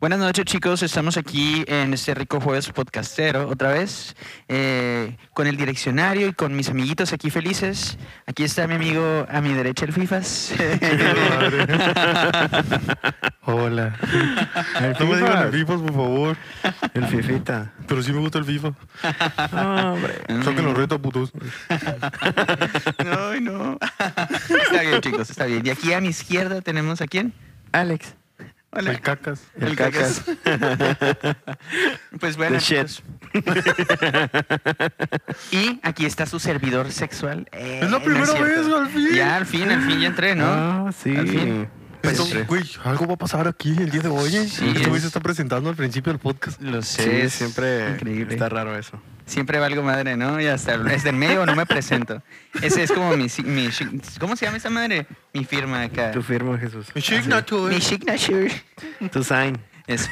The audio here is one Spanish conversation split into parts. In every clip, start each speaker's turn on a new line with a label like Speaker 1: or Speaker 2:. Speaker 1: Buenas noches chicos, estamos aquí en este rico jueves podcastero otra vez, eh, con el direccionario y con mis amiguitos aquí felices. Aquí está mi amigo a mi derecha el FIFAS.
Speaker 2: Hola. El
Speaker 3: No me digan el
Speaker 2: FIFA,
Speaker 3: FIFA, por favor.
Speaker 2: el Fifita.
Speaker 3: Pero sí me gusta el FIFA.
Speaker 2: Hombre.
Speaker 3: Saquen los retos, putos.
Speaker 1: no, no. está bien chicos, está bien. Y aquí a mi izquierda tenemos a quién?
Speaker 2: Alex.
Speaker 1: Hola.
Speaker 3: El cacas.
Speaker 2: El
Speaker 1: El cacas. pues bueno.
Speaker 2: The shit.
Speaker 1: chicos. y aquí está su servidor sexual. Eh,
Speaker 3: Es la
Speaker 1: no
Speaker 3: primera
Speaker 1: cierto.
Speaker 3: vez, al fin.
Speaker 1: Ya, al fin, al fin ya entré, ¿no?
Speaker 2: Ah, sí.
Speaker 1: Al fin. Pues,
Speaker 3: Esto, güey, algo va a pasar aquí el día de hoy. ¿eh?
Speaker 1: Sí,
Speaker 3: Este güey
Speaker 1: es-
Speaker 3: se está presentando al principio del podcast.
Speaker 1: Lo
Speaker 2: Sí,
Speaker 1: sé. es
Speaker 2: siempre
Speaker 1: Increíble.
Speaker 2: está raro eso.
Speaker 1: Siempre valgo madre, ¿no? Y hasta desde el medio no me presento. Ese es como mi, si- mi. shi- ¿Cómo se llama esa madre? Mi firma acá.
Speaker 2: Tu firma, Jesús. Ah,
Speaker 1: Mi signature.
Speaker 2: Tu sign.
Speaker 1: Eso.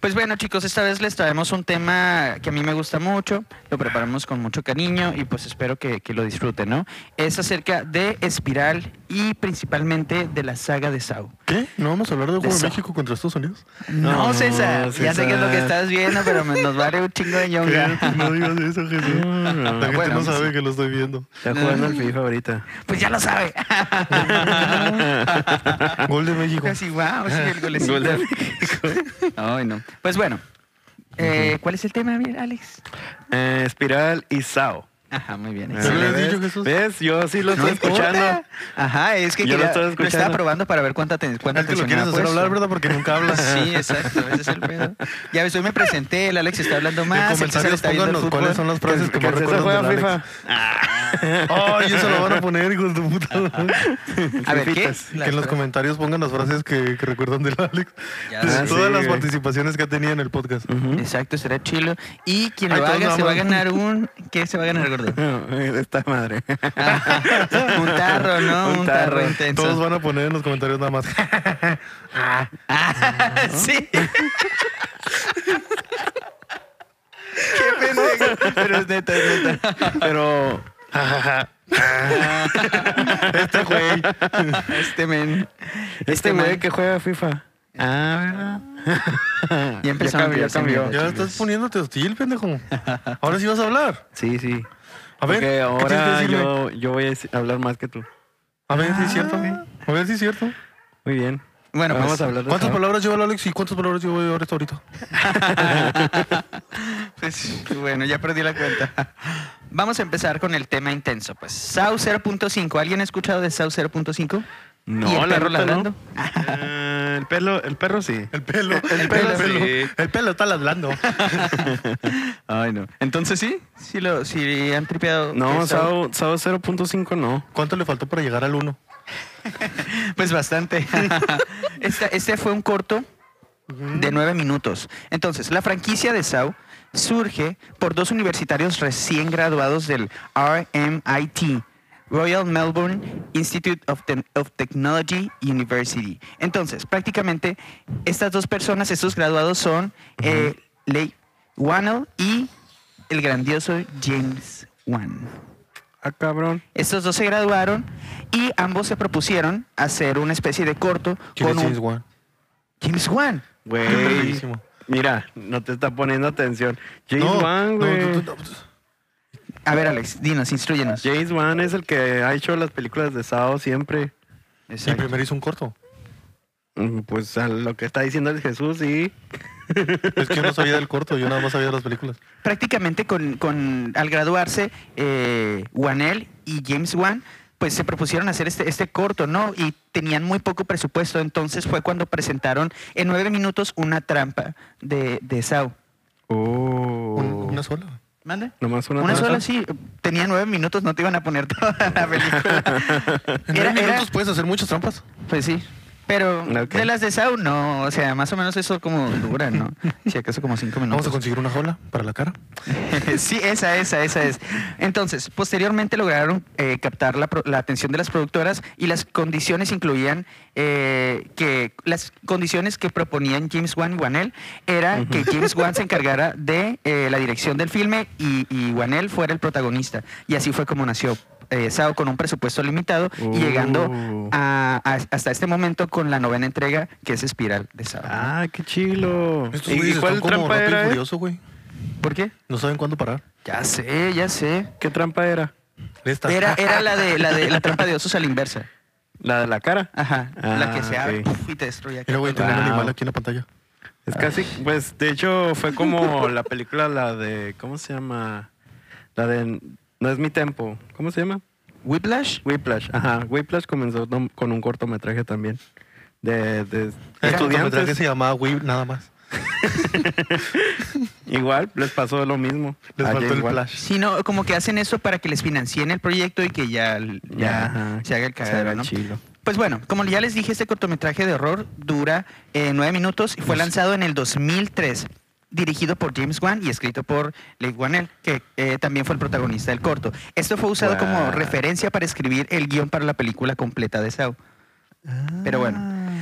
Speaker 1: Pues bueno, chicos, esta vez les traemos un tema que a mí me gusta mucho. Lo preparamos con mucho cariño y pues espero que, que lo disfruten, ¿no? Es acerca de Espiral y principalmente de la saga de Saw.
Speaker 3: ¿Qué? ¿No vamos a hablar del juego
Speaker 1: Eso.
Speaker 3: de México contra Estados Unidos?
Speaker 1: No,
Speaker 2: No,
Speaker 1: César, ya sé que es lo que
Speaker 2: César.
Speaker 1: estás viendo, pero me- nos vale un chingo de ñonga.
Speaker 3: ¿Qué? Eh, pues, No digas eso, Jesús.
Speaker 2: No, no.
Speaker 3: La gente
Speaker 1: Bueno,
Speaker 3: no sabe que lo estoy viendo.
Speaker 2: Está jugando
Speaker 1: Ah.
Speaker 2: el FIFA ahorita.
Speaker 1: Pues ya lo sabe.
Speaker 3: Gol de México.
Speaker 1: Casi, wow, sí, el golecito.
Speaker 2: Gol de
Speaker 1: Ay, no. Pues bueno, eh, ¿cuál es el tema, bien, Alex?
Speaker 2: Eh, Espiral y Sao.
Speaker 1: Ajá, muy bien.
Speaker 2: Ah,
Speaker 3: ¿Se lo
Speaker 1: excelente.
Speaker 3: habías
Speaker 2: ¿ves?
Speaker 3: dicho, Jesús?
Speaker 2: ¿Ves? Yo sí lo
Speaker 1: No
Speaker 2: estoy
Speaker 1: importa.
Speaker 2: escuchando.
Speaker 1: Ajá, es que
Speaker 2: Yo lo
Speaker 1: quería-
Speaker 2: estaba
Speaker 1: estaba
Speaker 2: escuchando.
Speaker 1: probando para ver cuánta, ten, cuánta
Speaker 3: Es que lo
Speaker 1: atención
Speaker 3: quieres
Speaker 1: me ha
Speaker 3: hacer
Speaker 1: puesto.
Speaker 3: hablar, ¿verdad? Porque nunca hablas.
Speaker 1: pues, Sí, exacto, ese es el pedo. Ya ves, hoy me presenté, el Alex está hablando
Speaker 3: En
Speaker 1: más. el César
Speaker 3: comentarios
Speaker 1: está viendo el
Speaker 3: pónganos
Speaker 1: fútbol.
Speaker 3: cuáles son las frases que
Speaker 2: Que
Speaker 3: me
Speaker 2: el César
Speaker 3: recuerdan
Speaker 2: juega
Speaker 3: del
Speaker 2: FIFA.
Speaker 3: Alex. Ay, eso lo van a poner, hijos de puta.
Speaker 1: A ver, ¿qué?
Speaker 2: fifitas.
Speaker 3: Que en los comentarios pongan las frases que, que recuerdan del Alex.
Speaker 1: Ya
Speaker 3: De
Speaker 1: sé.
Speaker 3: todas
Speaker 2: Sí,
Speaker 3: las
Speaker 2: güey.
Speaker 3: participaciones que ha tenido en el podcast.
Speaker 1: Exacto, será chilo. Y quien
Speaker 3: Ay,
Speaker 1: lo
Speaker 3: todos
Speaker 1: haga
Speaker 3: lo
Speaker 1: se va a
Speaker 3: aman.
Speaker 1: ganar un... ¿Qué se va a ganar, gordo?
Speaker 2: Esta madre.
Speaker 1: Ah, un tarro, ¿no? Un,
Speaker 2: Un
Speaker 1: tarro,
Speaker 2: tarro.
Speaker 1: intenso.
Speaker 3: Todos van a poner en los comentarios nada más.
Speaker 1: Ah, sí. Qué pendejo. Pero es neta, es neta.
Speaker 2: Pero.
Speaker 3: este güey.
Speaker 1: Este men.
Speaker 2: Este
Speaker 1: man.
Speaker 2: güey que juega FIFA. Ah, ¿verdad?
Speaker 1: Ya empezó,
Speaker 2: cambió,
Speaker 1: ya
Speaker 2: ya cambió.
Speaker 1: cambió.
Speaker 3: Ya estás poniéndote hostil, pendejo. Ahora sí vas a hablar.
Speaker 2: Sí, sí.
Speaker 3: A ver.
Speaker 2: Porque
Speaker 3: ¿qué tienes que
Speaker 2: ahora
Speaker 3: decirme?
Speaker 2: yo, yo voy a dec- hablar más que tú.
Speaker 3: A ver si es cierto. A ver si es cierto.
Speaker 2: Muy bien.
Speaker 1: Bueno,
Speaker 2: vamos
Speaker 1: pues,
Speaker 2: a hablar de
Speaker 3: ¿Cuántas
Speaker 2: Sao.
Speaker 3: palabras lleva el Alex y cuántas palabras llevo yo ahorita ahorita?
Speaker 1: Pues, bueno, ya perdí la cuenta. Vamos a empezar con el tema intenso, pues. Sau 0.5. ¿Alguien ha escuchado de Sau 0.5?
Speaker 2: No,
Speaker 1: ¿Y el
Speaker 2: la
Speaker 1: perro
Speaker 2: neta
Speaker 1: ladrando?
Speaker 2: no. Ah, el pelo, el perro sí.
Speaker 3: El pelo. El,
Speaker 1: pelo,
Speaker 2: sí.
Speaker 3: El pelo está ladrando.
Speaker 1: Ay, no. Entonces sí, sí lo sí han tripeado.
Speaker 2: No,
Speaker 1: que Saw-
Speaker 2: Sao, Sao 0.5 no.
Speaker 3: ¿Cuánto le faltó para llegar al 1?
Speaker 1: Pues bastante. Esta- este fue un corto de nueve minutos. Entonces, la franquicia de Sau surge por dos universitarios recién graduados del RMIT, Royal Melbourne Institute of, Te- of Technology University. Entonces, prácticamente estas dos personas, estos graduados son eh, Leigh Whannell y el grandioso James Wan.
Speaker 2: Ah, cabrón.
Speaker 1: Estos dos se graduaron y ambos se propusieron hacer una especie de corto con un
Speaker 3: Juan?
Speaker 1: James Wan.
Speaker 2: Güey.
Speaker 3: Buenísimo.
Speaker 2: Mira, no te está poniendo atención. James
Speaker 3: No,
Speaker 2: Wan, güey.
Speaker 3: no, no, no.
Speaker 1: A ver, Alex, dinos, instruyenos.
Speaker 2: James Wan es el que ha hecho las películas de Sao siempre.
Speaker 3: Y primero hizo un corto.
Speaker 2: Mm, Pues a lo que está diciendo el Jesús y
Speaker 3: Es que yo no sabía del corto, yo nada más sabía de las películas.
Speaker 1: Prácticamente con, con- al graduarse, eh, Wanel y James Wan, pues se propusieron hacer este, este corto, ¿no? Y tenían muy poco presupuesto, entonces fue cuando presentaron en nueve minutos una trampa de, de Sao.
Speaker 2: Oh.
Speaker 3: Un- una sola.
Speaker 1: ¿Mande?
Speaker 2: Nomás una,
Speaker 1: Una
Speaker 2: taza.
Speaker 1: sola, sí. Tenía nueve minutos, no te iban a poner toda la película.
Speaker 3: En
Speaker 1: Era-
Speaker 3: nueve
Speaker 1: era-
Speaker 3: minutos puedes hacer muchas trampas.
Speaker 1: Pues sí. Pero
Speaker 2: Ok.
Speaker 1: de las de Sau, no. O sea, más o menos eso como dura, ¿no? Si acaso como cinco
Speaker 3: Vamos a
Speaker 1: minutos.
Speaker 3: conseguir una jola para la cara.
Speaker 1: sí, esa, esa, esa es. Entonces, posteriormente lograron eh, captar la, pro- la atención de las productoras y las condiciones incluían eh, que las condiciones que proponían James Wan y Wanel era que James Wan se encargara de eh, la dirección del filme y, y Wanel fuera el protagonista. Y así fue como nació eh, Sao con un presupuesto limitado y llegando
Speaker 3: Uh.
Speaker 1: a- a- hasta este momento con la novena entrega que es Espiral de Sao. ¿no?
Speaker 2: Ah, qué chilo.
Speaker 3: Estos
Speaker 2: ¿Y- ¿Y,
Speaker 3: güeyes
Speaker 2: cuál
Speaker 3: están como
Speaker 2: trampa
Speaker 3: rápido y
Speaker 2: era? eh?
Speaker 3: furioso, güey.
Speaker 1: ¿Por qué?
Speaker 3: No saben cuándo parar.
Speaker 1: Ya sé, ya sé.
Speaker 2: ¿Qué trampa era?
Speaker 3: Esta.
Speaker 1: Era, era la de la de la trampa de osos a la inversa.
Speaker 2: La de la cara.
Speaker 1: Ajá. la que se
Speaker 2: Ah,
Speaker 1: abre
Speaker 2: ok. Ah.
Speaker 1: puf, y te destruye acá.
Speaker 3: Mira, güey, tengo un
Speaker 2: Wow.
Speaker 3: animal aquí en la pantalla.
Speaker 2: Es casi, pues, de hecho, fue como la película, la de, ¿cómo se llama? La de, no es mi tempo, ¿cómo se llama?
Speaker 1: Whiplash.
Speaker 2: Whiplash, ajá, Whiplash comenzó tom- con un cortometraje también, de, de
Speaker 3: que
Speaker 2: estudiantes.
Speaker 3: se llamaba Güey, nada más.
Speaker 2: Igual, les pasó lo mismo.
Speaker 3: Les
Speaker 2: A
Speaker 3: faltó
Speaker 2: James
Speaker 3: el
Speaker 2: Wan.
Speaker 3: flash.
Speaker 1: Sí, no, como que hacen eso para que les financien el proyecto y que ya, ya
Speaker 2: Ajá,
Speaker 1: se haga el
Speaker 2: se haga
Speaker 1: cagadero,
Speaker 2: el
Speaker 1: ¿no?
Speaker 2: chilo.
Speaker 1: Pues bueno, como ya les dije, este cortometraje de horror dura eh, nueve minutos y
Speaker 2: Pues
Speaker 1: fue lanzado en el 2003, dirigido por James Wan y escrito por Leigh Whannell, que eh, también fue el protagonista del corto. Esto fue usado como
Speaker 2: Guau.
Speaker 1: referencia para escribir el guión para la película completa de Saw. Pero bueno,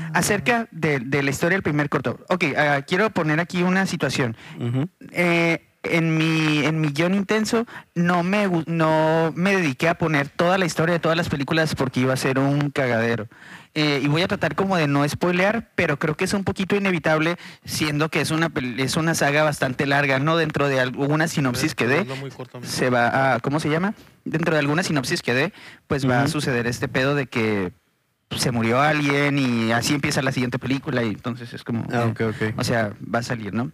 Speaker 3: Ah.
Speaker 1: acerca de, de la historia del primer corto. Ok, ah, quiero poner aquí una situación.
Speaker 2: Ujú.
Speaker 1: Eh, en mi en mi guión intenso no me gu- no me dediqué a poner toda la historia de todas las películas porque iba a ser un cagadero Eh, y voy a tratar como de no spoilear pero creo que es un poquito inevitable siendo que es una pel- es una saga bastante larga no dentro de alguna sinopsis que dé
Speaker 3: Hazlo muy corto, amigo.
Speaker 1: se va a cómo se llama dentro de alguna sinopsis que dé pues va a
Speaker 2: Ujú.
Speaker 1: suceder este pedo de que se murió alguien y así empieza la siguiente película y entonces es como
Speaker 2: Ah,
Speaker 1: eh,
Speaker 2: ok, ok.
Speaker 1: o sea, va a salir, ¿no?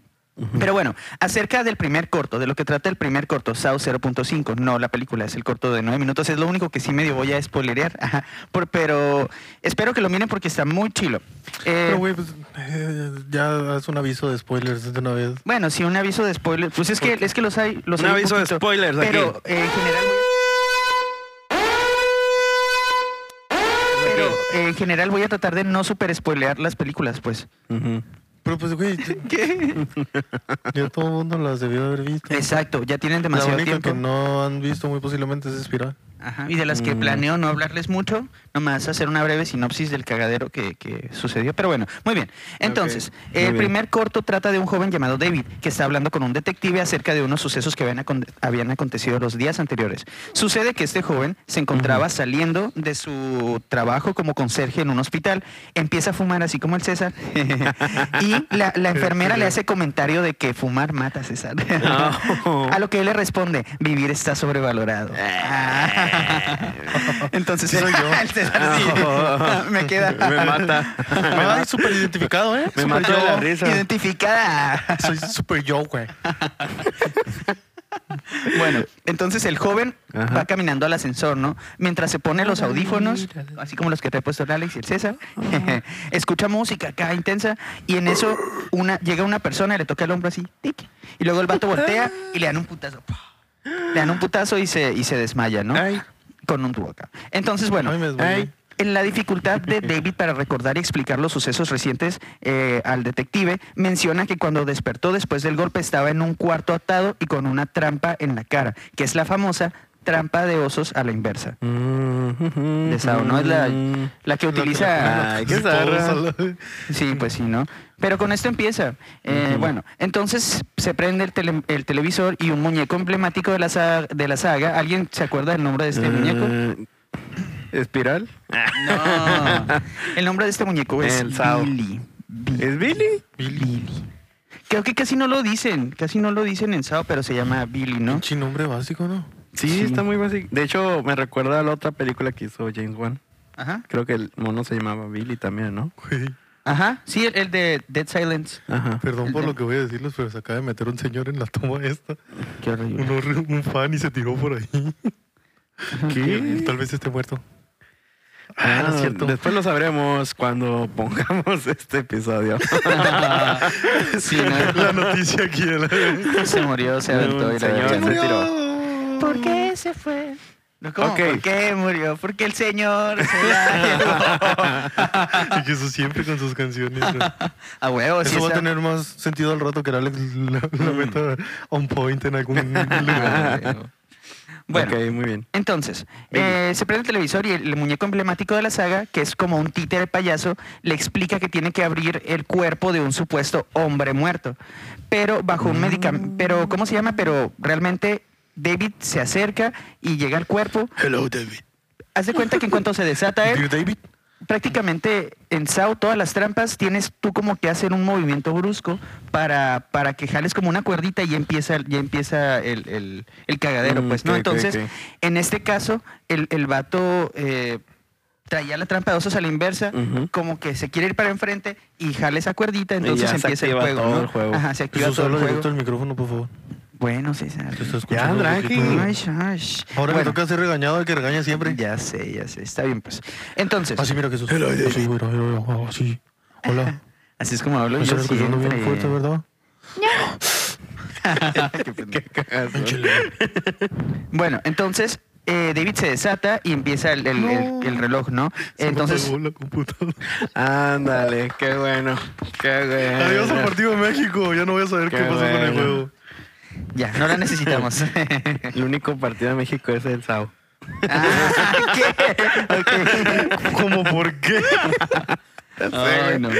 Speaker 1: Pero bueno, acerca del primer corto, de lo que trata el primer corto, Sao 0.5, no la película, es el corto de 9 minutos, es lo único que sí medio voy a spoilerear, ajá, por- pero espero que lo miren porque está muy chilo. Eh,
Speaker 3: Pero, güey, pues eh, ya haz un aviso de spoilers de una vez.
Speaker 1: bueno, sí, un aviso de spoiler, pues es que, es que los hay, los
Speaker 2: Un
Speaker 1: hay
Speaker 2: aviso de
Speaker 1: poquito,
Speaker 2: spoilers Pues aquí.
Speaker 1: Pero eh, en general... voy a- Pero eh, en general voy a tratar de no super spoilear las películas, pues.
Speaker 2: Ujú.
Speaker 3: Pero, pues, güey,
Speaker 1: ¿Qué?
Speaker 3: ya todo el mundo las debió haber visto.
Speaker 1: Exacto, ya tienen
Speaker 3: La
Speaker 1: demasiado
Speaker 3: única
Speaker 1: tiempo.
Speaker 3: que no han visto muy posiblemente es Espiral.
Speaker 1: Ajá, y de las que
Speaker 2: Mm.
Speaker 1: planeo no hablarles mucho, nomás hacer una breve sinopsis del cagadero que, que sucedió. Pero bueno, muy bien. Entonces,
Speaker 2: Ok,
Speaker 1: el
Speaker 2: muy bien.
Speaker 1: primer corto trata de un joven llamado David, que está hablando con un detective acerca de unos sucesos que habían, acon- habían acontecido los días anteriores. Sucede que este joven se encontraba saliendo de su trabajo como conserje en un hospital, empieza a fumar así como el César, y la, la enfermera le hace comentario de que fumar mata a César.
Speaker 2: No.
Speaker 1: A lo que él le responde, vivir está sobrevalorado. Ah. Entonces
Speaker 3: Sí soy yo.
Speaker 1: el César Ah, sí.
Speaker 2: No.
Speaker 1: me queda
Speaker 2: Me mata. Me
Speaker 3: Ay,
Speaker 2: mata.
Speaker 3: súper identificado, ¿eh?
Speaker 2: Me
Speaker 3: Súper
Speaker 2: mató de
Speaker 3: yo.
Speaker 2: la risa.
Speaker 1: identificada.
Speaker 3: Soy súper yo, güey.
Speaker 1: Bueno, entonces el joven
Speaker 2: Ajá.
Speaker 1: va caminando al ascensor, ¿no? Mientras se pone los audífonos, así como los que te ha puesto el Alex y el César, escucha música acá intensa y en eso una llega una persona y le toca el hombro así, tic, y luego el vato voltea y le dan un putazo. Le dan un putazo y se, y se desmaya, ¿no?
Speaker 2: Ay.
Speaker 1: Con un tubo acá. Entonces, bueno,
Speaker 3: Ay, me desmayé.
Speaker 2: Ay.
Speaker 1: En la dificultad de David para recordar y explicar los sucesos recientes eh, al detective, menciona que cuando despertó después del golpe estaba en un cuarto atado y con una trampa en la cara, que es la famosa trampa de osos a la inversa.
Speaker 2: De
Speaker 1: De Sao, ¿no? Es la,
Speaker 2: Mm-hmm.
Speaker 1: la que
Speaker 3: La que
Speaker 1: utiliza...
Speaker 3: la-
Speaker 2: Ay, qué
Speaker 3: todos
Speaker 2: zarra.
Speaker 3: a la-
Speaker 1: Sí, pues sí, ¿no? Pero con esto empieza. Eh,
Speaker 2: Ujú.
Speaker 1: Bueno, entonces se prende el, tele- el televisor y un muñeco emblemático de la, sa- de la saga. ¿Alguien se acuerda del nombre de este
Speaker 2: Mm-hmm.
Speaker 1: muñeco?
Speaker 2: Eh, ¿Espiral?
Speaker 1: No. El nombre de este muñeco es
Speaker 2: El Sao.
Speaker 1: Billy. Billy.
Speaker 2: ¿Es Billy?
Speaker 1: Billy. Creo que casi no lo dicen, casi no lo dicen en Sao, pero se llama Billy, ¿no?
Speaker 3: Pinche nombre básico, ¿no?
Speaker 2: Sí,
Speaker 1: Sí.
Speaker 2: está muy básico. De hecho, me recuerda a la otra película que hizo James Wan.
Speaker 1: Ajá.
Speaker 2: Creo que el mono se llamaba Billy también, ¿no?
Speaker 3: Güey,
Speaker 1: Ajá. Sí, el, el de Dead Silence.
Speaker 2: Ajá.
Speaker 3: perdón por lo que voy a decirles, pero se acaba de meter un señor en la toma esta.
Speaker 1: Qué horrible.
Speaker 3: Un, horri- un fan y se tiró por ahí.
Speaker 2: ¿Qué?
Speaker 3: Tal vez esté muerto.
Speaker 2: Ah,
Speaker 3: Ah, no es cierto.
Speaker 2: Después lo sabremos cuando pongamos este episodio.
Speaker 1: sí, no,
Speaker 3: La noticia aquí. La...
Speaker 1: se murió, se aventó y la
Speaker 2: Señor,
Speaker 1: verga,
Speaker 2: se
Speaker 1: se
Speaker 2: murió.
Speaker 1: tiró.
Speaker 3: tiró.
Speaker 1: ¿Por qué se fue? No, ¿cómo?
Speaker 2: Ok.
Speaker 1: ¿Por qué murió? Porque el señor se la llevó.
Speaker 3: Y que eso siempre con sus canciones. ¿no?
Speaker 1: A huevo, Pues sí Mm.
Speaker 3: Eso va a
Speaker 1: está-
Speaker 3: tener más sentido al rato que Alex la, la meta on point en algún lugar.
Speaker 1: Bueno,
Speaker 2: Ok, muy bien.
Speaker 1: Entonces,
Speaker 2: Billy.
Speaker 1: eh, se prende el televisor y el, el muñeco emblemático de la saga, que es como un títere payaso, le explica que tiene que abrir el cuerpo de un supuesto hombre muerto. Pero bajo un medicamento. Pero, ¿cómo se llama? Pero realmente David se acerca y llega al cuerpo.
Speaker 3: Hello, David.
Speaker 1: Haz de cuenta que en cuanto se desata él,
Speaker 3: Dear David.
Speaker 1: prácticamente en Sao todas las trampas tienes tú como que hacer un movimiento brusco para, para que jales como una cuerdita y ya empieza, ya empieza el, el- el cagadero,
Speaker 2: Mm,
Speaker 1: pues, ¿no?
Speaker 2: ok, ok,
Speaker 1: Entonces,
Speaker 2: ok.
Speaker 1: en este caso, el, el vato eh, traía la trampa de osos a la inversa,
Speaker 2: Ujú.
Speaker 1: como que se quiere ir para enfrente y jala esa cuerdita, entonces
Speaker 2: ya se
Speaker 1: empieza el
Speaker 2: activa
Speaker 1: juego,
Speaker 2: todo
Speaker 1: ¿no?
Speaker 2: el juego.
Speaker 1: Ajá, se activa
Speaker 3: Jesús,
Speaker 1: todo el
Speaker 3: habla
Speaker 1: juego.
Speaker 3: directo al micrófono, por favor.
Speaker 1: Bueno, César.
Speaker 3: Te estoy
Speaker 2: Ya,
Speaker 3: escuchando,
Speaker 2: tranqui.
Speaker 3: poquito.
Speaker 1: Ay, shash.
Speaker 3: Ahora me
Speaker 1: Bueno,
Speaker 3: toca ser regañado el que regaña siempre.
Speaker 1: Ya sé, ya sé. Está bien, pues. Entonces,
Speaker 3: Así, Ah, mira, Jesús.
Speaker 2: Hello, David.
Speaker 3: Así, mira, mira, mira, así. Hola.
Speaker 1: así es como hablo
Speaker 3: Me
Speaker 1: yo
Speaker 3: estás escuchando bien
Speaker 1: siempre.
Speaker 3: fuerte, ¿verdad?
Speaker 1: Qué pendejo.
Speaker 3: Échale.
Speaker 1: Bueno, entonces eh, David se desata y empieza el, el- el- el reloj, ¿no?
Speaker 3: Se me
Speaker 1: Entonces,
Speaker 3: apagó la computadora.
Speaker 2: Ándale, qué bueno. Qué bueno.
Speaker 3: Adiós al partido de México. Ya no voy a saber qué,
Speaker 2: Qué
Speaker 3: pasó con el
Speaker 2: bueno.
Speaker 3: juego.
Speaker 1: ya, no la necesitamos.
Speaker 2: El único partido de México es el Sao.
Speaker 1: Ah, ¿qué? Ok.
Speaker 3: ¿Cómo por qué?
Speaker 1: Ay, no.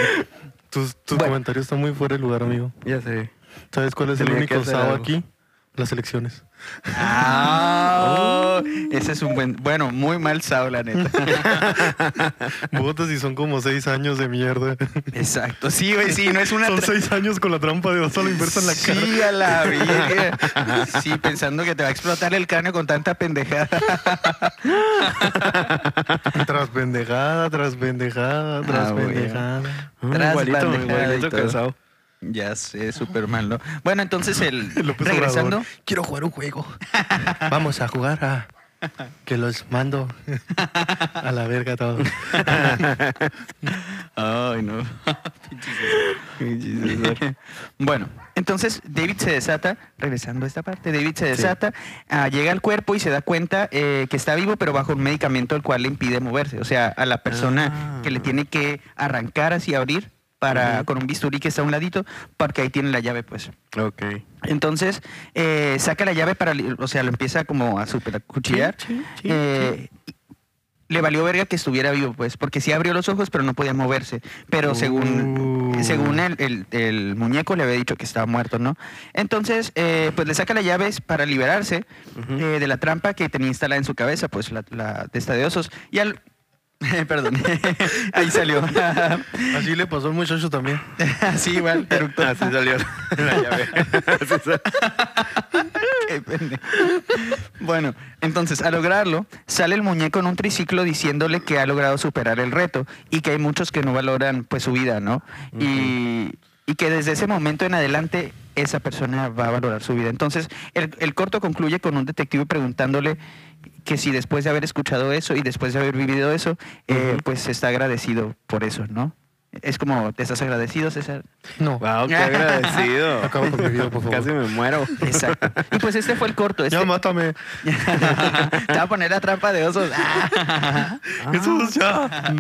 Speaker 3: Tus, tus
Speaker 1: Bueno.
Speaker 3: comentarios están muy fuera de lugar, amigo.
Speaker 2: Ya sé.
Speaker 3: ¿Sabes cuál es el
Speaker 2: Tenía que
Speaker 3: único
Speaker 2: hacer
Speaker 3: sábado
Speaker 2: algo.
Speaker 3: aquí? Las elecciones.
Speaker 1: Ah, ese es un buen, bueno, muy mal sábado, la neta.
Speaker 3: Votas y son como seis años de mierda.
Speaker 1: Exacto, sí, güey, sí, no es una...
Speaker 3: Son
Speaker 1: tra-
Speaker 3: seis años con la trampa de oso a la inversa en la cara.
Speaker 1: Sí, a la virgen. Sí, pensando que te va a explotar el cráneo con tanta pendejada.
Speaker 3: Tras pendejada, tras pendejada, tras
Speaker 1: Ah, güey.
Speaker 3: pendejada.
Speaker 2: Mm,
Speaker 1: Tras
Speaker 2: igualito,
Speaker 1: bandejada y
Speaker 2: igualito que
Speaker 1: todo.
Speaker 2: el Sao.
Speaker 1: Ya sé, súper mal, ¿no? Bueno, entonces el...
Speaker 3: López
Speaker 1: regresando...
Speaker 3: Obrador, Quiero jugar un juego. Vamos a jugar a que los mando a la verga todo.
Speaker 1: Ay, no.
Speaker 2: Pinche César.
Speaker 1: bueno, entonces David se desata, regresando a esta parte, David se desata, ah, llega al cuerpo y se da cuenta eh, que está vivo, pero bajo un medicamento el cual le impide moverse. O sea, a la persona
Speaker 2: Ah.
Speaker 1: que le tiene que arrancar así, abrir, para,
Speaker 2: Ujú.
Speaker 1: con un bisturí que está a un ladito, porque ahí tiene la llave, pues.
Speaker 2: Ok.
Speaker 1: Entonces, eh, saca la llave para, li- o sea, lo empieza como a super cuchillar.
Speaker 2: Sí, sí, sí,
Speaker 1: Eh, Le valió verga que estuviera vivo, pues, porque sí abrió los ojos, pero no podía moverse. Pero según,
Speaker 2: Uh.
Speaker 1: según el, el- el muñeco le había dicho que estaba muerto, ¿no? Entonces, eh, pues le saca las llaves para liberarse
Speaker 2: Ujú.
Speaker 1: eh, de la trampa que tenía instalada en su cabeza, pues, la, la de esta de osos. Y al... Perdón, ahí salió.
Speaker 3: Así le pasó al muchacho también.
Speaker 1: Así igual, eructó.
Speaker 2: Así salió la llave. Así salió.
Speaker 1: Qué pendejo. bueno, entonces, al lograrlo, sale el muñeco en un triciclo diciéndole que ha logrado superar el reto y que hay muchos que no valoran pues su vida, ¿no? y, y que desde ese momento en adelante esa persona va a valorar su vida. Entonces, el, el corto concluye con un detective preguntándole que si después de haber escuchado eso y después de haber vivido eso, eh,
Speaker 2: Ujú.
Speaker 1: pues está agradecido por eso, ¿no? Es como, ¿te estás agradecido, César?
Speaker 3: No.
Speaker 2: Wow, qué agradecido.
Speaker 3: Acaba con mi vida, por favor.
Speaker 2: Casi me muero.
Speaker 1: Exacto. Y pues este fue el corto. Este,
Speaker 3: Ya mátame.
Speaker 1: Te va a poner la trampa de osos. Ah.
Speaker 3: Jesús, ya.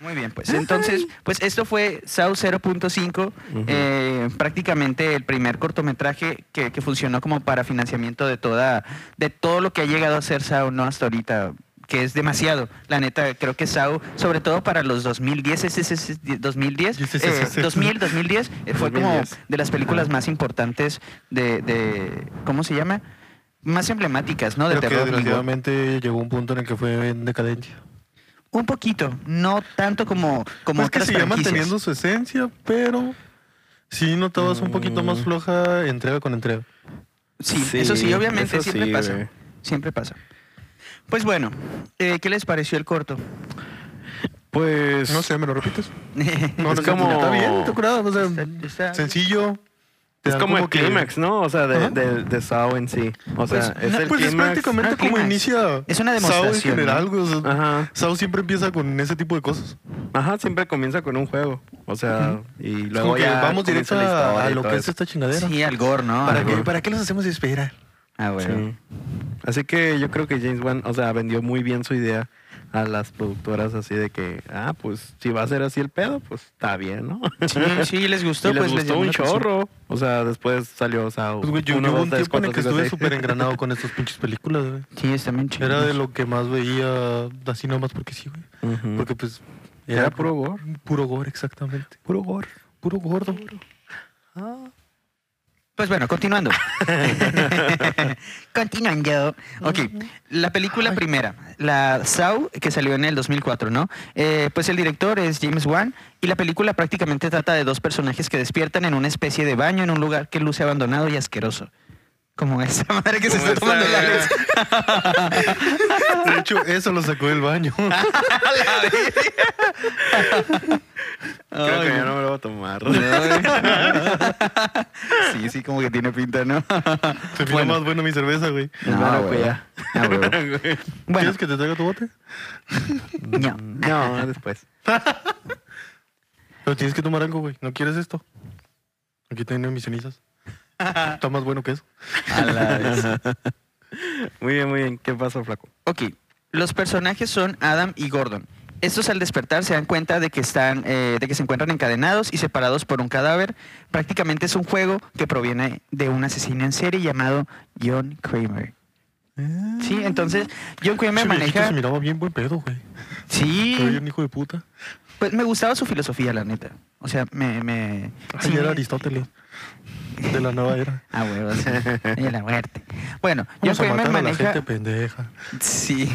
Speaker 1: Muy bien, pues entonces, pues esto fue SAU 0.5,
Speaker 2: Ujú.
Speaker 1: eh, prácticamente el primer cortometraje que, que funcionó como para financiamiento de toda, de todo lo que ha llegado a ser SAU, no hasta ahorita, que es demasiado. La neta, creo que SAU, sobre todo para los 2010, ese, ese- ese- 2010,
Speaker 3: Ese- ese-
Speaker 1: eh,
Speaker 3: ese-
Speaker 1: 2000, 2010, eh, fue como
Speaker 2: 2010.
Speaker 1: de las películas más importantes de, de ¿cómo se llama? Más emblemáticas, ¿no? De
Speaker 3: Creo que
Speaker 1: terror. digo.
Speaker 3: desgraciadamente llegó un punto en el que fue en decadencia.
Speaker 1: Un poquito, no tanto como, como
Speaker 3: pues que
Speaker 1: otras
Speaker 3: seguía
Speaker 1: franquicias.
Speaker 3: manteniendo su esencia, pero sí notabas un poquito más
Speaker 2: Mm.
Speaker 3: floja entrega con entrega.
Speaker 1: Sí, eso sí, obviamente
Speaker 2: eso
Speaker 1: siempre
Speaker 2: sí,
Speaker 1: pasa.
Speaker 2: güey.
Speaker 1: Siempre pasa. Pues bueno, eh, ¿qué les pareció el corto?
Speaker 2: Pues.
Speaker 3: No sé, ¿me lo repites?
Speaker 2: Es
Speaker 3: sé,
Speaker 2: como-
Speaker 3: Está bien, está curado, o sea,
Speaker 1: Está- está-
Speaker 3: sencillo. te
Speaker 2: Es
Speaker 3: da
Speaker 2: como, el
Speaker 3: que-
Speaker 2: clímax, ¿no? O sea,
Speaker 3: Ajá.
Speaker 2: de, de, de Sao en sí. O sea,
Speaker 1: Pues,
Speaker 2: es
Speaker 1: no,
Speaker 2: el
Speaker 3: Pues es
Speaker 2: clímax.
Speaker 1: Ah,
Speaker 3: prácticamente
Speaker 1: el
Speaker 3: como
Speaker 1: clímax.
Speaker 3: inicia
Speaker 1: Es una
Speaker 3: Sao en
Speaker 1: demostración,
Speaker 3: general, güey, o sea,
Speaker 2: Ajá.
Speaker 3: Sao siempre empieza con ese tipo de cosas.
Speaker 2: Ajá, siempre comienza con un juego. O sea, y
Speaker 3: Es
Speaker 2: luego
Speaker 3: como que
Speaker 2: ya.
Speaker 3: vamos directo
Speaker 2: comienza la
Speaker 3: a,
Speaker 2: historia
Speaker 3: a
Speaker 2: y
Speaker 3: lo
Speaker 2: todo
Speaker 3: que es
Speaker 2: eso.
Speaker 3: esta chingadera.
Speaker 1: Sí, al gore, ¿no?
Speaker 3: ¿Para,
Speaker 1: Al
Speaker 3: qué,
Speaker 1: gore.
Speaker 3: ¿Para qué los hacemos esperar?
Speaker 2: Pues,
Speaker 1: Ah, bueno.
Speaker 2: Sí. Así que yo creo que James Wan, o sea, vendió muy bien su idea a las productoras así de que, ah, pues si va a ser así el pedo, pues está bien, ¿no?
Speaker 1: Sí, sí, les
Speaker 2: Y
Speaker 1: gustó,
Speaker 2: les
Speaker 1: pues les
Speaker 2: gustó
Speaker 1: llamó
Speaker 2: un
Speaker 1: la atención.
Speaker 2: chorro. O sea, después salió Sao.
Speaker 3: Pues, güey, yo
Speaker 2: uno,
Speaker 3: yo hubo
Speaker 2: dos,
Speaker 3: un
Speaker 2: tres,
Speaker 3: tiempo en el
Speaker 2: cuatro,
Speaker 3: que
Speaker 2: cinco,
Speaker 3: estuve
Speaker 2: seis.
Speaker 3: súper engranado con estas pinches películas, güey.
Speaker 1: Sí, está bien chido.
Speaker 3: Era de lo que más veía, así nomás porque sí, güey.
Speaker 2: Ujú.
Speaker 3: Porque pues
Speaker 2: Mm. Era puro gore.
Speaker 3: Puro gore, exactamente.
Speaker 2: Puro gore.
Speaker 3: Puro gordo.
Speaker 1: Pues bueno, continuando. continuando. Ok, la película primera, la Saw, que salió en el 2004, ¿no? Eh, pues el director es James Wan y la película prácticamente trata de dos personajes que despiertan en una especie de baño en un lugar que luce abandonado y asqueroso. Como esa madre que se
Speaker 2: Como
Speaker 1: está tomando
Speaker 2: esa-
Speaker 1: la luz.
Speaker 3: De hecho, eso lo sacó del baño.
Speaker 2: Creo
Speaker 1: Ay,
Speaker 2: que yo no me lo voy a tomar.
Speaker 1: Ay. Sí, sí, como que tiene pinta, ¿no?
Speaker 3: Se fue
Speaker 1: Bueno.
Speaker 3: más bueno mi cerveza, güey.
Speaker 1: No,
Speaker 2: Bueno,
Speaker 1: güey.
Speaker 2: pues ya.
Speaker 1: No, güey. Bueno,
Speaker 3: ¿Quieres que te traiga tu bote?
Speaker 1: no.
Speaker 2: No, después.
Speaker 3: Pero tienes que tomar algo, güey. ¿No quieres esto? Aquí tengo mis cenizas. Está más bueno que eso.
Speaker 1: A la vez.
Speaker 2: Muy bien, muy bien. ¿Qué pasa, flaco?
Speaker 1: Ok, los personajes son Adam y Gordon. Estos al despertar se dan cuenta de que están, eh, de que se encuentran encadenados y separados por un cadáver. Prácticamente es un juego que proviene de un asesino en serie llamado John Kramer.
Speaker 3: Mm.
Speaker 1: Sí, entonces John Kramer
Speaker 3: Ese viejito
Speaker 1: maneja.
Speaker 3: se miraba bien buen pedo, güey. Pero era
Speaker 1: Sí,
Speaker 3: un hijo de puta.
Speaker 1: pues me gustaba su filosofía, la neta. O sea, me, me.
Speaker 3: Así
Speaker 1: sí
Speaker 3: era
Speaker 1: me-
Speaker 3: Aristóteles. De la nueva era.
Speaker 1: Ah, huevo, sí. Y la muerte. Bueno, John
Speaker 3: Vamos a
Speaker 1: Kramer
Speaker 3: matar a la
Speaker 1: maneja.
Speaker 3: gente pendeja.
Speaker 1: Sí.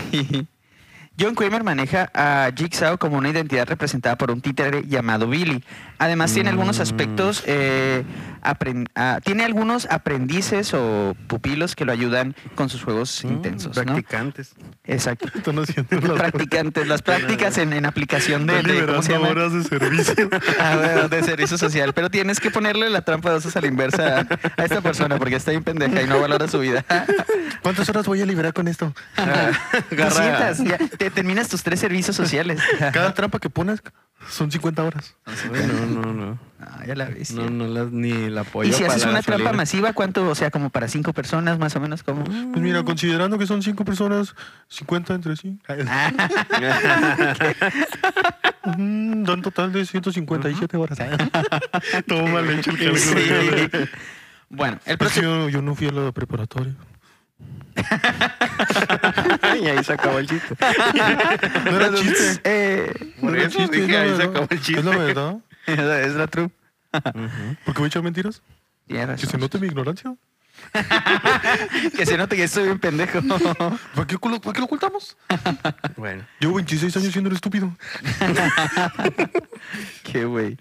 Speaker 1: John Kramer maneja a Jigsaw como una identidad representada por un títere llamado Billy. Además tiene algunos aspectos, eh, apren- ah, tiene algunos aprendices o pupilos que lo ayudan con sus
Speaker 2: Mm,
Speaker 1: juegos intensos, ¿no?
Speaker 2: Practicantes.
Speaker 1: Exacto.
Speaker 3: Están haciendo las
Speaker 1: Practicantes, las prácticas en, en aplicación de,
Speaker 3: Están
Speaker 1: de- ¿cómo se
Speaker 3: liberando
Speaker 1: llama?
Speaker 3: horas de servicio.
Speaker 1: Ah, bueno, de servicio social. Pero tienes que ponerle la trampa de osos a la inversa a, a esta persona porque está bien pendeja y no valora su vida.
Speaker 3: ¿Cuántas horas voy a liberar con esto?
Speaker 1: Lo sientas, ya, te terminas tus tres servicios sociales.
Speaker 3: Cada trampa que pones son 50 horas.
Speaker 2: No, no, no.
Speaker 1: Ah, ya la bestia.
Speaker 2: No, no las ni la apoyo.
Speaker 1: y si
Speaker 2: para
Speaker 1: haces
Speaker 2: la
Speaker 1: una trampa
Speaker 2: gasolina. Mm,
Speaker 1: masiva, ¿cuánto? O sea, como para cinco personas, más o menos, como.
Speaker 3: Pues mira, considerando que son 5 personas, 50 entre sí. Mm, Da un total de 157 horas. Todo mal hecho el cálculo.
Speaker 1: Sí. Bueno, el
Speaker 3: Es que
Speaker 1: próximo.
Speaker 3: yo, yo no fui a la preparatoria.
Speaker 2: y ahí se acabó el chiste.
Speaker 3: No era chiste.
Speaker 1: Eh,
Speaker 3: No
Speaker 2: Por
Speaker 3: era
Speaker 2: eso
Speaker 3: chiste,
Speaker 2: dije,
Speaker 3: es la
Speaker 2: ahí se
Speaker 3: verdad.
Speaker 2: acabó el chiste.
Speaker 3: Es la verdad.
Speaker 1: es la true.
Speaker 3: ¿Por qué voy a echar mentiras?
Speaker 1: Tienes
Speaker 3: Que
Speaker 1: razón.
Speaker 3: se note mi ignorancia.
Speaker 1: Que se note que estoy bien pendejo.
Speaker 3: ¿Para qué, oculo- ¿Para qué lo ocultamos?
Speaker 2: Bueno.
Speaker 3: Llevo 26 años siendo el estúpido.
Speaker 2: Pues
Speaker 1: Qué güey.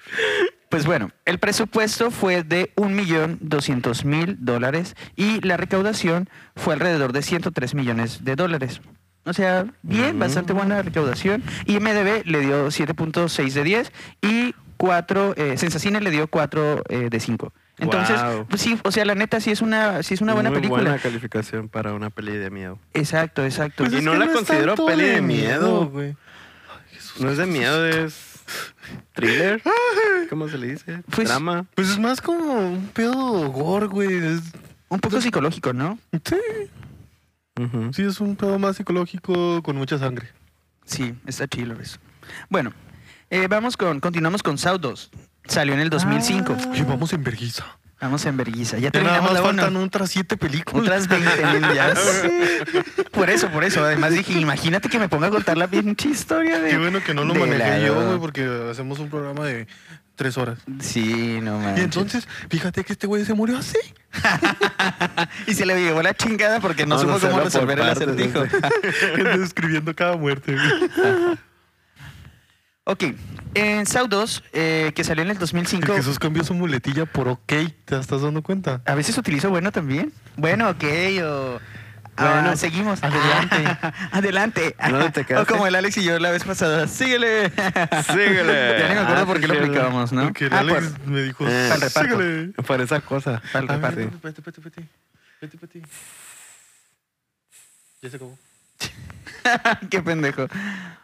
Speaker 1: Pues bueno, el presupuesto fue de 1.200.000 dólares y la recaudación fue alrededor de 103 millones de dólares. O sea, bien, bastante buena recaudación. IMDB le dio 7.6 de 10 y 4, eh, Sensacine le dio 4 eh, de 5. Entonces,
Speaker 2: Guau.
Speaker 1: pues sí, o sea, la neta sí es una, sí es una buena
Speaker 2: Muy
Speaker 1: película.
Speaker 2: buena calificación para una peli de miedo.
Speaker 1: Exacto, exacto.
Speaker 2: Pues Y
Speaker 3: es
Speaker 2: no
Speaker 3: que
Speaker 2: la
Speaker 3: es
Speaker 2: considero
Speaker 3: tanto
Speaker 2: peli de miedo.
Speaker 3: güey.
Speaker 2: No es de miedo, es thriller. ¿Cómo se le dice?
Speaker 1: Pues-
Speaker 2: Drama.
Speaker 3: Pues es más como un pedo gore, güey. Es-
Speaker 1: Un poco
Speaker 2: pues
Speaker 1: psicológico, ¿no?
Speaker 3: Sí,
Speaker 2: Ujú.
Speaker 3: sí, es un pedo más psicológico con mucha sangre.
Speaker 1: Sí, está chido eso. Bueno, eh, vamos con, continuamos con Saw 2. Salió en el 2005.
Speaker 3: Oye, Ah. vamos en vergüenza.
Speaker 1: Vamos en vergüenza. Ya
Speaker 3: Ya nada
Speaker 1: terminamos
Speaker 3: más
Speaker 1: la
Speaker 3: faltan
Speaker 1: uno.
Speaker 3: otras siete películas.
Speaker 1: Otras 20 mil ya. Por eso, por eso. Además dije, imagínate que me ponga a contar la pinche historia de...
Speaker 3: Qué bueno que no lo
Speaker 1: de
Speaker 3: manejé
Speaker 1: la-
Speaker 3: yo, güey, porque hacemos un programa de tres horas.
Speaker 1: Sí, no
Speaker 3: Y
Speaker 1: manches.
Speaker 3: entonces, fíjate que este güey se murió así.
Speaker 1: Y se le llevó la chingada porque no
Speaker 2: Vamos a
Speaker 1: supo cómo
Speaker 2: hacerlo por
Speaker 1: resolver el
Speaker 2: partes,
Speaker 1: acertijo.
Speaker 3: Describiendo cada muerte, güey.
Speaker 1: ok. En Saw 2, eh, que salió en el
Speaker 3: Es
Speaker 1: 2005...
Speaker 3: que esos cambios son muletilla por ok, ¿te estás dando cuenta?
Speaker 1: A veces utilizo bueno también. Bueno, ok, o... ah,
Speaker 2: Bueno,
Speaker 1: seguimos.
Speaker 3: adelante.
Speaker 1: adelante.
Speaker 2: ¿Dónde te
Speaker 1: o
Speaker 2: quedaste?
Speaker 1: como el Alex y yo la vez pasada. Síguele.
Speaker 2: Síguele.
Speaker 1: ya ni me acuerdo
Speaker 2: Ah,
Speaker 1: por qué
Speaker 2: sí,
Speaker 1: lo
Speaker 2: sí,
Speaker 1: aplicábamos, ¿no?
Speaker 3: Porque
Speaker 1: Ah,
Speaker 3: Alex
Speaker 1: por-
Speaker 3: me dijo,
Speaker 2: Eh,
Speaker 1: Para el reparto.
Speaker 3: síguele.
Speaker 2: Por esa cosa.
Speaker 1: Para el
Speaker 3: A
Speaker 1: reparto.
Speaker 3: ver, Vete, vete, vete. Vete, vete. Ya se acabó.
Speaker 1: qué pendejo.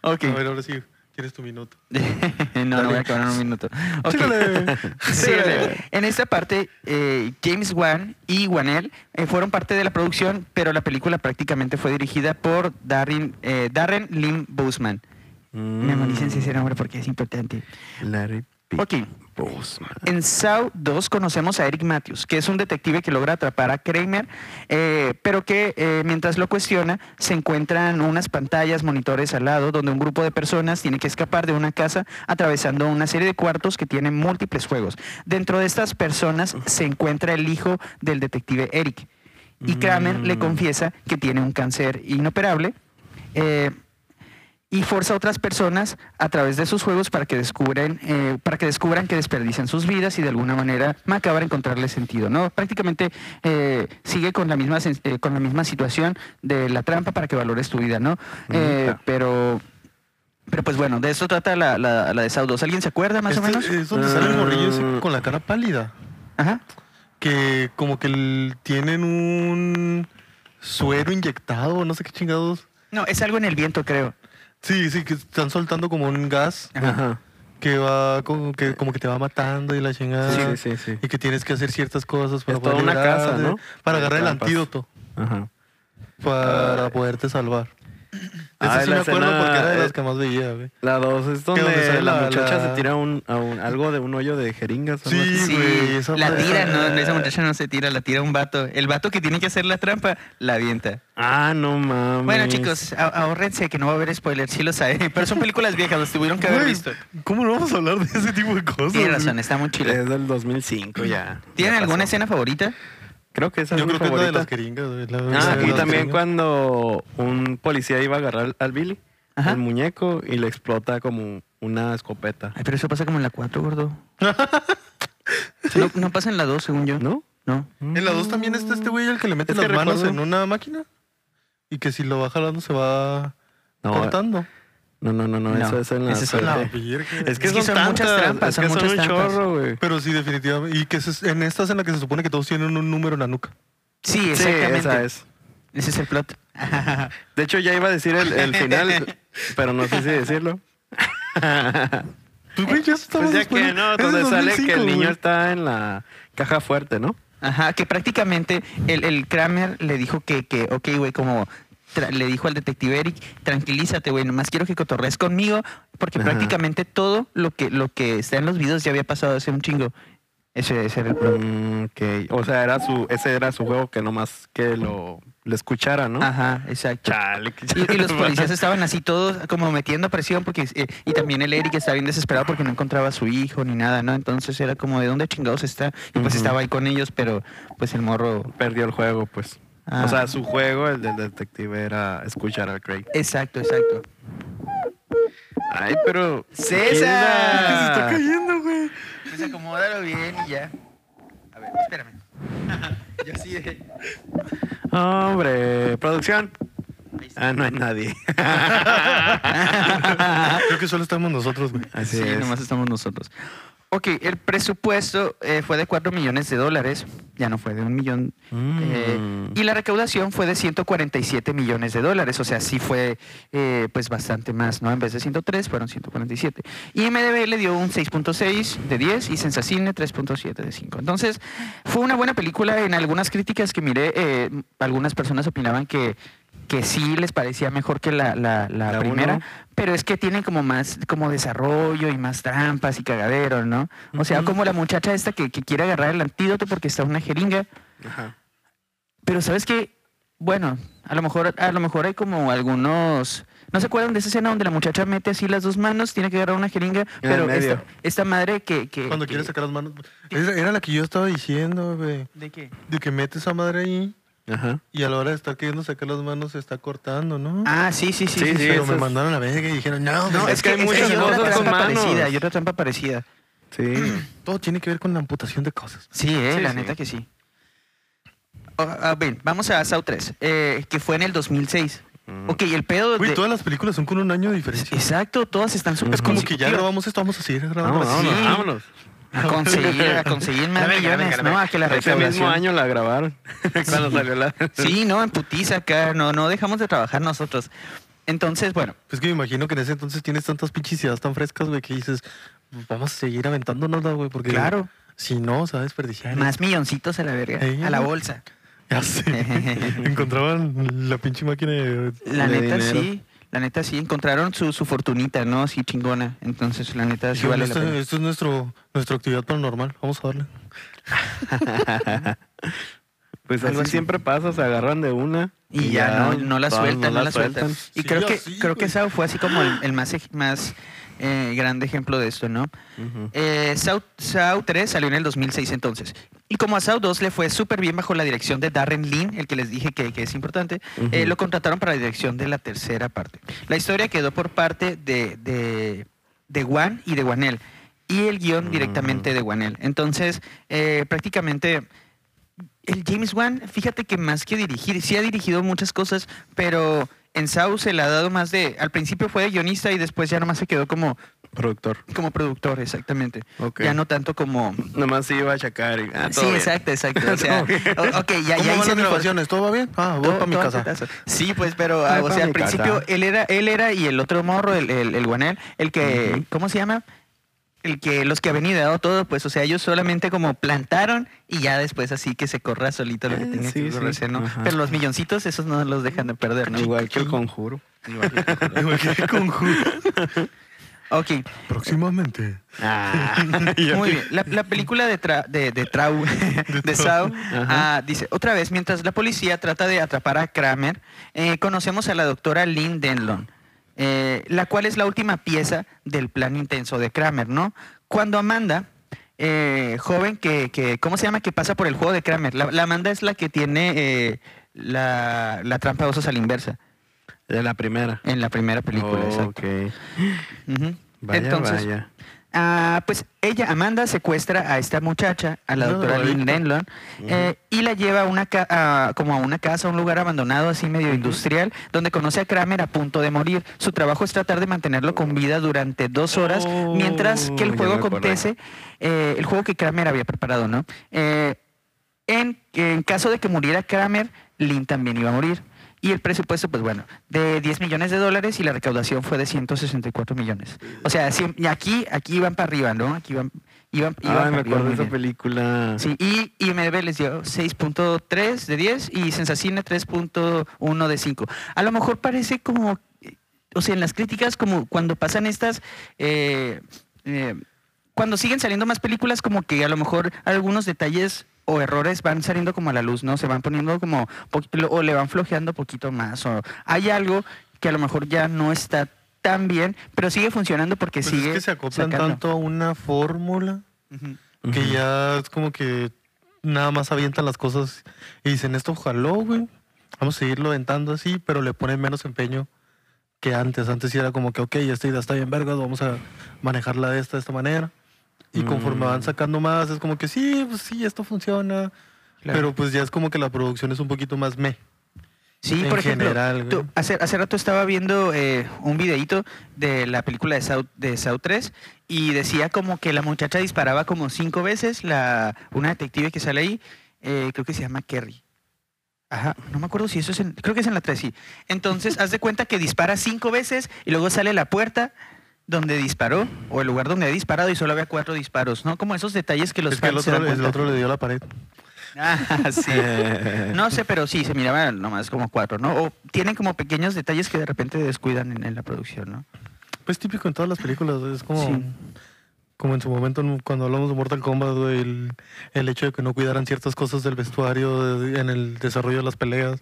Speaker 1: Ok.
Speaker 3: A ver, ahora sí. Tienes tu minuto.
Speaker 1: no, no voy a acabar en un minuto. Ok. Síguele. En esta parte, eh, James Wan y Wanel eh, fueron parte de la producción, pero la película prácticamente fue dirigida por Darren, eh, Darren Lim Boseman. Me
Speaker 2: Mm.
Speaker 1: malicen ese nombre porque es importante.
Speaker 2: Larry
Speaker 1: Ok.
Speaker 2: Postman.
Speaker 1: En Saw 2 conocemos a Eric Matthews, que es un detective que logra atrapar a Kramer, eh, pero que eh, mientras lo cuestiona se encuentran unas pantallas, monitores al lado, donde un grupo de personas tiene que escapar de una casa atravesando una serie de cuartos que tienen múltiples juegos. Dentro de estas personas se encuentra el hijo del detective Eric, y Kramer le
Speaker 2: Mm.
Speaker 1: confiesa que tiene un cáncer inoperable. eh, y forza a otras personas a través de sus juegos para que descubren, eh, para que descubran que desperdician sus vidas y de alguna manera macabra encontrarle sentido. ¿no? Prácticamente eh, sigue con la misma sen- eh, con la misma situación de la trampa para que valores tu vida, ¿no? Eh,
Speaker 2: Ujú.
Speaker 1: pero pero pues bueno, de eso trata la, la, la de Saw 2. ¿Alguien se acuerda más o
Speaker 3: Este
Speaker 1: menos?
Speaker 3: Es donde sale el morrillo ese
Speaker 2: Ah.
Speaker 3: con la cara pálida.
Speaker 1: Ajá.
Speaker 3: Que como que l- tienen un suero inyectado, no sé qué chingados.
Speaker 1: No, es algo en el viento, creo.
Speaker 3: Sí, sí, que están soltando como un gas
Speaker 1: Ajá.
Speaker 2: Ajá.
Speaker 3: que va como que, como que te va matando y la chingada.
Speaker 2: Sí, sí, sí, sí.
Speaker 3: Y que tienes que hacer ciertas cosas para
Speaker 2: Es toda
Speaker 3: poder
Speaker 2: una
Speaker 3: liberarte,
Speaker 2: casa, ¿no?
Speaker 3: Para
Speaker 2: De
Speaker 3: agarrar el
Speaker 2: trampas.
Speaker 3: antídoto,
Speaker 2: Ajá.
Speaker 3: para
Speaker 2: Ay.
Speaker 3: poderte salvar.
Speaker 2: Ah,
Speaker 3: Ese sí
Speaker 2: la
Speaker 3: me acuerdo
Speaker 2: escena
Speaker 3: porque era de
Speaker 2: es-
Speaker 3: las que más veía, güey.
Speaker 2: La 2 es donde,
Speaker 3: donde sale
Speaker 2: la,
Speaker 3: la-
Speaker 2: muchacha
Speaker 3: la-
Speaker 2: se tira un, a un, algo de un hoyo de jeringas. algo
Speaker 3: Sí,
Speaker 2: así.
Speaker 1: Sí,
Speaker 3: güey, esa
Speaker 1: la
Speaker 3: madre-
Speaker 1: tira, no, esa muchacha no se tira, la tira un vato. El vato que tiene que hacer la trampa, la avienta.
Speaker 2: Ah, no mames.
Speaker 1: Bueno, chicos, a- ahórrense que no va a haber spoilers, sí lo saben. Pero son películas viejas, las tuvieron que haber
Speaker 3: Güey,
Speaker 1: visto.
Speaker 3: ¿Cómo no vamos a hablar de ese tipo de cosas?
Speaker 1: Tiene
Speaker 3: güey?
Speaker 1: razón, está muy chile.
Speaker 2: Es del 2005 ya.
Speaker 1: ¿Tienen
Speaker 2: Ya
Speaker 1: alguna
Speaker 2: pasó.
Speaker 1: escena favorita?
Speaker 2: Creo que esa
Speaker 3: Yo
Speaker 2: es mi
Speaker 3: creo que es la de
Speaker 2: favorita.
Speaker 3: las jeringas, güey. la- la
Speaker 2: Ah,
Speaker 3: de
Speaker 2: y
Speaker 3: las
Speaker 2: también
Speaker 3: jeringas.
Speaker 2: cuando un policía iba a agarrar al Billy,
Speaker 1: Ajá.
Speaker 2: al muñeco, y le explota como una escopeta.
Speaker 1: Ay, pero eso pasa como en la 4, gordo. No, no pasa en la 2, según yo.
Speaker 2: ¿No?
Speaker 1: No.
Speaker 3: En la 2 también está este güey el que le mete
Speaker 2: Es
Speaker 3: las
Speaker 2: que
Speaker 3: manos
Speaker 2: recuerdo-
Speaker 3: en una máquina y que si lo va jalando se va
Speaker 2: No,
Speaker 3: cortando.
Speaker 2: No, no, no, no,
Speaker 1: No,
Speaker 2: eso es en la.
Speaker 1: ese es en
Speaker 2: suerte.
Speaker 1: la-
Speaker 3: virgen.
Speaker 2: Es que,
Speaker 1: Es que
Speaker 2: son,
Speaker 1: son muchas
Speaker 2: tantas,
Speaker 1: trampas,
Speaker 2: es
Speaker 1: son
Speaker 2: que son,
Speaker 1: muchas
Speaker 2: un
Speaker 1: trampas.
Speaker 2: chorro, güey.
Speaker 3: Pero sí, definitivamente. Y que se- en esta es en la que se supone que todos tienen un número en la nuca.
Speaker 1: Sí,
Speaker 2: Sí,
Speaker 1: exactamente.
Speaker 2: esa es.
Speaker 1: Ese es el plot.
Speaker 2: De hecho, ya iba a decir el, el final, pero no sé si decirlo.
Speaker 3: Tú, güey, ya estabas
Speaker 2: Pues ya
Speaker 3: después-
Speaker 2: que no,
Speaker 3: es del
Speaker 2: donde sale que
Speaker 3: 2005,
Speaker 2: el niño
Speaker 3: güey.
Speaker 2: está en la caja fuerte, ¿no?
Speaker 1: Ajá, que prácticamente el, el Kramer le dijo que, que ok, güey, como tra- le dijo al detective Eric, tranquilízate, güey, nomás quiero que cotorrees conmigo, porque
Speaker 2: Ajá.
Speaker 1: prácticamente todo lo que, lo que está en los videos ya había pasado hace un chingo. Ese, ese era el problema.
Speaker 2: Mm, ok. O sea, era su, ese era su juego que nomás que lo, lo escuchara, ¿no?
Speaker 1: Ajá, exacto.
Speaker 2: Chale, qué
Speaker 1: Y, y los
Speaker 2: chafa.
Speaker 1: policías estaban así todos como metiendo presión porque eh, y también el Eric estaba bien desesperado porque no encontraba a su hijo ni nada, ¿no? Entonces era como de dónde chingados está y pues
Speaker 2: Ujú.
Speaker 1: estaba ahí con ellos, pero pues el morro
Speaker 2: Perdió el juego, pues.
Speaker 1: Ah.
Speaker 2: O sea, su juego, el del detective, era escuchar al Craig.
Speaker 1: Exacto, exacto.
Speaker 2: Ay, pero.
Speaker 1: ¡César!
Speaker 2: ¿Qué se está cayendo?
Speaker 3: cayendo, güey.
Speaker 1: Pues acomódalo bien y ya. A ver, espérame. Yo así de...
Speaker 2: Hombre, producción. Ah, no hay nadie.
Speaker 3: Creo que solo estamos nosotros, güey.
Speaker 2: Así
Speaker 1: sí,
Speaker 2: es.
Speaker 1: nomás estamos nosotros. Ok, el presupuesto eh, fue de 4 millones de dólares, ya no fue de un millón. eh,
Speaker 2: Mm.
Speaker 1: y la recaudación fue de 147 millones de dólares, o sea, sí fue eh, pues bastante más, ¿no? En vez de 103, fueron 147. Y MDB le dio un 6.6 de 10 y Sensacine 3.7 de 5. Entonces, fue una buena película. En algunas críticas que miré, eh, algunas personas opinaban que, que sí les parecía mejor que la, la- la
Speaker 2: La
Speaker 1: primera,
Speaker 2: uno.
Speaker 1: pero es que tiene como más como desarrollo y más trampas y cagadero, ¿no? O sea,
Speaker 2: Ujú.
Speaker 1: como la muchacha esta que, que quiere agarrar el antídoto porque está una jeringa,
Speaker 2: Ajá.
Speaker 1: pero ¿sabes qué? Bueno, a lo mejor a lo mejor hay como algunos ¿No se acuerdan de esa escena donde la muchacha mete así las dos manos, tiene que agarrar una jeringa, pero
Speaker 2: medio.
Speaker 1: esta, esta madre que, que
Speaker 3: Cuando
Speaker 1: que-
Speaker 3: quieres sacar las manos. Era, era la que yo estaba diciendo, güey.
Speaker 1: ¿De qué?
Speaker 3: De que metes esa madre ahí
Speaker 2: Ajá.
Speaker 3: y a la hora de estar queriendo sacar las manos se está cortando, ¿no?
Speaker 1: Ah, sí, sí, sí.
Speaker 2: Sí,
Speaker 1: sí,
Speaker 2: sí,
Speaker 1: sí.
Speaker 3: Pero
Speaker 2: eso
Speaker 3: me
Speaker 2: es-
Speaker 3: mandaron a ver y dijeron, no,
Speaker 2: No,
Speaker 3: güey,
Speaker 2: es que hay muchas
Speaker 1: hay otra
Speaker 2: cosas con
Speaker 1: trampa
Speaker 2: manos.
Speaker 1: parecida, hay otra trampa parecida.
Speaker 2: Sí.
Speaker 3: todo tiene que ver con la amputación de cosas.
Speaker 1: Sí, eh,
Speaker 2: Sí,
Speaker 1: la
Speaker 2: sí.
Speaker 1: neta que sí. O- a ver, vamos a Saw 3, eh, que fue en el 2006.
Speaker 2: Mm.
Speaker 1: Ok, el pedo
Speaker 3: Güey,
Speaker 1: de-
Speaker 3: todas las películas son con un año de diferencia.
Speaker 1: Exacto, todas están súper
Speaker 3: Es como que ya grabamos esto, vamos a seguir grabando.
Speaker 2: Vámonos, vámonos,
Speaker 1: Sí.
Speaker 2: vámonos.
Speaker 1: A conseguir, a conseguir más
Speaker 2: Venga, venga,
Speaker 1: millones,
Speaker 2: venga,
Speaker 1: ¿no?
Speaker 2: venga.
Speaker 1: A que la
Speaker 2: Ese mismo
Speaker 1: recaudación-
Speaker 2: año la grabaron. cuando salió la.
Speaker 1: Sí, no, en putiza acá, no, no dejamos de trabajar nosotros. Entonces, bueno,
Speaker 3: Es que me imagino que en ese entonces tienes tantas pinches ideas tan frescas, güey, que dices, vamos a seguir aventándonos, güey, porque
Speaker 1: claro,
Speaker 3: si no, se va a desperdiciar.
Speaker 1: más milloncitos a la verga,
Speaker 3: Ey,
Speaker 1: a la
Speaker 3: ¿no?
Speaker 1: bolsa.
Speaker 3: Ya sé. Encontraban la pinche máquina de...
Speaker 1: La
Speaker 2: De
Speaker 1: neta
Speaker 2: dinero.
Speaker 1: sí. La neta sí encontraron su, su fortunita, ¿no? Así chingona. Entonces, la neta sí
Speaker 3: Dijeron,
Speaker 1: vale la
Speaker 3: esto,
Speaker 1: pena.
Speaker 3: esto es nuestro, nuestra actividad paranormal. Vamos a darle.
Speaker 2: Pues
Speaker 1: Algo
Speaker 2: así
Speaker 1: así.
Speaker 2: siempre pasa, se agarran de una.
Speaker 1: Y ya, no, no la
Speaker 2: todas
Speaker 1: sueltan, no la sueltan. Y
Speaker 3: Sí,
Speaker 1: creo
Speaker 3: ya
Speaker 1: que,
Speaker 3: sí,
Speaker 1: creo que
Speaker 3: güey.
Speaker 1: Sao fue así como el, el más, ej- más eh, grande ejemplo de esto, ¿no?
Speaker 2: Ujú.
Speaker 1: Eh, Saw, Saw 3 salió en el 2006 entonces. Y como a Saw 2 le fue súper bien bajo la dirección de Darren Lynn, el que les dije que, que es importante,
Speaker 2: Ujú.
Speaker 1: eh, lo contrataron para la dirección de la tercera parte. La historia quedó por parte de, de, de Juan y de Guanel. Y el guión directamente de Guanel. Entonces, eh, prácticamente... El James Wan, fíjate que más que dirigir, sí ha dirigido muchas cosas, pero en Saw se le ha dado más de... Al principio fue de guionista y después ya nomás se quedó como,
Speaker 2: Productor.
Speaker 1: como productor, exactamente.
Speaker 2: Ok.
Speaker 1: Eh, Ya no tanto como...
Speaker 2: Nomás se iba a checar. y, ah,
Speaker 1: sí,
Speaker 2: todo bien.
Speaker 1: exacto, exacto. O sea,
Speaker 2: Todo bien.
Speaker 1: o- ok, ya, ya
Speaker 3: ¿Cómo van
Speaker 1: hice mi
Speaker 3: las
Speaker 1: por-
Speaker 3: grabaciones? ¿Todo va bien? Ah, voy
Speaker 1: todo-
Speaker 3: para mi
Speaker 1: todo
Speaker 3: casa.
Speaker 1: petazo. Sí, pues, pero,
Speaker 2: Voy
Speaker 1: ah, o
Speaker 2: pa'
Speaker 1: sea, al
Speaker 2: mi casa.
Speaker 1: principio él era, él era y el otro morro, el, el, el guanel, el que,
Speaker 2: Ujú.
Speaker 1: ¿cómo se llama? El que, los que habían ideado todo, pues, o sea, ellos solamente como plantaron y ya después así que se corra solito lo que
Speaker 2: Eh,
Speaker 1: tenga
Speaker 2: sí,
Speaker 1: que
Speaker 2: sí,
Speaker 1: correrse, ¿no?
Speaker 2: ajá.
Speaker 1: Pero los milloncitos, esos no los dejan de perder, ¿no?
Speaker 2: Igual que el conjuro.
Speaker 3: Igual que el conjuro.
Speaker 1: Ok,
Speaker 3: Próximamente.
Speaker 2: Ah, ya.
Speaker 1: Muy bien. La, la película de, Tra- de, de Trau, de Sao, ah, dice, otra vez, mientras la policía trata de atrapar a Kramer, eh, conocemos a la doctora Lynn Denlon, eh, la cual es la última pieza del plan intenso de Kramer, ¿no? Cuando Amanda, eh, joven que, que, ¿cómo se llama? Que pasa por el juego de Kramer. La, la Amanda es la que tiene eh, la, la trampa de osos a la inversa,
Speaker 2: De la primera.
Speaker 1: en la primera película, exacto.
Speaker 2: ok.
Speaker 1: Ujú.
Speaker 2: Vaya, vaya.
Speaker 1: Ah, pues ella, Amanda, secuestra a esta muchacha, a la
Speaker 3: No,
Speaker 1: doctora Lynn
Speaker 3: ahorita.
Speaker 1: Denlon, eh, y la lleva a una ca- a- como a una casa, a un lugar abandonado, así medio industrial, donde conoce a Kramer a punto de morir. Su trabajo es tratar de mantenerlo con vida durante dos horas,
Speaker 2: Oh,
Speaker 1: mientras que el
Speaker 2: ya
Speaker 1: juego
Speaker 2: me acordé.
Speaker 1: acontece, eh, el juego que Kramer había preparado, ¿no? Eh, en, en caso de que muriera Kramer, Lynn también iba a morir. Y el presupuesto, pues bueno, de 10 millones de dólares y la recaudación fue de 164 millones. O sea, sí, y aquí, aquí iban para arriba, ¿no? Aquí iban, iban, iban
Speaker 2: Ah,
Speaker 1: para
Speaker 2: me
Speaker 1: arriba
Speaker 2: acuerdo de
Speaker 1: muy
Speaker 2: esa
Speaker 1: bien.
Speaker 2: película.
Speaker 1: Sí, y IMDB les dio 6.3 de 10 y Sensacine 3.1 de 5. A lo mejor parece como, eh, o sea, en las críticas, como cuando pasan estas, eh, eh, cuando siguen saliendo más películas, como que a lo mejor algunos detalles o errores van saliendo como a la luz, ¿no? Se van poniendo como, po- lo- o le van flojeando poquito más, o hay algo que a lo mejor ya no está tan bien, pero sigue funcionando porque
Speaker 3: Pues
Speaker 1: sigue
Speaker 3: es que se acoplan
Speaker 1: sacando.
Speaker 3: tanto a una fórmula
Speaker 1: Ujú.
Speaker 2: Ujú.
Speaker 3: que ya es como que nada más avientan las cosas y dicen esto jaló, güey. Vamos a seguirlo aventando así, pero le ponen menos empeño que antes. Antes sí era como que, ok, esta idea está bien vergas, vamos a manejarla de esta, de esta manera. Y conforme
Speaker 2: Mm.
Speaker 3: van sacando más, es como que sí, pues sí, esto funciona.
Speaker 1: Claro.
Speaker 3: Pero pues ya es como que la producción es un poquito más me.
Speaker 1: Sí,
Speaker 3: En
Speaker 1: por ejemplo,
Speaker 3: general, güey.
Speaker 1: tú- hace, hace rato estaba viendo eh, un videíto de la película de Saw, de Saw 3 y decía como que la muchacha disparaba como cinco veces, la, una detective que sale ahí, eh, creo que se llama Kerry. Ajá, no me acuerdo si eso es en, creo que es en la 3, sí. Entonces, haz de cuenta que dispara cinco veces y luego sale la puerta donde disparó o el lugar donde ha disparado y solo había cuatro disparos, ¿no? Como esos detalles que los
Speaker 3: es que el
Speaker 1: fans se
Speaker 3: otro,
Speaker 1: dan
Speaker 3: el
Speaker 1: cuenta.
Speaker 3: otro le dio la pared.
Speaker 1: Ah, sí.
Speaker 2: Eh,
Speaker 1: No sé, pero sí, se miraban nomás como cuatro, ¿no? O tienen como pequeños detalles que de repente descuidan en, en la producción, ¿no?
Speaker 3: Pues típico en todas las películas, es como,
Speaker 1: Sí.
Speaker 3: como en su momento en- cuando hablamos de Mortal Kombat, güey, el, el hecho de que no cuidaran ciertas cosas del vestuario de- en el desarrollo de las peleas,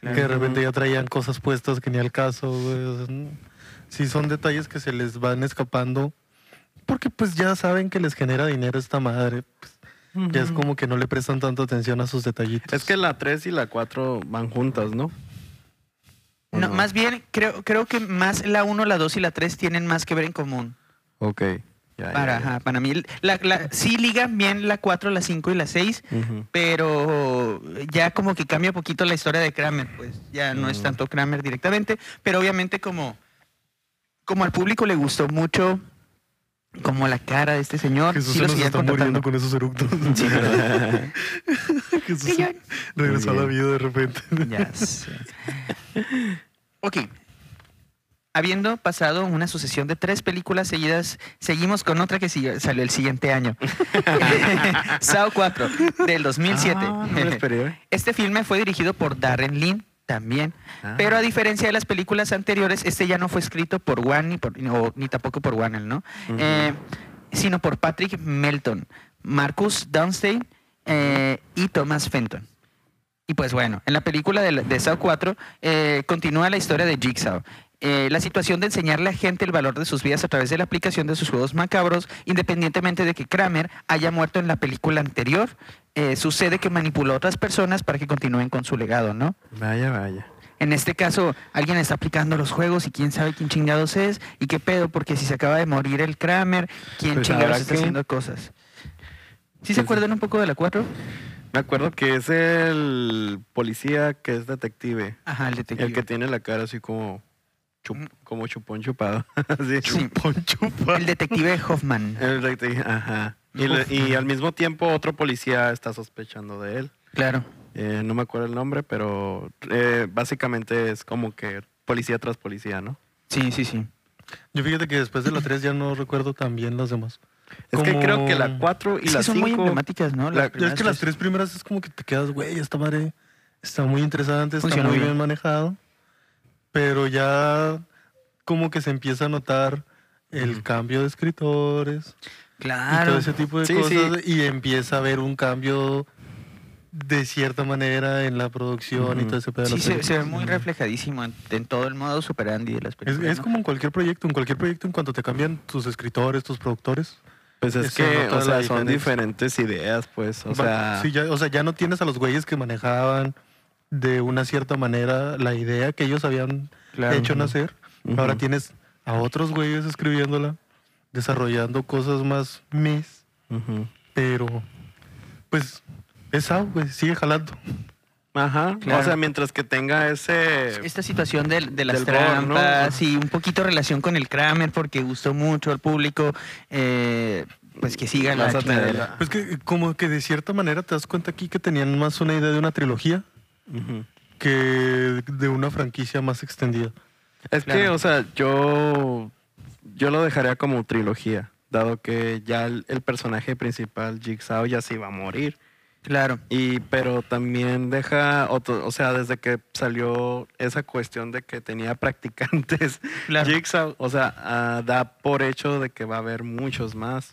Speaker 3: que de repente ya traían cosas puestas que ni al caso, güey, o sea, n- sí son detalles que se les van escapando, porque pues ya saben que les genera dinero esta madre, pues, ya es como que no le prestan tanta atención a sus detallitos.
Speaker 2: Es que la 3 y la 4 van juntas, ¿no? ¿O
Speaker 1: No, Más bien, creo, creo que más la 1, la 2 y la 3 tienen más que ver en común.
Speaker 2: Ok. Ya, ya,
Speaker 1: Para,
Speaker 2: ya.
Speaker 1: ajá, para mí, la, la- sí ligan bien la 4, la 5 y la 6,
Speaker 2: Ujú.
Speaker 1: pero ya como que cambia poquito la historia de Kramer, pues ya no
Speaker 3: Mm.
Speaker 1: es tanto Kramer directamente, pero obviamente como, como al público le gustó mucho como la cara de este señor, sí
Speaker 3: Jesús se
Speaker 1: lo
Speaker 3: nos
Speaker 1: seguían
Speaker 3: está
Speaker 1: contratando.
Speaker 3: muriendo con esos eructos.
Speaker 1: Sí, ¿verdad?
Speaker 3: Jesús regresó a la vida de repente.
Speaker 1: Ya sé. Ok. Habiendo pasado una sucesión de tres películas seguidas, seguimos con otra que sigue- salió el siguiente año. Sao 4, del 2007.
Speaker 2: Ah, no me lo esperé.
Speaker 1: este filme fue dirigido por Darren Lynn, También.
Speaker 2: Ah.
Speaker 1: Pero a diferencia de las películas anteriores, este ya no fue escrito por Wan ni, por- o- ni tampoco por Wannell, ¿no?
Speaker 2: Ujú.
Speaker 1: Eh, sino por Patrick Melton, Marcus Downstein eh, y Thomas Fenton. Y pues bueno, en la película de, la- de Saw 4 eh, continúa la historia de Jigsaw. Eh, la situación de enseñarle a gente el valor de sus vidas a través de la aplicación de sus juegos macabros, independientemente de que Kramer haya muerto en la película anterior, eh, sucede que manipuló a otras personas para que continúen con su legado, ¿no?
Speaker 2: Vaya, vaya.
Speaker 1: En este caso, alguien está aplicando los juegos y quién sabe quién chingados es y qué pedo, porque si se acaba de morir el Kramer, quién
Speaker 2: Pues
Speaker 1: chingados
Speaker 2: habrá
Speaker 1: está
Speaker 2: que-
Speaker 1: haciendo cosas. ¿Sí
Speaker 2: Pues sí.
Speaker 1: se acuerdan un poco de la 4?
Speaker 2: Me acuerdo que es el policía que es detective.
Speaker 1: Ajá, el detective.
Speaker 2: El que tiene la cara así como, chup- como chupón chupado. Así,
Speaker 1: Sí.
Speaker 2: Chupón chupado.
Speaker 1: El detective Hoffman.
Speaker 2: El detective, ajá. Y, le- y al mismo tiempo otro policía está sospechando de él.
Speaker 1: Claro.
Speaker 2: Eh, no me acuerdo el nombre, pero eh, básicamente es como que policía tras policía, ¿no?
Speaker 1: Sí, sí, sí.
Speaker 3: Yo fíjate que después de la 3 ya no recuerdo tan bien las demás.
Speaker 2: Es que
Speaker 3: Como-
Speaker 2: creo que la 4 y
Speaker 1: Es
Speaker 2: la
Speaker 1: que son muy
Speaker 2: 5
Speaker 1: emblemáticas, ¿no?
Speaker 2: la-
Speaker 1: Las
Speaker 2: es
Speaker 3: Yo es
Speaker 1: primeras
Speaker 3: que las
Speaker 1: tres.
Speaker 3: tres primeras es como que te quedas, güey, esta madre está muy interesante, está
Speaker 1: Funcionó
Speaker 3: muy
Speaker 1: bien".
Speaker 3: bien manejado, pero ya como que se empieza a notar el cambio de escritores y todo
Speaker 1: Claro.
Speaker 3: ese tipo de
Speaker 2: Sí, sí.
Speaker 3: cosas y empieza a haber un cambio de cierta manera en la producción y
Speaker 2: Ujú.
Speaker 3: todo ese pedo. de
Speaker 1: Sí,
Speaker 3: las
Speaker 1: se,
Speaker 3: películas.
Speaker 1: se ve muy
Speaker 3: Ujú.
Speaker 1: reflejadísimo en, en todo el modo superandi de las
Speaker 3: Es,
Speaker 1: películas.
Speaker 3: es
Speaker 1: ¿no?
Speaker 3: como en cualquier proyecto, en cualquier proyecto en cuanto te cambian tus escritores, tus productores.
Speaker 2: Pues es
Speaker 3: Eso
Speaker 2: que,
Speaker 3: nota
Speaker 2: o
Speaker 3: la
Speaker 2: sea, son
Speaker 3: diferencia.
Speaker 2: diferentes ideas, pues. O
Speaker 3: Va-
Speaker 2: sea,
Speaker 3: sí, ya, o sea, ya no tienes a los güeyes que manejaban de una cierta manera la idea que ellos habían
Speaker 1: Claro.
Speaker 3: hecho
Speaker 1: Ujú.
Speaker 3: nacer.
Speaker 2: Ujú.
Speaker 3: Ahora tienes a otros güeyes escribiéndola, desarrollando cosas más mis,
Speaker 2: ujú.
Speaker 3: pero pues es algo, güey, sigue jalando.
Speaker 2: Ajá.
Speaker 1: Claro.
Speaker 2: O sea, mientras que tenga ese.
Speaker 1: Esta situación del- de, las
Speaker 2: Eh, Del gore, ¿no?
Speaker 1: trampas y un poquito relación con el Kramer porque gustó mucho al público, eh, pues que siga la
Speaker 2: Vas a
Speaker 1: chingadera.
Speaker 2: tenerla.
Speaker 3: Pues que como que de cierta manera te das cuenta aquí que tenían más una idea de una trilogía
Speaker 2: Ujú.
Speaker 3: que de una franquicia más extendida.
Speaker 2: Es que,
Speaker 1: Claro.
Speaker 2: o sea, yo. Yo lo dejaría como trilogía, dado que ya el, el personaje principal, Jigsaw, ya se iba a morir.
Speaker 1: Claro.
Speaker 2: Y, pero también deja, otro- o sea, desde que salió esa cuestión de que tenía practicantes,
Speaker 1: Claro.
Speaker 2: Jigsaw, o sea, ah, da por hecho de que va a haber muchos más.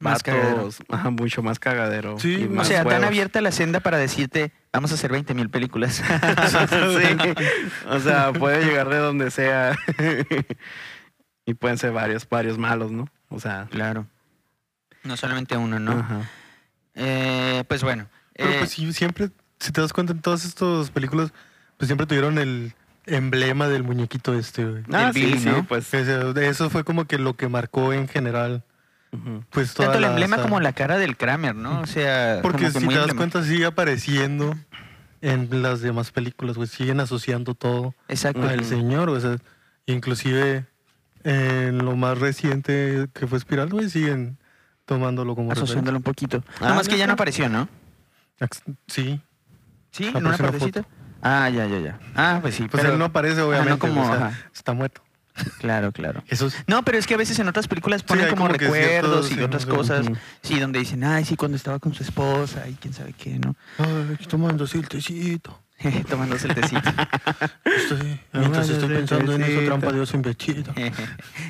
Speaker 1: Más cagadero.
Speaker 2: vatos, ajá, mucho más cagadero.
Speaker 3: Sí,
Speaker 2: y
Speaker 3: o
Speaker 1: O
Speaker 2: más
Speaker 1: sea, tan
Speaker 2: huevos.
Speaker 1: abierta la senda para decirte, vamos a hacer 20 mil películas.
Speaker 2: sí. O sea, puede llegar de donde sea. y pueden ser varios, varios malos, ¿no? O sea.
Speaker 1: claro. No solamente uno, ¿no?
Speaker 2: ajá.
Speaker 1: Eh, pues bueno.
Speaker 3: Pero
Speaker 1: eh,
Speaker 3: pues sí, siempre, si te das cuenta en todas estas películas, pues siempre tuvieron el emblema del muñequito este, güey.
Speaker 1: Del
Speaker 2: Ah, sí,
Speaker 1: Billy,
Speaker 2: sí,
Speaker 1: ¿no?
Speaker 2: pues.
Speaker 3: O sea, de Eso fue como que lo que marcó en general,
Speaker 2: ujú.
Speaker 3: pues toda
Speaker 1: tanto el
Speaker 3: la
Speaker 1: emblema
Speaker 3: saga.
Speaker 1: como la cara del Kramer, ¿no? O sea,
Speaker 3: Porque
Speaker 1: como que
Speaker 3: si
Speaker 1: muy
Speaker 3: te das
Speaker 1: emblema-
Speaker 3: cuenta sigue apareciendo en las demás películas, güey. Siguen asociando todo
Speaker 1: Exacto.
Speaker 3: al
Speaker 2: Ujú.
Speaker 3: señor, o sea, inclusive en lo más reciente que fue Espiral, güey, siguen tomándolo como
Speaker 1: Asociándolo un poquito.
Speaker 2: Ah,
Speaker 1: Nada más que ya
Speaker 2: ¿neta?
Speaker 1: no apareció, ¿no?
Speaker 3: referencia. Sí,
Speaker 1: Sí, en
Speaker 3: Apareció
Speaker 1: una
Speaker 3: una
Speaker 1: partecita. Ah, ya, ya, ya. Ah, pues sí.
Speaker 3: pues
Speaker 1: pero-
Speaker 3: él no aparece obviamente,
Speaker 1: como-
Speaker 3: o sea,
Speaker 1: ajá.
Speaker 3: está muerto.
Speaker 1: Claro, claro.
Speaker 3: Eso es
Speaker 1: No, pero es que a veces en otras películas ponen
Speaker 3: hay
Speaker 1: como,
Speaker 3: como que
Speaker 1: recuerdos
Speaker 3: ciertos, sí,
Speaker 1: y otras
Speaker 3: sí,
Speaker 1: cosas.
Speaker 2: ujú.
Speaker 1: Sí, donde dicen, ay, sí, cuando estaba con su esposa y quién sabe qué, ¿no?
Speaker 3: Ay, aquí tomándose el tecito.
Speaker 1: Tomándose el tecito.
Speaker 3: Estoy-
Speaker 2: Ah,
Speaker 3: mientras
Speaker 2: ya
Speaker 3: estoy
Speaker 2: sé,
Speaker 3: pensando en esa
Speaker 2: tecito.
Speaker 3: trampa de oso investido.
Speaker 1: Eh,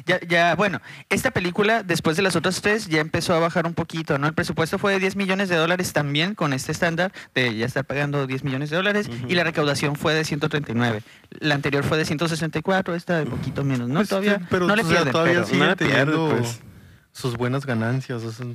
Speaker 1: ya, ya, bueno, esta película, después de las otras tres, ya empezó a bajar un poquito, ¿no? El presupuesto fue de 10 millones de dólares también con este estándar de ya estar pagando 10 millones de dólares
Speaker 2: Ujú.
Speaker 1: y la recaudación fue de 139. La anterior fue de 164, esta de poquito menos, ¿no?
Speaker 3: Pues,
Speaker 1: todavía
Speaker 3: sí, pero,
Speaker 1: no le
Speaker 3: o sea,
Speaker 1: pierden,
Speaker 3: todavía
Speaker 1: pero-
Speaker 2: sí.
Speaker 3: siguen
Speaker 2: no le pierden,
Speaker 3: teniendo
Speaker 2: pues.
Speaker 3: sus buenas ganancias. o sea,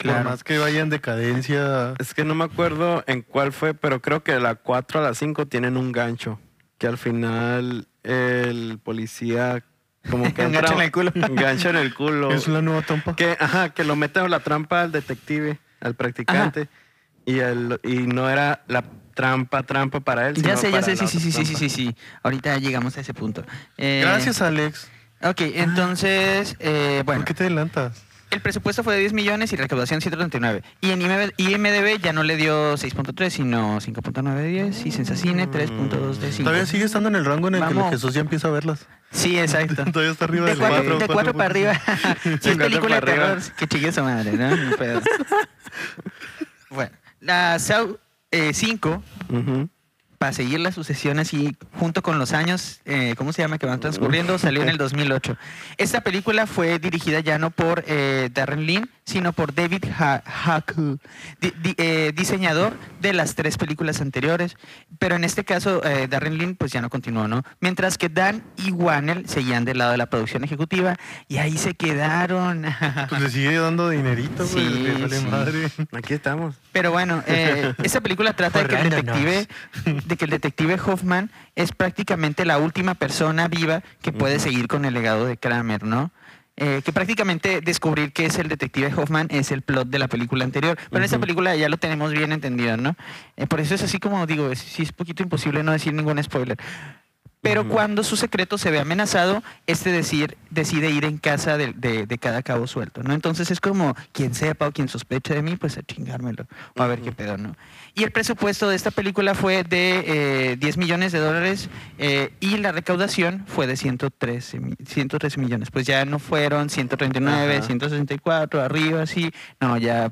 Speaker 1: Claro.
Speaker 3: Por más que vaya en decadencia,
Speaker 2: Es que no me acuerdo en cuál fue, pero creo que de la 4 a la 5 tienen un gancho. Que al final el policía. Como que
Speaker 1: Un gancho en el culo.
Speaker 2: Un gancho en el culo.
Speaker 3: es la nueva trampa.
Speaker 2: Que, ajá, que lo meten a la trampa al detective, al practicante. Y, el, y no era la trampa, trampa para él.
Speaker 1: Ya
Speaker 2: sino
Speaker 1: sé, ya
Speaker 2: para
Speaker 1: sé,
Speaker 2: la
Speaker 1: sí, sí,
Speaker 2: otra
Speaker 1: sí, sí, sí,
Speaker 2: trampa.
Speaker 1: sí, sí. Ahorita llegamos a ese punto. Eh,
Speaker 3: Gracias, Alex.
Speaker 1: Ok, entonces, eh, bueno.
Speaker 3: ¿Por qué te adelantas?
Speaker 1: El presupuesto fue de 10 millones y recaudación 139. Y en IMDb IMDb ya no le dio 6.3, sino 5.9 de 10. Y Sensacine 3.2 de 5.
Speaker 3: Todavía sigue estando en el rango en el que
Speaker 1: Vamos.
Speaker 3: el Jesús ya empieza a verlas.
Speaker 1: Sí, exacto.
Speaker 3: Todavía está arriba
Speaker 1: de
Speaker 3: del
Speaker 1: 4,
Speaker 3: cuatro,
Speaker 1: de
Speaker 3: cuatro
Speaker 1: cuatro para
Speaker 3: puntos.
Speaker 1: arriba. si es
Speaker 2: cuatro
Speaker 1: película de
Speaker 2: para arriba.
Speaker 1: terror, que chingue su madre, ¿no? Ni pedo. bueno, la Saw 5
Speaker 2: Ujú.
Speaker 1: para seguir la sucesión así junto con los años, eh, ¿cómo se llama? Que van transcurriendo, salió en el 2008. Esta película fue dirigida ya no por eh, Darren Lynn, sino por David Ha- Haku, di- di- eh, diseñador de las tres películas anteriores, pero en este caso eh, Darren Lynn pues ya no continuó, ¿no? Mientras que Dan y Wannell seguían del lado de la producción ejecutiva y ahí se quedaron.
Speaker 3: Pues le sigue dando dinerito, güey.
Speaker 1: Sí,
Speaker 3: le vale
Speaker 1: sí.
Speaker 3: madre.
Speaker 2: Aquí estamos.
Speaker 1: Pero bueno, eh, esta película trata de que, el
Speaker 3: Horrándonos.
Speaker 1: detective, de que el detective Hoffman es prácticamente la última persona viva que puede seguir con el legado de Kramer, ¿no? Eh, que prácticamente descubrir que es el detective Hoffman es el plot de la película anterior. Pero en esta
Speaker 2: Ujú.
Speaker 1: película ya lo tenemos bien entendido, ¿no? Eh, por eso es así como digo, es, sí es poquito imposible no decir ningún spoiler. Pero
Speaker 2: Ujú.
Speaker 1: cuando su secreto se ve amenazado, este decir, decide ir en casa de, de- de cada cabo suelto, ¿no? Entonces es como quien sepa o quien sospeche de mí, pues a chingármelo, o a ver qué pedo, ¿no? Y el presupuesto de esta película fue de eh, 10 millones de dólares eh, y la recaudación fue de 113, mi- 113 millones. Pues ya no fueron 139,
Speaker 2: Ajá.
Speaker 1: 164, arriba, así. No, ya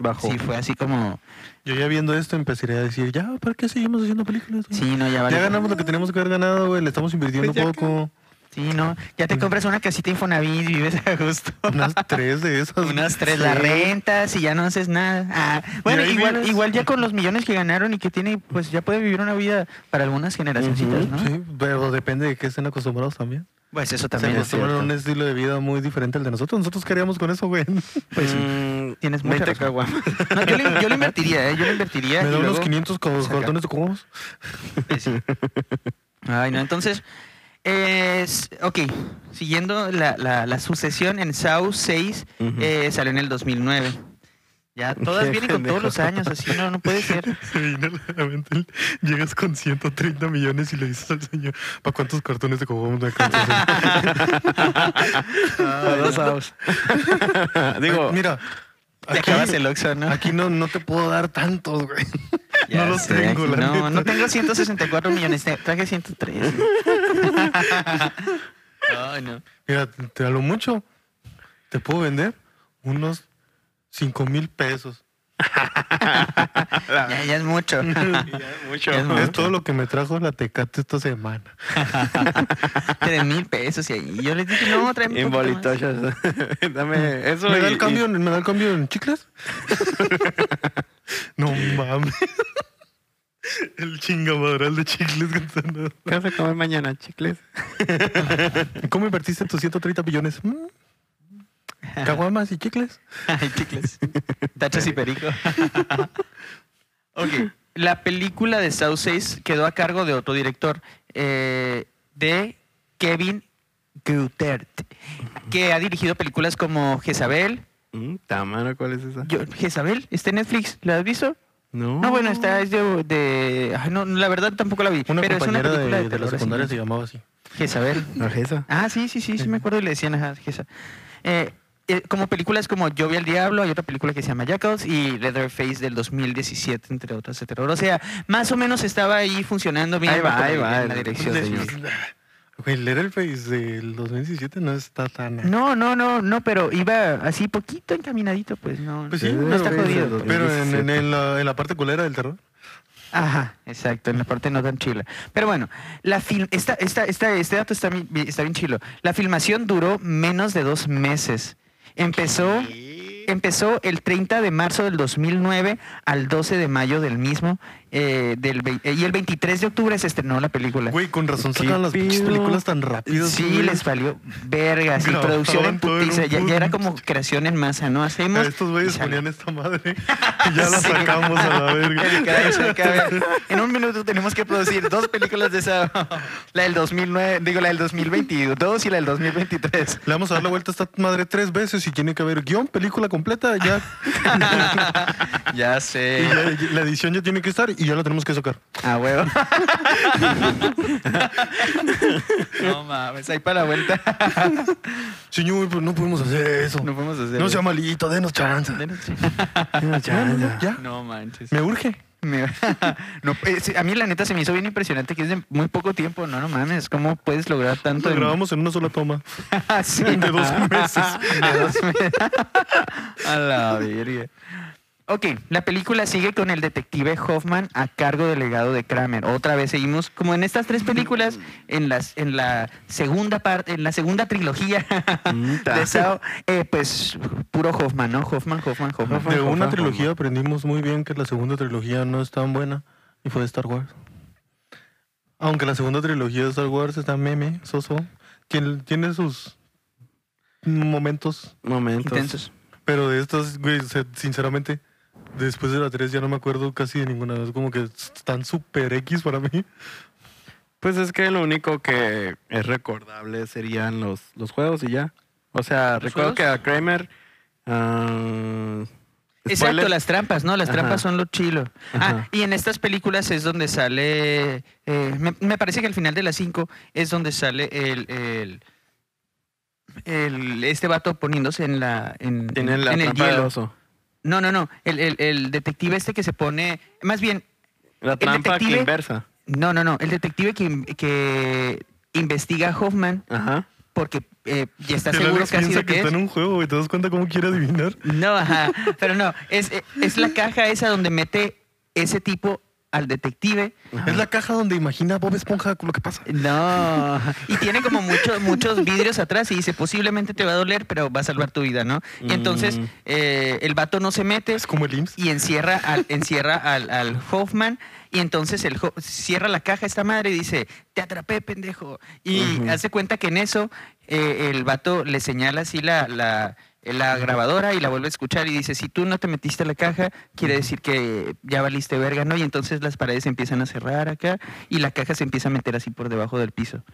Speaker 2: Bajo.
Speaker 1: sí fue así como...
Speaker 3: Yo ya viendo esto empezaré a decir, ya, ¿para qué seguimos haciendo películas? güey?
Speaker 1: Sí, no, ya vale.
Speaker 3: Ya ganamos lo que teníamos que haber ganado, güey. Le estamos invirtiendo
Speaker 2: Pues ya
Speaker 3: poco.
Speaker 1: Sí, no, ya te compras una casita Infonavit y vives a gusto.
Speaker 3: Unas tres de esas.
Speaker 1: Unas tres las rentas y ya no haces nada. Ah, bueno,
Speaker 3: ahí
Speaker 1: igual,
Speaker 3: vives.
Speaker 1: igual ya con los millones que ganaron y que tiene, pues ya puede vivir una vida para algunas generacioncitas, ¿no?
Speaker 3: Sí, pero depende de qué estén acostumbrados también.
Speaker 1: Pues eso
Speaker 3: Se
Speaker 1: también.
Speaker 2: es
Speaker 3: acostumbran a un
Speaker 2: cierto.
Speaker 3: estilo de vida muy diferente al de nosotros. Nosotros queríamos con eso, güey.
Speaker 1: Pues sí.
Speaker 2: Mm,
Speaker 1: Tienes mucha
Speaker 2: 20
Speaker 1: razón.
Speaker 2: caguamas.
Speaker 1: No, yo, le, yo le invertiría, ¿eh? Yo le invertiría.
Speaker 3: Me
Speaker 1: y
Speaker 3: da unos
Speaker 1: luego-
Speaker 3: 500 co-
Speaker 1: saca.
Speaker 3: cortones de cubos.
Speaker 1: Pues sí. Ay, no, entonces. Es, ok, siguiendo la, la- la sucesión en South 6,
Speaker 2: Ujú.
Speaker 1: eh, salió en el 2009. Ya todas
Speaker 2: Qué
Speaker 1: vienen con todos
Speaker 2: pendejo.
Speaker 1: los años, así no, no puede ser.
Speaker 3: Llegas con 130 millones y le dices al señor, ¿para cuántos cartones de cubos me alcanzas?
Speaker 1: Ah,
Speaker 2: A dos avos.
Speaker 1: Pues,
Speaker 2: Digo,
Speaker 3: mira,
Speaker 1: Te
Speaker 3: aquí,
Speaker 1: acabas el Oxxo, ¿no?
Speaker 3: aquí no, no te puedo dar tantos, güey.
Speaker 1: Ya
Speaker 3: no los
Speaker 1: sé,
Speaker 3: tengo,
Speaker 1: aquí
Speaker 3: la
Speaker 1: no,
Speaker 3: neta.
Speaker 1: no tengo 164 millones, te- traje 103. Ay, no.
Speaker 3: Mira, te te- a lo mucho te puedo vender unos 5 mil pesos.
Speaker 1: Ya, ya es mucho.
Speaker 2: mucho.
Speaker 1: Es
Speaker 3: Es todo lo que me trajo la Tecate esta semana.
Speaker 1: 3 mil pesos y ahí. Yo les dije, no, tráeme
Speaker 2: En
Speaker 1: un poquito más.
Speaker 2: bolitochas. Dame eso.
Speaker 3: ¿Me
Speaker 2: y-
Speaker 3: da el
Speaker 2: y-
Speaker 3: cambio, en- ¿me da el cambio en chicles? no mames. El chingamadral de chicles Gonzalo.
Speaker 2: ¿Qué vas a comer mañana? ¿Chicles?
Speaker 3: ¿Cómo invertiste tus 130 millones? Mm. Caguamas y chicles.
Speaker 1: Ay, chicles. Tachas y perico. ok. La película de South 6 quedó a cargo de otro director, eh, de Kevin Guthert, que ha dirigido películas como Jezabel.
Speaker 2: Mm, Tamara, ¿cuál es esa?
Speaker 1: Yo, Jezabel, está en Netflix, ¿la has visto?
Speaker 2: No.
Speaker 1: No, bueno, esta es de... de- ay, no, la verdad tampoco la vi.
Speaker 3: Una
Speaker 1: pero es una
Speaker 3: compañera
Speaker 1: película
Speaker 3: de,
Speaker 1: de,
Speaker 3: de la
Speaker 1: terror, así.
Speaker 3: secundaria se llamaba así.
Speaker 1: Jezabel.
Speaker 2: No es esa.
Speaker 1: Ah, sí, sí, sí, sí me acuerdo y le decían ajá, Jeza. Eh, eh, como películas como Yo vi al diablo, hay otra película que se llama Jackals y Leatherface del 2017, entre otras, etc. O sea, más o menos estaba ahí funcionando bien
Speaker 2: Ahí va,
Speaker 1: bajo la-
Speaker 2: ahí va,
Speaker 1: en la
Speaker 2: el-
Speaker 1: dirección.
Speaker 2: el-
Speaker 1: señor.
Speaker 3: Güey, Leatherface del 2017 no está tan...
Speaker 1: No, no, no, no, pero iba así poquito encaminadito, pues no.
Speaker 3: Pues sí,
Speaker 1: no está
Speaker 2: pero es
Speaker 1: jodido.
Speaker 2: el
Speaker 1: pues.
Speaker 3: Pero en, en- en la, en la parte culera del terror.
Speaker 1: Ajá, exacto, en la parte no tan chila. Pero bueno, la fil- esta, esta, esta- este dato está, bien- está bien chilo. La filmación duró menos de dos meses. Empezó, empezó el 30 de marzo del 2009 al 12 de mayo del mismo. eh, del, ve- eh, y el 23 de octubre se estrenó la película.
Speaker 3: Güey, con razón
Speaker 2: ¿Qué
Speaker 3: sacan las pinches
Speaker 2: pido?
Speaker 3: películas tan rápido.
Speaker 1: Sí,
Speaker 3: güey.
Speaker 1: les valió verga, sí,
Speaker 3: Grababan
Speaker 1: producción en
Speaker 3: todo en un
Speaker 1: putiza, ya, ya era
Speaker 3: punto.
Speaker 1: como creación en masa, ¿no?
Speaker 3: A
Speaker 1: Hacemos...
Speaker 3: estos
Speaker 1: y
Speaker 3: güeyes
Speaker 1: sale.
Speaker 3: ponían esta madre y ya la
Speaker 1: Sí.
Speaker 3: sacamos a la
Speaker 1: Cabe, cabe,
Speaker 3: verga.
Speaker 1: cabe, cabe. En un minuto tenemos que producir dos películas de esa. La del 2009, digo, la del 2022 y la del 2023.
Speaker 3: Le vamos a dar la vuelta a esta madre tres veces y tiene que haber guión, película completa, ya,
Speaker 1: Ya
Speaker 3: y
Speaker 1: sé.
Speaker 3: ya- y la edición ya tiene que estar y ya la tenemos que sacar.
Speaker 1: A huevo. No mames, ahí para la vuelta.
Speaker 3: Señor, pues no podemos hacer eso.
Speaker 1: No
Speaker 3: No,
Speaker 1: podemos Ah, hacer.
Speaker 3: sea malito, denos chance.
Speaker 2: No,
Speaker 3: Ya,
Speaker 2: ya,
Speaker 3: no,
Speaker 2: ya.
Speaker 3: no, ya.
Speaker 1: No manches.
Speaker 3: Me urge.
Speaker 1: Me- no, eh, sí, a mí la neta se me hizo bien impresionante que es de muy poco tiempo. No, no mames, ¿cómo puedes lograr tanto?
Speaker 3: Lo
Speaker 1: en-
Speaker 3: grabamos en una sola toma.
Speaker 1: Ah, sí.
Speaker 3: De dos meses.
Speaker 1: De dos meses. A la verga. Ok, la película sigue con el detective Hoffman a cargo del legado de Kramer. Otra vez seguimos, como en estas tres películas, en, las, en la segunda parte, en la segunda trilogía
Speaker 2: Mm,
Speaker 1: de Sao, eh, pues puro Hoffman, ¿no? Hoffman, Hoffman, Hoffman.
Speaker 3: De una trilogía aprendimos muy bien que la segunda trilogía no es tan buena y fue de Star Wars. Aunque la segunda trilogía de Star Wars está meme, soso, tiene, tiene sus momentos,
Speaker 2: Momentos.
Speaker 1: Intensos.
Speaker 3: pero de estas, güey, se- sinceramente, después de la 3 ya no me acuerdo casi de ninguna vez, como que están super X para mí.
Speaker 2: Pues es que lo único que es recordable serían los, los juegos y ya. O sea, recuerdo
Speaker 1: juegos?
Speaker 2: que a Kramer. ah,
Speaker 1: Exacto,
Speaker 2: spoiler,
Speaker 1: las trampas, ¿no? Las trampas
Speaker 2: Ajá.
Speaker 1: son lo chilo. Ah,
Speaker 2: Ajá.
Speaker 1: y en estas películas es donde sale. eh, me, me parece que al final de las 5 es donde sale el. el- el- este vato poniéndose en la en,
Speaker 2: Tiene
Speaker 1: en-
Speaker 2: la
Speaker 1: en el
Speaker 2: trampa del
Speaker 1: hielo.
Speaker 2: oso.
Speaker 1: No, no, no. El, el- el detective este que se pone. Más bien,
Speaker 2: La trampa que
Speaker 1: detective-
Speaker 2: inversa.
Speaker 1: no, no, no. El detective que, in- que investiga a Hoffman
Speaker 2: Ajá.
Speaker 1: porque eh, ya está
Speaker 3: El
Speaker 1: seguro
Speaker 3: Alex
Speaker 1: casi
Speaker 3: piensa
Speaker 1: de que
Speaker 3: está
Speaker 1: es.
Speaker 3: en un juego y te das cuenta cómo quiere adivinar.
Speaker 1: No, ajá, pero no, es, es la caja esa donde mete ese tipo al detective.
Speaker 3: Es la caja donde imagina Bob Esponja lo que pasa.
Speaker 1: No, y tiene como muchos muchos vidrios atrás y dice, posiblemente te va a doler, pero va a salvar tu vida, ¿no? Y entonces
Speaker 2: Mm.
Speaker 1: eh, el vato no se mete
Speaker 3: Es como el IMSS.
Speaker 1: y encierra al, encierra al, al Hoffman y entonces el Ho- cierra la caja esta madre y dice, te atrapé, pendejo. Y
Speaker 2: Ujú.
Speaker 1: hace cuenta que en eso eh, el vato le señala así la, la, la grabadora y la vuelve a escuchar y dice, si tú no te metiste a la caja, quiere decir que ya valiste verga, ¿no? Y entonces las paredes se empiezan a cerrar acá y la caja se empieza a meter así por debajo del piso.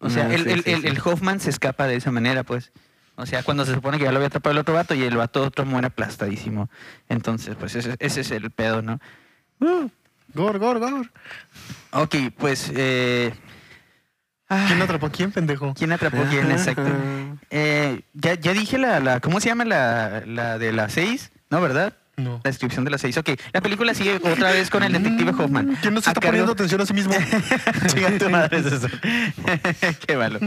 Speaker 1: O sea,
Speaker 2: Ah,
Speaker 1: el,
Speaker 2: sí,
Speaker 1: el-
Speaker 2: sí,
Speaker 1: el-
Speaker 2: sí.
Speaker 1: el Hoffman se escapa de esa manera, pues. O sea, cuando se supone que ya lo había atrapado el otro vato y el vato otro muere aplastadísimo. Entonces, pues ese, ese es el pedo, ¿no?
Speaker 3: Gor, gor, gor.
Speaker 1: Ok, pues... eh, ah,
Speaker 3: ¿Quién atrapó a quién, pendejo?
Speaker 1: ¿Quién atrapó a quién? Exacto.
Speaker 2: Ajá.
Speaker 1: Eh, ya, ya dije la, la... ¿Cómo se llama la, la de las seis? ¿No, verdad?
Speaker 3: No.
Speaker 1: La descripción de las seis. Ok, la película sigue otra vez con el detective
Speaker 3: Mm.
Speaker 1: Hoffman.
Speaker 3: ¿Quién nos
Speaker 1: A
Speaker 3: está
Speaker 1: cargo-
Speaker 3: poniendo atención a sí mismo?
Speaker 1: Chinga tu madre, César. Qué malo.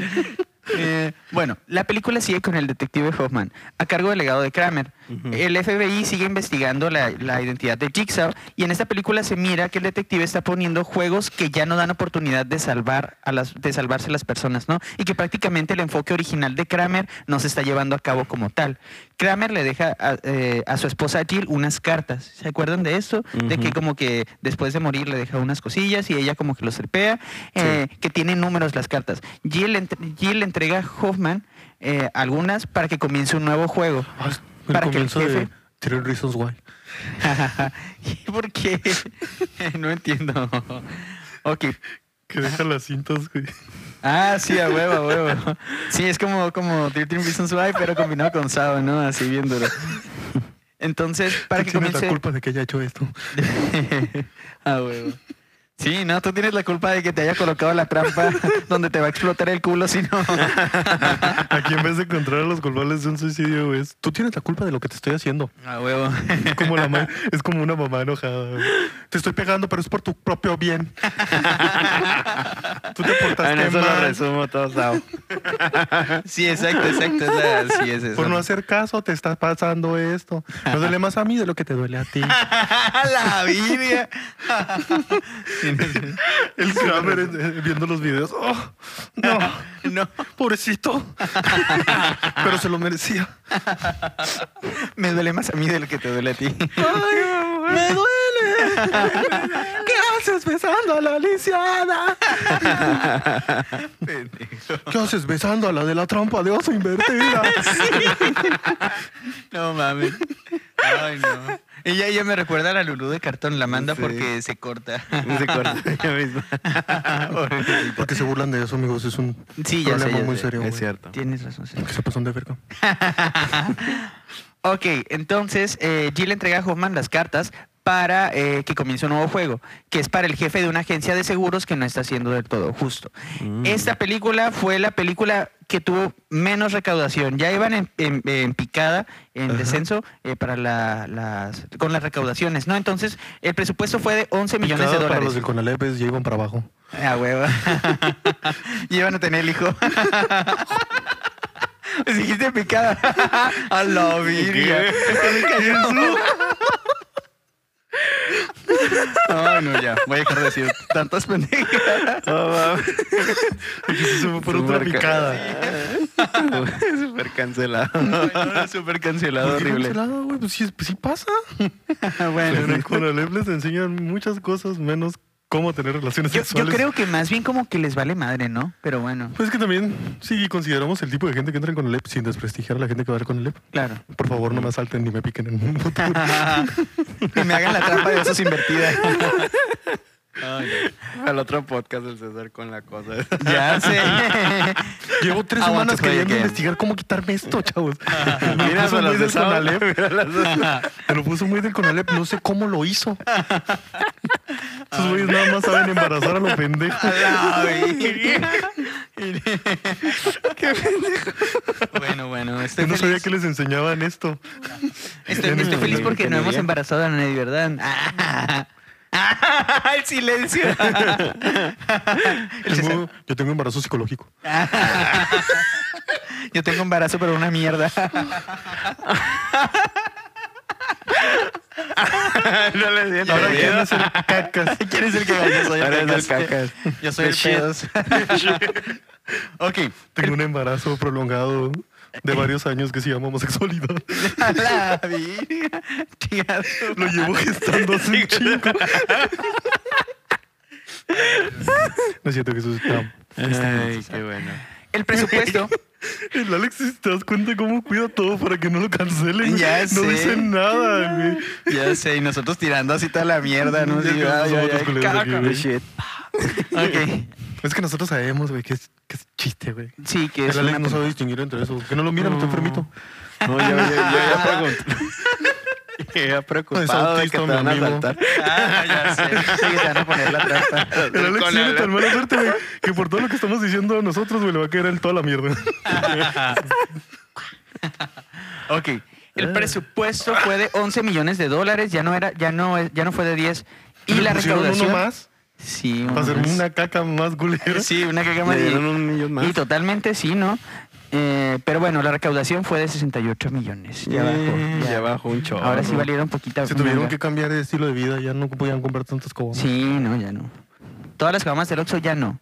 Speaker 1: Eh, bueno, la película sigue con el detective Hoffman, a cargo del legado de Kramer.
Speaker 2: Ujú.
Speaker 1: El FBI sigue investigando la, la identidad de Jigsaw y en esta película se mira que el detective está poniendo juegos que ya no dan oportunidad de salvar a las, de salvarse las personas, ¿no? Y que prácticamente el enfoque original de Kramer no se está llevando a cabo como tal. Kramer le deja a, eh, a su esposa Jill unas cartas. ¿Se acuerdan de esto? De que
Speaker 2: Ujú.
Speaker 1: como que después de morir le deja unas cosillas y ella como que lo serpea, eh, que tiene números las cartas. Jill, entre- Jill entrega a Hoffman eh, algunas para que comience un nuevo juego.
Speaker 3: Ah, es
Speaker 1: Para
Speaker 3: el
Speaker 1: que el
Speaker 3: comienzo de
Speaker 1: jefe-
Speaker 3: Three Reasons Why.
Speaker 1: ¿Por qué? no entiendo. Ok.
Speaker 3: Que deja las cintas, güey.
Speaker 1: Ah, sí, a huevo, a huevo. Sí, es como, como 13 Reasons Why, pero combinado con Sao, ¿no? Así bien duro. Entonces, para
Speaker 3: Tú
Speaker 1: que
Speaker 3: tienes
Speaker 1: comience...
Speaker 3: la culpa de que haya hecho esto.
Speaker 1: ah, huevo. Sí, no, tú tienes la culpa de que te haya colocado la trampa donde te va a explotar el culo si no.
Speaker 3: Aquí en vez de encontrar a los culpables de un suicidio, güey, es, tú tienes la culpa de lo que te estoy haciendo.
Speaker 1: A Ah, huevo.
Speaker 3: Como la ma- es como una mamá enojada. güey. Te estoy pegando, pero es por tu propio bien. Tú te
Speaker 2: En
Speaker 3: portaste
Speaker 2: eso lo
Speaker 3: mal.
Speaker 2: resumo todo, Sao.
Speaker 1: Sí, exacto, exacto. es la- sí, es eso.
Speaker 3: Por no hacer caso, te está pasando esto. No duele más a mí de lo que te duele a ti.
Speaker 1: Ah, la Biblia.
Speaker 3: El Kramer eh, viendo los videos. Oh, no,
Speaker 1: no,
Speaker 3: pobrecito. Pero se lo merecía.
Speaker 1: me duele más a mí de lo que te duele a ti. ¡Me duele! ¿Qué haces besando a la lisiada?
Speaker 3: ¿Qué haces besando a la de la trampa de oso invertida?
Speaker 1: No mames. Ay, no. Ella, ella me recuerda a la Lulú de cartón, la manda
Speaker 2: Sí.
Speaker 1: porque se corta.
Speaker 2: No se corta ella misma.
Speaker 1: Ah,
Speaker 3: Porque se burlan de eso, amigos. Es un
Speaker 1: Sí, ya sé,
Speaker 3: problema
Speaker 1: ya
Speaker 3: muy
Speaker 1: sé.
Speaker 3: serio.
Speaker 2: Es
Speaker 3: güey.
Speaker 2: cierto.
Speaker 1: Tienes razón. sí.
Speaker 3: Que se pasan de verga.
Speaker 1: Ok, entonces eh, Jill entrega a Hoffman las cartas para eh, que comience un nuevo juego, que es para el jefe de una agencia de seguros que no está siendo del todo justo.
Speaker 2: Mm.
Speaker 1: Esta película fue la película que tuvo menos recaudación. Ya iban en, en- en picada, en descenso, eh, para la- las, con las recaudaciones, ¿no? Entonces, el presupuesto fue de 11 millones de
Speaker 3: Picada Para
Speaker 1: dólares.
Speaker 3: los del Conalep es, ya iban para abajo.
Speaker 1: Ah, hueva. y van a tener el hijo. Pues dijiste picada. A la virgen. No, no, ya. Voy a dejar de decir tantas pendejadas.
Speaker 2: se supo por otra
Speaker 1: Súper ca-
Speaker 2: picada. Súper cancelado.
Speaker 1: Súper cancelado,
Speaker 3: ¿Por qué
Speaker 1: horrible.
Speaker 3: cancelado, güey? Pues sí, pues sí pasa. En
Speaker 1: bueno,
Speaker 3: el Conalep les enseñan muchas cosas menos cómo tener relaciones
Speaker 1: yo, yo
Speaker 3: sexuales.
Speaker 1: creo que más bien como que les vale madre, ¿no? Pero bueno,
Speaker 3: Pues que también, si consideramos el tipo de gente que entra en Conalep sin desprestigiar a la gente que va al Conalep,
Speaker 1: claro.
Speaker 3: E por favor no me asalten ni me piquen en un futuro.
Speaker 1: que me hagan la trampa de osos invertida.
Speaker 2: Al otro podcast del César con la cosa.
Speaker 1: ya sé.
Speaker 3: Llevo tres
Speaker 1: I want to
Speaker 3: semanas
Speaker 1: play
Speaker 3: queriendo
Speaker 1: again.
Speaker 3: investigar cómo quitarme esto, chavos. Me lo
Speaker 2: Mira,
Speaker 3: puso
Speaker 2: se
Speaker 3: muy
Speaker 2: los
Speaker 3: del
Speaker 2: desaba-
Speaker 3: Conalep.
Speaker 2: mira, las dos-
Speaker 3: Me lo puso muy del Conalep, no sé cómo lo hizo. Esos güeyes nada más saben embarazar a los pendejos.
Speaker 1: Bueno, bueno, estoy
Speaker 3: Yo no sabía
Speaker 1: feliz.
Speaker 3: que les enseñaban esto.
Speaker 1: Estoy,
Speaker 3: Ya
Speaker 1: estoy
Speaker 3: no-
Speaker 1: feliz porque
Speaker 2: que
Speaker 1: no
Speaker 2: no
Speaker 1: hemos
Speaker 2: había.
Speaker 1: embarazado a nadie, ¿verdad? Ah. El silencio. El César.
Speaker 3: Tengo- yo tengo embarazo psicológico.
Speaker 1: Yo tengo embarazo, pero una mierda.
Speaker 2: No le di el
Speaker 3: Ahora
Speaker 2: dedo.
Speaker 3: quieren hacer cacas.
Speaker 1: ¿Quién es el que gana? Yo soy
Speaker 2: Ahora
Speaker 1: el
Speaker 2: es el
Speaker 1: cacas.
Speaker 2: cacas.
Speaker 1: Yo soy el
Speaker 2: The
Speaker 1: pedos. ok.
Speaker 3: Tengo un embarazo prolongado de varios años que se llama homosexualidad.
Speaker 1: A la virga. Tía, su
Speaker 3: Lo llevo gestando hace un chingo. No siento que eso está.
Speaker 2: Ay, qué bueno.
Speaker 1: El presupuesto.
Speaker 3: El Alex, si te das cuenta cómo cuida todo para que no lo cancelen. güey.
Speaker 1: Ya
Speaker 3: no
Speaker 1: sé.
Speaker 3: dicen nada, güey.
Speaker 1: ya sé, y nosotros tirando así toda la mierda, ¿no?
Speaker 3: Ya
Speaker 1: Sí,
Speaker 3: que
Speaker 1: ay,
Speaker 3: somos
Speaker 1: ay,
Speaker 3: otros
Speaker 1: ay,
Speaker 3: culeros aquí,
Speaker 1: caca.
Speaker 3: güey.
Speaker 1: Ok.
Speaker 3: Es que nosotros sabemos, güey, que es, que es chiste, güey.
Speaker 1: Sí, que es
Speaker 3: El Alex
Speaker 1: una...
Speaker 3: no sabe distinguir entre eso. Que no lo mira, me está
Speaker 2: No.
Speaker 3: enfermito.
Speaker 2: No, yo, yo, yo ya pregunté. Yo ya preocupado de
Speaker 3: autista,
Speaker 2: que te
Speaker 3: mi
Speaker 2: van a
Speaker 3: amigo.
Speaker 2: saltar.
Speaker 1: Ah, ya sé. Sí, que te van a poner la trampa.
Speaker 3: El Alex
Speaker 2: Con
Speaker 3: tiene
Speaker 2: el-
Speaker 3: tan mala suerte, güey, que por todo lo que estamos diciendo nosotros, güey, le va a caer el toda la mierda.
Speaker 1: Ok. El presupuesto fue de 11 millones de dólares, ya no era, ya no, es- ya no fue de 10. Y
Speaker 3: Le
Speaker 1: la
Speaker 3: pusieron uno
Speaker 1: recaudación.
Speaker 3: más
Speaker 1: Sí, uno
Speaker 3: para hacer
Speaker 1: más.
Speaker 3: una caca más culera.
Speaker 1: Sí, una que
Speaker 2: Me
Speaker 1: acaba
Speaker 2: dieron
Speaker 1: de.
Speaker 2: un millón más.
Speaker 1: Y totalmente sí, ¿no? Eh, pero bueno, la recaudación fue de 68 millones.
Speaker 3: Eh,
Speaker 1: Ya bajó.
Speaker 2: Ya bajó un chorro.
Speaker 1: Ahora sí valieron poquita.
Speaker 3: Se tuvieron
Speaker 1: manga.
Speaker 3: que cambiar de estilo de vida, ya no podían comprar tantas cobomas.
Speaker 1: Sí, no, ya no. Todas las caguamas del Oxxo ya no.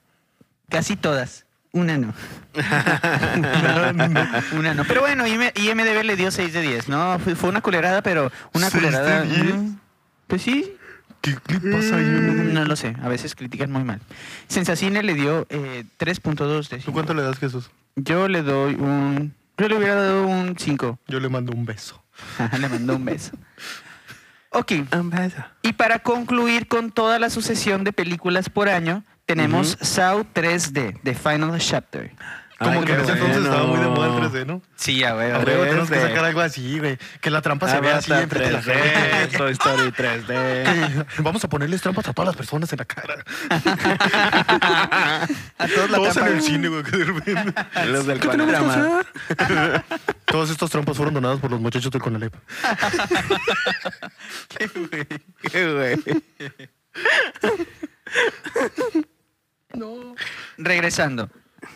Speaker 1: Casi todas. Una no. Una no. Pero bueno, IM IMDB le dio 6 de 10, ¿no? Fue, fue una culerada, pero una
Speaker 3: ¿Seis de
Speaker 1: culerada...
Speaker 3: diez? Mm.
Speaker 1: mm, Pues sí, Pues
Speaker 3: ¿Qué le pasa ahí?
Speaker 2: Mm,
Speaker 1: no lo sé. A veces critican muy mal. Sensacine le dio eh, 3.2 de
Speaker 3: ¿Tú
Speaker 1: 5.
Speaker 3: cuánto le das, Jesús?
Speaker 1: Yo le doy un... Yo le hubiera dado un 5.
Speaker 3: Yo le mando un beso.
Speaker 1: le mandó un beso. Ok,
Speaker 2: Un beso.
Speaker 1: y para concluir con toda la sucesión de películas por año, tenemos Saw 3D, The Final Chapter.
Speaker 3: Como
Speaker 2: Ay,
Speaker 3: que en
Speaker 2: qué
Speaker 3: ese entonces
Speaker 2: bueno.
Speaker 3: estaba muy de moda el 3D, ¿no?
Speaker 1: Sí, ya, güey.
Speaker 3: A huevo, tenemos que
Speaker 2: 3D.
Speaker 3: sacar algo así, güey. Que la
Speaker 2: Pues
Speaker 3: trampa
Speaker 2: Ah,
Speaker 3: se vea así
Speaker 2: Avatar
Speaker 3: enfrente de la gente.
Speaker 2: 3D, Toy Story 3D.
Speaker 3: Vamos a ponerles trampas a todas las personas en la cara.
Speaker 1: A todos la
Speaker 3: Todos en
Speaker 1: tapa.
Speaker 3: el cine, güey, que de repente.
Speaker 2: Los del
Speaker 3: ¿Qué tenemos que
Speaker 2: panorama.
Speaker 3: hacer? Todas estas trampas fueron donadas por los muchachos del Conalep.
Speaker 2: Qué güey.
Speaker 1: Regresando.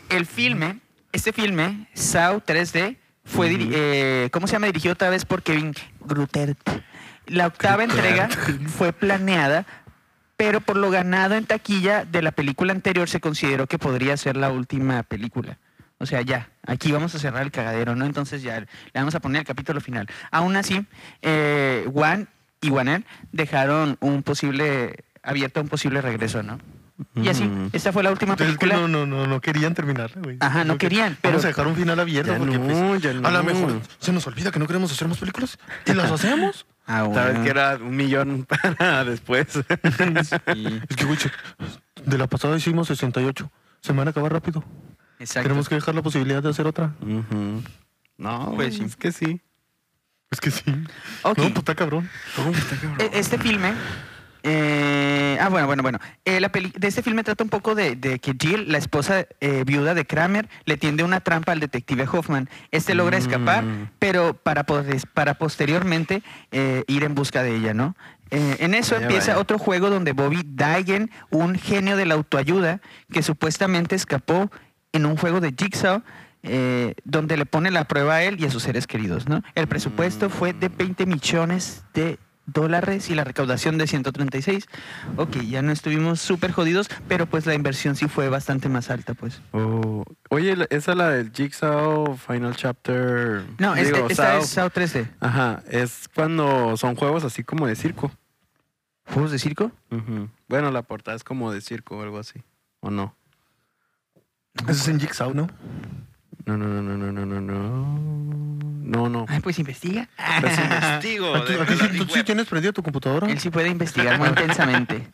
Speaker 1: El filme, este filme, Saw 3D, fue, diri- eh, ¿cómo se llama? Dirigido otra vez por Kevin Grutert. La octava entrega fue planeada, pero por lo ganado en taquilla de la película anterior se consideró que podría ser la última película. O sea, ya, aquí vamos a cerrar el cagadero, ¿no? Entonces ya le vamos a poner el capítulo final. Aún así, eh, Juan y Wanel dejaron un posible, abierto un posible regreso, ¿no? Y así,
Speaker 2: Mm.
Speaker 1: esta fue la última
Speaker 3: Entonces, es que
Speaker 1: película.
Speaker 3: no, no, no, no querían terminarla, güey.
Speaker 1: Ajá, no
Speaker 3: Creo que
Speaker 1: querían, pero-
Speaker 3: Vamos a dejar un final abierto
Speaker 2: Ya
Speaker 3: porque
Speaker 2: no,
Speaker 3: pues,
Speaker 2: ya
Speaker 3: a lo
Speaker 2: no.
Speaker 3: mejor se nos olvida que no queremos hacer más películas y las hacemos.
Speaker 1: Ah,
Speaker 2: Sabes
Speaker 1: bueno.
Speaker 2: que era un millón para después. Mm.
Speaker 1: Sí,
Speaker 3: Es que, güey, che, de la pasada hicimos 68. Se me van a acabar rápido.
Speaker 1: exacto.
Speaker 3: Tenemos que dejar la posibilidad de hacer otra.
Speaker 2: Ujú. No,
Speaker 1: Pues sí.
Speaker 2: es que sí.
Speaker 3: Es que sí.
Speaker 1: Ok.
Speaker 3: No, pues está cabrón.
Speaker 1: E- Este filme. eh, ah, bueno, bueno, bueno. Eh, la peli- de este filme trata un poco de, de que Jill, la esposa eh, viuda de Kramer, le tiende una trampa al detective Hoffman. Este logra escapar,
Speaker 2: Mm.
Speaker 1: pero para, poder- para posteriormente eh, ir en busca de ella, ¿no? Eh, en eso
Speaker 2: Vaya,
Speaker 1: empieza
Speaker 2: vaya.
Speaker 1: otro juego donde Bobby Dagen, un genio de la autoayuda, que supuestamente escapó en un juego de Jigsaw, eh, donde le pone la prueba a él y a sus seres queridos, ¿no? El presupuesto fue de 20 millones de dólares y la recaudación de 136. Ok, ya no estuvimos súper jodidos, pero pues la inversión sí fue bastante más alta, pues.
Speaker 2: Oh, Oye, la- esa es la del Jigsaw Final Chapter.
Speaker 1: No, es-
Speaker 2: digo,
Speaker 1: esta
Speaker 2: Saw.
Speaker 1: es SAO 3D.
Speaker 2: Ajá, es cuando son juegos así como de circo.
Speaker 1: ¿Juegos de circo?
Speaker 2: Bueno, la portada es como de circo o algo así. ¿O no?
Speaker 3: Eso es en Jigsaw, ¿no?
Speaker 2: No, no, no, no, no, no, no, no. No, no.
Speaker 1: Ay, pues investiga.
Speaker 2: Pues investigo.
Speaker 3: ¿A ti-
Speaker 2: de
Speaker 3: a ti sí-
Speaker 2: la
Speaker 3: ¿Tú sí
Speaker 2: web.
Speaker 3: tienes prendido tu computadora?
Speaker 1: Él sí puede investigar muy intensamente.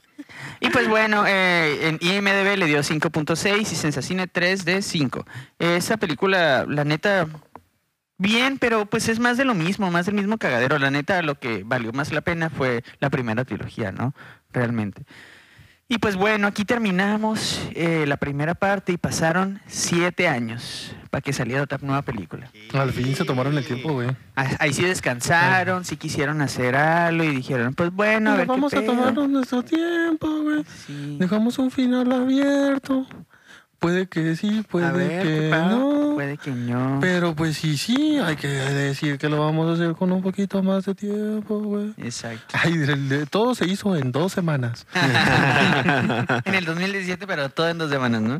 Speaker 1: Y pues bueno, eh, en IMDB le dio 5.6 y Sensacine 3 de 5. Esa película, la neta, bien, pero pues es más de lo mismo, más del mismo cagadero. La neta, lo que valió más la pena fue la primera trilogía, ¿no? Realmente. Y pues bueno, aquí terminamos eh, la primera parte y pasaron siete años para que saliera otra nueva película.
Speaker 3: Al fin se tomaron el tiempo, güey.
Speaker 1: Ah, Ahí sí descansaron, sí quisieron hacer algo y dijeron, pues bueno, a
Speaker 3: Nos
Speaker 1: ver qué
Speaker 3: vamos a
Speaker 1: pedo.
Speaker 3: tomarnos nuestro tiempo, güey.
Speaker 1: Sí.
Speaker 3: Dejamos un final abierto. Puede que sí, puede
Speaker 2: A ver,
Speaker 3: que
Speaker 2: ¿qué pedo?
Speaker 3: no.
Speaker 1: Puede que no.
Speaker 3: Pero pues sí, sí, hay que decir que lo vamos a hacer con un poquito más de tiempo, güey.
Speaker 1: Exacto.
Speaker 3: Ay, el de- todo se hizo en dos semanas.
Speaker 1: en el 2017, pero todo en dos semanas, ¿no?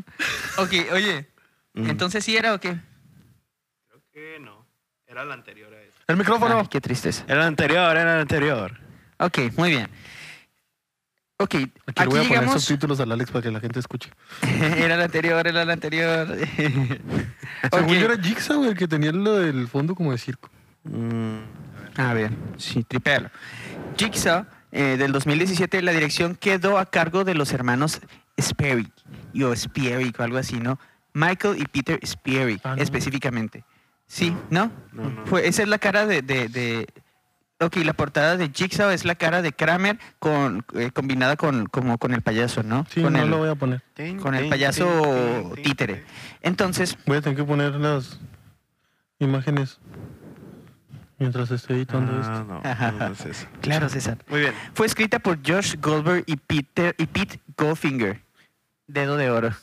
Speaker 1: Ok, oye,
Speaker 2: Mm.
Speaker 1: entonces sí era o qué?
Speaker 2: Que no. Era la anterior a esa.
Speaker 3: El micrófono.
Speaker 1: Ay, qué tristeza.
Speaker 2: Era la anterior, era la anterior.
Speaker 1: Ok, muy bien. Ok, aquí,
Speaker 3: Aquí le voy a poner
Speaker 1: llegamos.
Speaker 3: subtítulos al Alex para que la gente escuche.
Speaker 1: era la anterior, era la anterior.
Speaker 3: Según yo
Speaker 1: Ok,
Speaker 3: era Jigsaw el que tenía lo del fondo como de circo.
Speaker 2: Mm.
Speaker 1: A ver, sí, tripealo. Jigsaw, eh, del 2017, la dirección quedó a cargo de los hermanos Sperry, y- o Spierick, o algo así, ¿no? Michael y Peter Spierick,
Speaker 3: Ah, no.
Speaker 1: específicamente. Sí, ¿no?
Speaker 2: No, no.
Speaker 1: Fue- esa es la cara de, de, de- Ok, la portada de Jigsaw es la cara de Kramer con, eh, combinada con, como con el payaso, ¿no?
Speaker 3: Sí,
Speaker 1: con
Speaker 3: no
Speaker 1: el-
Speaker 3: lo voy a poner.
Speaker 1: con el payaso títere. Entonces,
Speaker 3: Voy a tener que poner las imágenes mientras esté editando
Speaker 2: Ah,
Speaker 3: esto.
Speaker 2: no, no es eso.
Speaker 1: claro, César.
Speaker 2: Muy bien.
Speaker 1: Fue escrita por Josh Goldberg y, Peter, y Pete Goldfinger. Dedo de oro.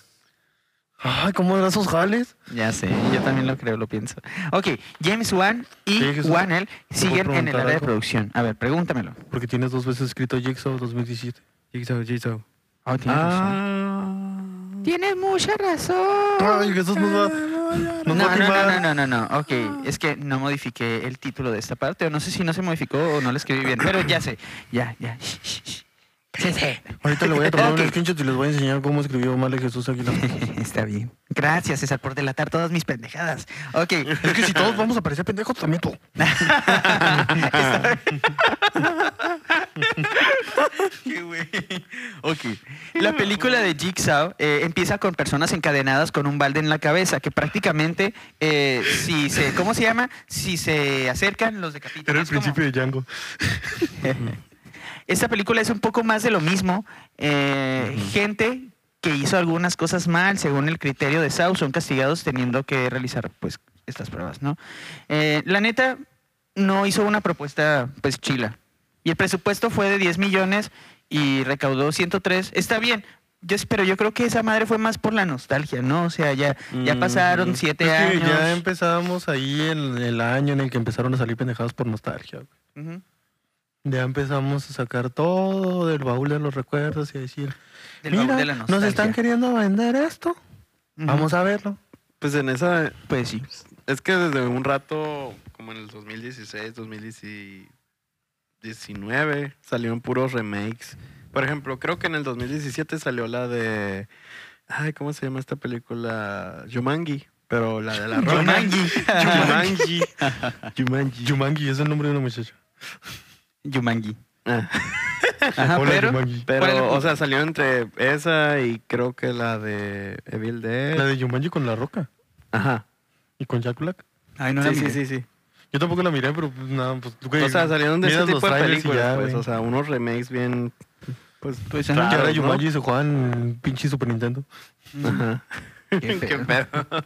Speaker 3: Ay, ¿cómo eran esos jales?
Speaker 1: Ya sé, yo también lo creo, lo pienso. Ok, James Wan
Speaker 3: Oye,
Speaker 1: y
Speaker 3: Jesús,
Speaker 1: Wanel
Speaker 3: ¿te
Speaker 1: siguen
Speaker 3: puedo
Speaker 1: en el
Speaker 3: preguntar
Speaker 1: área de
Speaker 3: algo?
Speaker 1: producción. A ver, pregúntamelo.
Speaker 3: Porque tienes dos veces escrito Jigsaw 2017.
Speaker 2: Jigsaw, Jigsaw.
Speaker 1: Oh, tienes, razón.
Speaker 2: Ah.
Speaker 1: Tienes mucha razón.
Speaker 3: Ay, Jesús Ah. nos va.
Speaker 1: No,
Speaker 3: Nos
Speaker 1: no,
Speaker 3: va a
Speaker 1: no,
Speaker 3: timar.
Speaker 1: no, no, no, no. Ok, es que no modifiqué el título de esta parte. O no sé si no se modificó o no lo escribí bien. Pero ya sé. Ya, ya. Shh, shh, shh. Sí, sí.
Speaker 3: Ahorita le voy a tomar
Speaker 1: Ok.
Speaker 3: un screenshot y les voy a enseñar cómo escribió mal Jesús aquí.
Speaker 1: Está bien. Gracias, César, por delatar todas mis pendejadas. Ok.
Speaker 3: Es que si todos vamos a parecer pendejos, también tú.
Speaker 1: Ok. La película de Jigsaw eh, empieza con personas encadenadas con un balde en la cabeza que prácticamente, eh, si se, ¿cómo se llama? Si se acercan, los decapitan.
Speaker 3: Era el
Speaker 1: Es como-
Speaker 3: principio de Django.
Speaker 1: Esta película es un poco más de lo mismo. Eh, Gente que hizo algunas cosas mal, según el criterio de Sau, son castigados teniendo que realizar pues estas pruebas, ¿no? Eh, la neta no hizo una propuesta pues chila. Y el presupuesto fue de 10 millones y recaudó 103. Está bien. Yo, es- pero yo creo que esa madre fue más por la nostalgia, ¿no? O sea, ya, ya
Speaker 2: Mm.
Speaker 1: pasaron siete
Speaker 3: Es que
Speaker 1: años.
Speaker 3: ya em empezábamos ahí en el año en el que empezaron a salir pendejadas por nostalgia. güey.
Speaker 1: Ujú.
Speaker 3: Ya empezamos a sacar todo del baúl de los recuerdos y a decir,
Speaker 1: Del
Speaker 3: mira,
Speaker 1: baúl de la
Speaker 3: nos están
Speaker 1: nostalgia.
Speaker 3: queriendo vender esto.
Speaker 1: Ujú.
Speaker 3: Vamos a verlo.
Speaker 2: Pues en esa,
Speaker 1: Pues sí.
Speaker 2: es que desde un rato, como en el 2016, 2019, salieron puros remakes. Por ejemplo, creo que en el 2017 salió la de, ay, ¿cómo se llama esta película? Jumanji, pero la de la roca.
Speaker 1: Jumanji.
Speaker 2: Jumanji. Jumanji.
Speaker 3: Yumangi es el nombre de una muchacha.
Speaker 1: Yumangi.
Speaker 2: Ah,
Speaker 1: Ajá,
Speaker 3: Hola,
Speaker 1: Ah, pero-
Speaker 3: Yumangi.
Speaker 1: ¿Cuál es el
Speaker 2: pero,
Speaker 1: punto?
Speaker 2: o sea, salió entre esa y creo que la de Evil Dead.
Speaker 3: La de Yumanji con la roca
Speaker 2: Ajá.
Speaker 3: y con Jack Black.
Speaker 1: Ay, no la
Speaker 2: sí, sí,
Speaker 1: miré.
Speaker 2: sí, sí.
Speaker 3: Yo tampoco la miré, pero pues nada, pues güey,
Speaker 2: O sea, salieron de ese
Speaker 3: miras los
Speaker 2: tipo de
Speaker 3: trailers y
Speaker 2: películas,
Speaker 3: ya,
Speaker 2: pues,
Speaker 3: güey.
Speaker 2: o sea, unos remakes bien, pues,
Speaker 1: Pues,
Speaker 3: Que ahora
Speaker 2: raros, ¿no?
Speaker 3: Yumanji se juega en pinche Super Nintendo. Pues,
Speaker 2: Ajá.
Speaker 1: Qué
Speaker 2: Qué
Speaker 1: pedo.
Speaker 2: pedo.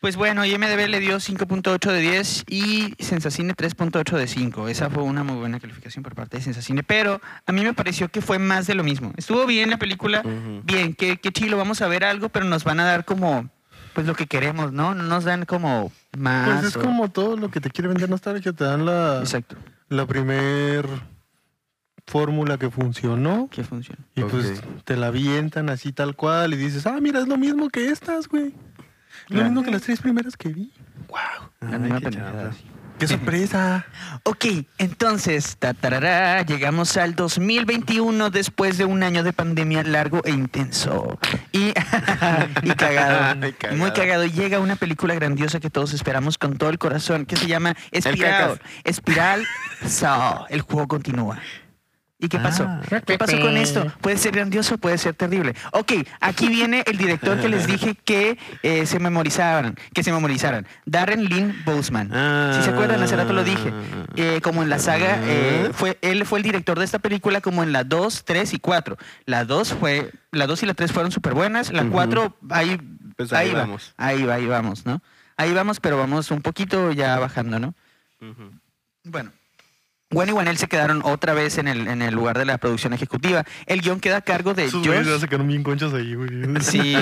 Speaker 1: Pues bueno, IMDB le dio 5.8 de 10 y Sensacine 3.8 de 5. Esa fue una muy buena calificación por parte de Sensacine, pero a mí me pareció que fue más de lo mismo. Estuvo bien la película,
Speaker 2: Ujú.
Speaker 1: bien, qué, qué chilo, vamos a ver algo, pero nos van a dar como, pues lo que queremos, ¿no? No nos dan como más.
Speaker 2: Ah,
Speaker 3: Pues es
Speaker 1: o-
Speaker 3: como todo lo que te quiere vender nostalgia, te dan la,
Speaker 1: Exacto.
Speaker 3: la primer fórmula que funcionó
Speaker 1: que funciona.
Speaker 3: y pues te la avientan así tal cual y dices, ah, mira, es lo mismo que estas, güey. Lo
Speaker 1: Claro.
Speaker 3: mismo que las tres primeras que vi. ¡Wow!
Speaker 1: La
Speaker 2: Ay,
Speaker 1: misma
Speaker 2: qué
Speaker 1: pendejada,
Speaker 2: chafa.
Speaker 1: sí.
Speaker 3: ¡Qué sorpresa!
Speaker 1: Ok, entonces, tatarará, llegamos al 2021 después de un año de pandemia largo e intenso. Y, y cagado,
Speaker 2: Ay, cagado.
Speaker 1: Muy cagado. Y Llega una película grandiosa que todos esperamos con todo el corazón, que se llama Espiral.
Speaker 2: cacas.
Speaker 1: Espiral Saw. El juego continúa. ¿Y qué pasó?
Speaker 2: Ah.
Speaker 1: ¿Qué pasó con esto? Puede ser grandioso, puede ser terrible. Ok, aquí viene el director que les dije que eh, se memorizaran, que se memorizaran. Darren Lynn Boseman. Si se acuerdan, hace rato lo dije.
Speaker 2: Ah.
Speaker 1: Eh, como en la saga, eh, fue, él fue el director de esta película como en la 2, 3 y 4. La 2 fue, la 2 y la 3 fueron súper buenas, la
Speaker 2: Ujú.
Speaker 1: 4 ahí,
Speaker 2: Pues
Speaker 1: ahí,
Speaker 2: ahí
Speaker 1: va,
Speaker 2: vamos.
Speaker 1: ahí va, ahí vamos, ¿no? Ahí vamos, pero vamos un poquito ya bajando, ¿no?
Speaker 2: Ujú.
Speaker 1: Bueno. Gwen y Wanel se quedaron otra vez en el, en el lugar de la producción ejecutiva. El guión queda a cargo de
Speaker 3: Sus
Speaker 1: Josh-
Speaker 3: güeyes se quedaron bien conchas ahí, güey.
Speaker 1: Sí.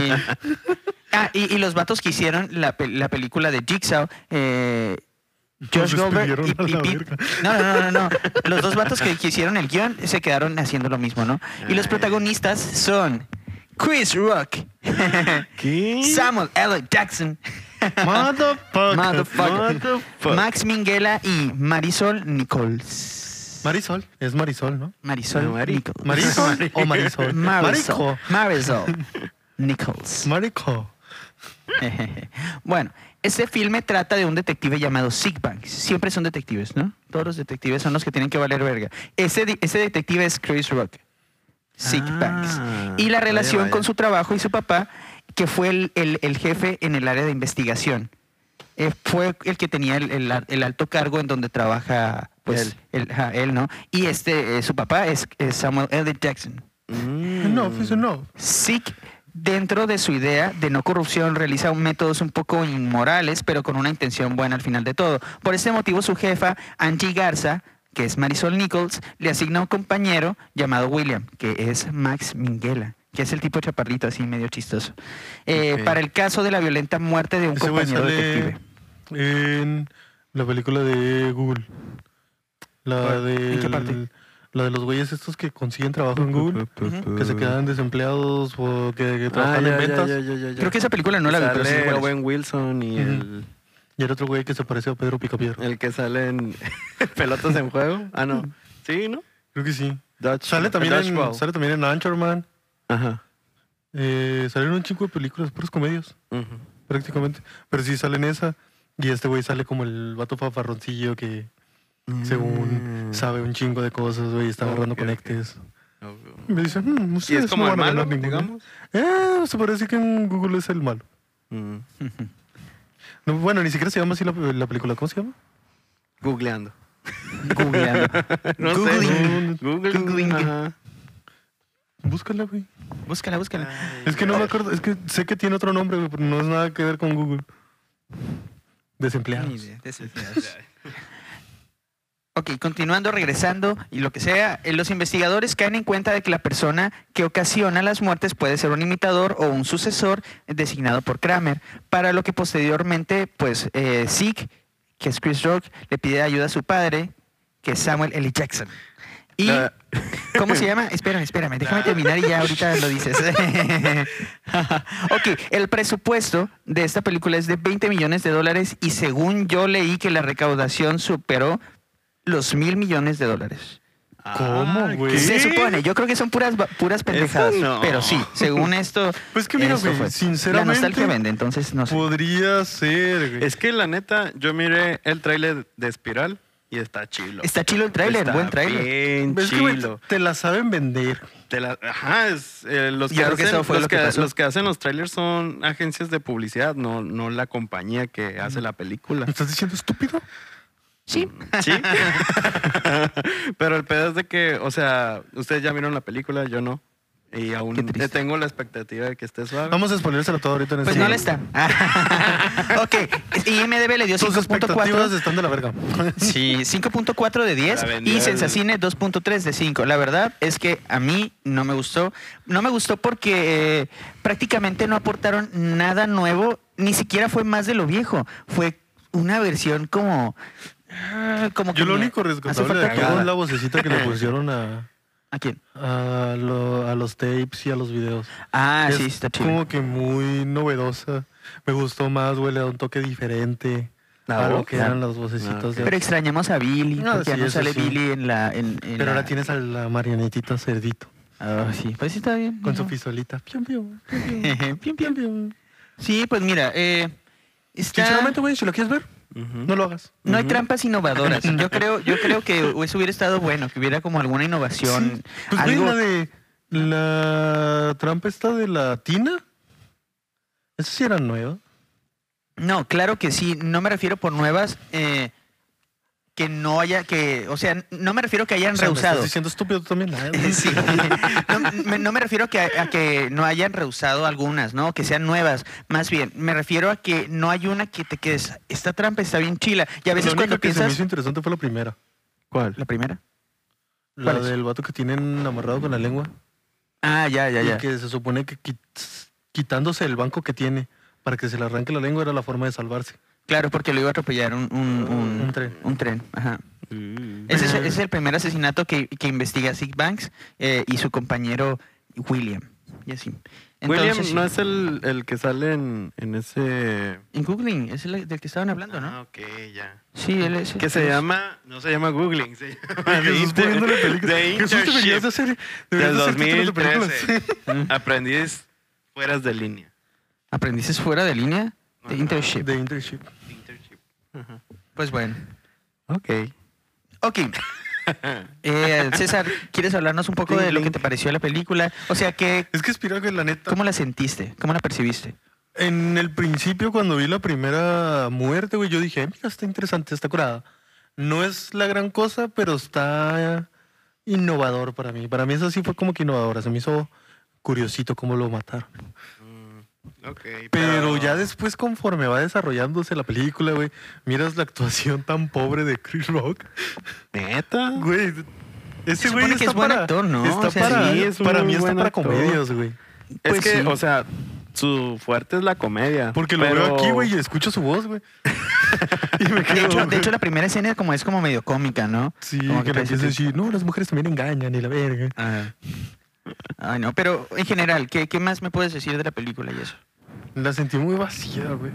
Speaker 1: Ah, y, y los vatos que hicieron la, pe- la película de Jigsaw, eh, Josh
Speaker 3: Los
Speaker 1: Goldberg y,
Speaker 3: despidieron a
Speaker 1: y
Speaker 3: la
Speaker 1: Pete.
Speaker 3: verga.
Speaker 1: No, no, no, no, no. Los dos vatos que, que hicieron el guión se quedaron haciendo lo mismo, ¿no? Y los
Speaker 3: Ah.
Speaker 2: Ay.
Speaker 1: protagonistas son Chris Rock,
Speaker 2: ¿Qué?
Speaker 1: Samuel L. Jackson,
Speaker 3: Motherfucker.
Speaker 1: Motherfucker.
Speaker 2: Motherfucker.
Speaker 1: Max Minghella y Marisol Nichols.
Speaker 3: Marisol, es Marisol, ¿no?
Speaker 1: Marisol
Speaker 2: Mari-
Speaker 1: Nichols.
Speaker 3: Marisol o Marisol.
Speaker 1: Marisol.
Speaker 3: Marico.
Speaker 1: Marisol Nichols.
Speaker 3: Marico.
Speaker 1: bueno, este filme trata de un detective llamado Sigbank. Siempre son detectives, ¿no? Todos los detectives son los que tienen que valer verga. Ese, di- ese detective es Chris Rock. Sigbanks.
Speaker 2: Ah,
Speaker 1: y la
Speaker 2: vaya,
Speaker 1: relación
Speaker 2: vaya.
Speaker 1: con su trabajo y su papá, que fue el, el- el jefe en el área de investigación. Eh, fue el que tenía el, el ar- el alto cargo en donde trabaja pues, él. ajá, él, ¿no? Y este, eh, su papá es, es Samuel L. Jackson.
Speaker 2: Mm.
Speaker 3: No, pues no.
Speaker 1: SIC, dentro de su idea de no corrupción, realiza métodos un poco inmorales, pero con una intención buena al final de todo. Por este motivo, su jefa, Angie Garza, que es Marisol Nichols, le asigna un compañero llamado William, que es Max Minghella, que es el tipo chaparrito así medio chistoso, eh,
Speaker 2: Ok.
Speaker 1: para el caso de la violenta muerte de un
Speaker 3: Ese güey
Speaker 1: compañero
Speaker 3: sale
Speaker 1: detective.
Speaker 3: en la película de Google. La
Speaker 1: ¿Cuál?
Speaker 3: de
Speaker 1: ¿En qué parte?
Speaker 3: la de los güeyes estos que consiguen trabajo en Google, que se quedan desempleados o que, que
Speaker 2: Mm. Ah,
Speaker 3: trabajan
Speaker 2: ya,
Speaker 3: en
Speaker 2: ya,
Speaker 3: ventas.
Speaker 2: ya, ya, ya, ya.
Speaker 1: Creo que esa película no la vi, pero sí sé
Speaker 2: sale
Speaker 1: cuál es.
Speaker 2: Owen Wilson y
Speaker 3: Ujú.
Speaker 2: el,
Speaker 3: Y era otro güey que se parecía a Pedro Picapiedra.
Speaker 2: el que sale en Pelotas en Juego. Ah, no. Sí, ¿no?
Speaker 3: Creo que sí.
Speaker 2: Dodge-
Speaker 3: Sale también, en,
Speaker 2: Dodgeball.
Speaker 3: sale también en Anchorman.
Speaker 2: Ajá.
Speaker 3: Eh, salieron un chingo de películas, puras comedias,
Speaker 2: Ujú.
Speaker 3: prácticamente. Pero sí sale en esa. Y este güey sale como el vato fafarroncillo que según
Speaker 2: Mm.
Speaker 3: sabe un chingo de cosas, güey, está
Speaker 2: Ok,
Speaker 3: agarrando
Speaker 2: ok.
Speaker 3: conectes.
Speaker 2: Oh,
Speaker 3: Y Me dicen, "Mm,
Speaker 2: Y
Speaker 3: ustedes
Speaker 2: es como
Speaker 3: no
Speaker 2: el
Speaker 3: van a
Speaker 2: malo,
Speaker 3: ganar ninguna".
Speaker 2: digamos.
Speaker 3: Eh, se parece que en Google es el malo.
Speaker 2: Mm.
Speaker 3: No, bueno, ni siquiera se llama así la, la película. ¿Cómo se llama?
Speaker 2: Googleando.
Speaker 1: Googleando.
Speaker 2: No sé.
Speaker 1: Googling.
Speaker 2: Google.
Speaker 1: Googling.
Speaker 2: Ajá.
Speaker 3: Búscala, güey.
Speaker 1: Búscala, búscala.
Speaker 3: Es que no me acuerdo, es que sé que tiene otro nombre, güey, pero no es nada que ver con Google.
Speaker 1: Ni
Speaker 3: Desempleados.
Speaker 1: idea, desempleados. Ok, continuando, regresando y lo que sea, eh, los investigadores caen en cuenta de que la persona que ocasiona las muertes puede ser un imitador o un sucesor designado por Kramer, para lo que posteriormente, pues, eh, Zeke, que es Chris Rock, le pide ayuda a su padre, que es Samuel L. Jackson. ¿Y
Speaker 2: La-
Speaker 1: cómo se llama? Espérame, espérame, déjame terminar y ya ahorita lo dices. ok, el presupuesto de esta película es de 20 millones de dólares y según yo leí que la recaudación superó los mil millones de dólares.
Speaker 3: ¿Cómo,
Speaker 2: Ah,
Speaker 3: güey?
Speaker 2: ¿qué?
Speaker 1: Se supone, yo creo que son puras ba- puras pendejadas,
Speaker 2: no.
Speaker 1: pero sí, según esto
Speaker 3: Pues que mira,
Speaker 1: esto
Speaker 3: güey,
Speaker 1: fue. la
Speaker 3: sinceramente-
Speaker 1: nostalgia vende, entonces no sé.
Speaker 3: Podría ser, güey.
Speaker 2: Es que la neta, yo miré el tráiler de Espiral y está chilo.
Speaker 1: Está chilo el tráiler,
Speaker 2: Está
Speaker 1: buen tráiler.
Speaker 2: Bien
Speaker 3: Es que, güey,
Speaker 2: chilo.
Speaker 3: te la saben vender.
Speaker 2: Te la- ajá, es, eh, los,
Speaker 1: Yo
Speaker 2: que
Speaker 1: creo que
Speaker 2: hacen,
Speaker 1: eso fue
Speaker 2: los,
Speaker 1: lo que
Speaker 2: que,
Speaker 1: pasó.
Speaker 2: los que hacen los trailers son agencias de publicidad, no, no la compañía que hace la película.
Speaker 3: ¿Me estás diciendo estúpido?
Speaker 1: Sí.
Speaker 2: Sí. Pero el pedo es de que, o sea, ustedes ya vieron la película, yo no. Y aún
Speaker 1: Qué triste.
Speaker 2: tengo la expectativa de que esté suave.
Speaker 3: Vamos a exponérselo todo ahorita en
Speaker 1: Pues
Speaker 3: este
Speaker 1: no le
Speaker 3: momento.
Speaker 1: está. ok, IMDB le dio
Speaker 3: Tus
Speaker 1: 5.4.
Speaker 3: expectativas están de la verga.
Speaker 1: Sí, 5.4 de 10
Speaker 2: La vendió
Speaker 1: y
Speaker 2: el-
Speaker 1: Sensacine 2.3 de 5. La verdad es que a mí no me gustó. No me gustó porque eh, prácticamente no aportaron nada nuevo, ni siquiera fue más de lo viejo. Fue una versión como... ah, como
Speaker 3: Yo
Speaker 1: que
Speaker 3: lo
Speaker 1: me-
Speaker 3: único
Speaker 1: hace
Speaker 3: rescatable
Speaker 1: falta
Speaker 3: de
Speaker 1: que-
Speaker 3: todo es la vocecita que le pusieron a,
Speaker 1: ¿A quién?
Speaker 3: a, lo- a los tapes y a los videos.
Speaker 1: Ah,
Speaker 3: Es
Speaker 1: sí, está chido.
Speaker 3: Como que muy novedosa. Me gustó más, güey, le da un toque diferente
Speaker 2: ¿La
Speaker 3: a lo
Speaker 2: voz?
Speaker 3: que
Speaker 2: Ya.
Speaker 3: eran las vocecitas.
Speaker 2: Ah, ok.
Speaker 3: de-
Speaker 1: Pero extrañamos a Billy,
Speaker 3: No,
Speaker 1: porque ya
Speaker 3: sí,
Speaker 1: no
Speaker 3: eso
Speaker 1: sale
Speaker 3: sí.
Speaker 1: Billy en la... En, en
Speaker 3: Pero
Speaker 1: la-
Speaker 3: ahora tienes a la marionetita cerdito
Speaker 1: Ah, sí, pues sí está bien.
Speaker 3: con su
Speaker 1: ¿no?
Speaker 3: pistolita. Pium, pium, pium, pium,
Speaker 1: Pium, pium.
Speaker 3: pium, pium.
Speaker 1: Sí, pues mira, eh, está-
Speaker 3: Sinceramente, güey, si lo quieres ver,
Speaker 2: Ujú.
Speaker 3: no lo hagas.
Speaker 1: no hay
Speaker 2: Ujú.
Speaker 1: trampas innovadoras. Yo creo, yo creo que eso hubiera estado bueno, que hubiera como alguna innovación.
Speaker 3: Pues güey,
Speaker 1: algo...
Speaker 3: la de la trampa esta de la tina. Esa sí era nueva.
Speaker 1: No, claro que sí. No me refiero por nuevas eh, que no haya, que, o sea, no me refiero que hayan
Speaker 3: O sea, me estás
Speaker 1: rehusado.
Speaker 3: diciendo estúpido tú también. ah,
Speaker 1: Sí. No, me, no me refiero que a, a que no hayan rehusado algunas, ¿no? Que sean nuevas. Más bien, me refiero a que no hay una que te quedes. Esta trampa está bien chila. Y a veces
Speaker 3: Lo único
Speaker 1: cuando
Speaker 3: que se me
Speaker 1: piensas.
Speaker 3: hizo interesante fue la primera.
Speaker 2: ¿Cuál?
Speaker 1: La primera.
Speaker 3: La
Speaker 1: ¿Cuál es?
Speaker 3: del vato que tienen amarrado con la lengua.
Speaker 1: Ah, ya, ya,
Speaker 3: y
Speaker 1: ya.
Speaker 3: que se supone que quit- quitándose el banco que tiene para que se le arranque la lengua era la forma de salvarse.
Speaker 1: Claro, porque lo iba a atropellar un, un, un-
Speaker 3: Un tren.
Speaker 1: un tren. Ajá.
Speaker 2: Mm.
Speaker 1: Ese es, ese es el primer asesinato que, que investiga Sig Banks eh, y su compañero William. Y así. Entonces,
Speaker 2: William no es el, el que sale en, en ese.
Speaker 1: En Googling, es el del que estaban hablando, ¿no?
Speaker 2: Ah, ok, ya.
Speaker 1: Sí, él es.
Speaker 2: Que se llama. No se llama Googling, se llama. The
Speaker 3: Jesús
Speaker 2: Inter-
Speaker 3: poniéndole películas.
Speaker 2: The
Speaker 3: Jesús, deberías de
Speaker 2: Internship
Speaker 3: hacer,
Speaker 2: del
Speaker 3: deberías de hacer títulos de películas.
Speaker 2: 2013. Aprendiz fueras de línea.
Speaker 1: Aprendices fuera de línea de
Speaker 2: Ajá.
Speaker 1: internship.
Speaker 3: De internship.
Speaker 2: Internship.
Speaker 1: Pues bueno.
Speaker 2: Ok.
Speaker 1: Ok. Eh, César, ¿quieres hablarnos un poco de lo que te pareció la película? O sea, que,
Speaker 3: Es que Spirago, la neta.
Speaker 1: ¿cómo la sentiste? ¿Cómo la percibiste?
Speaker 3: En el principio, cuando vi la primera muerte, güey, yo dije, "Eh, mira, está interesante, está curada. No es la gran cosa, pero está innovador para mí. Para mí eso sí fue como que innovadora. Se me hizo curiosito cómo lo mataron.
Speaker 2: Ok.
Speaker 3: Pero ya después, conforme va desarrollándose la película, güey, miras la actuación tan pobre de Chris Rock.
Speaker 2: Neta.
Speaker 3: Güey, ese
Speaker 1: Se
Speaker 3: güey
Speaker 1: supone que
Speaker 3: está
Speaker 1: es buen
Speaker 3: para-
Speaker 1: actor, ¿no?
Speaker 3: Está
Speaker 1: O sea,
Speaker 3: para,
Speaker 2: sí, es un
Speaker 3: para
Speaker 2: muy
Speaker 3: mí está
Speaker 2: buen
Speaker 3: para
Speaker 2: actor.
Speaker 3: comedias, güey.
Speaker 1: Pues
Speaker 2: es que,
Speaker 1: sí.
Speaker 2: o sea, su fuerte es la comedia.
Speaker 3: Porque lo
Speaker 2: pero-
Speaker 3: veo aquí, güey, y escucho su voz, güey. y me
Speaker 1: De
Speaker 3: quedo,
Speaker 1: hecho, de
Speaker 3: güey.
Speaker 1: hecho, la primera escena como es como medio cómica, ¿no?
Speaker 3: Sí,
Speaker 1: Como
Speaker 3: que le
Speaker 1: parece
Speaker 3: empieza a decir, no, las mujeres también engañan y la verga.
Speaker 1: Ajá. Ah. Ay, no, pero en general, ¿qué, qué más me puedes decir de la película y eso?
Speaker 3: La sentí muy vacía, güey.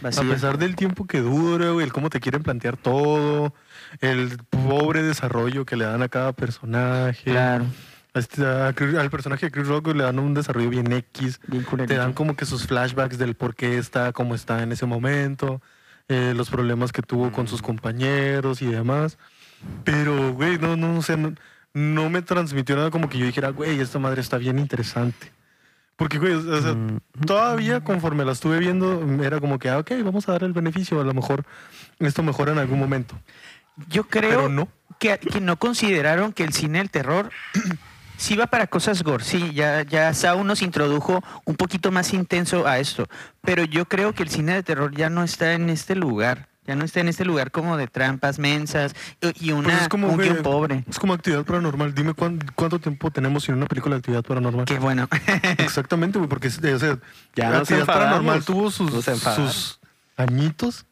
Speaker 1: Vacía.
Speaker 3: A pesar del tiempo que dura, güey, el cómo te quieren plantear todo, el pobre desarrollo que le dan a cada personaje.
Speaker 1: Claro,
Speaker 3: A este- a Chris- al personaje de Chris Rock güey, le dan un desarrollo bien X.
Speaker 1: bien
Speaker 3: Te dan
Speaker 1: culerito.
Speaker 3: como que sus flashbacks del por qué está como está en ese momento, eh, los problemas que tuvo con sus compañeros y demás. Pero, güey, no, no, o sea, no, no me transmitió nada como que yo dijera, güey, esta madre está bien interesante. Porque, güey, o sea, todavía conforme la estuve viendo, era como que, ah, ok, vamos a dar el beneficio, a lo mejor esto mejora en algún momento.
Speaker 1: Yo creo
Speaker 3: Pero no.
Speaker 1: que, que no consideraron que el cine del terror sí va para cosas gore. Sí, ya, ya Sao nos introdujo un poquito más intenso a esto. Pero yo creo que el cine de terror ya no está en este lugar. Ya no está en este lugar como de trampas mensas y y una,
Speaker 3: Pues es como,
Speaker 1: un
Speaker 3: güey,
Speaker 1: guión pobre.
Speaker 3: Es como actividad paranormal. Dime cuán- cuánto tiempo tenemos sin una película de actividad paranormal.
Speaker 1: Qué bueno.
Speaker 3: Exactamente, güey, porque eh, o sea,
Speaker 2: Ya
Speaker 3: la
Speaker 2: nos
Speaker 3: actividad
Speaker 2: enfadamos.
Speaker 3: paranormal tuvo sus,
Speaker 2: Nos enfadamos.
Speaker 3: sus añitos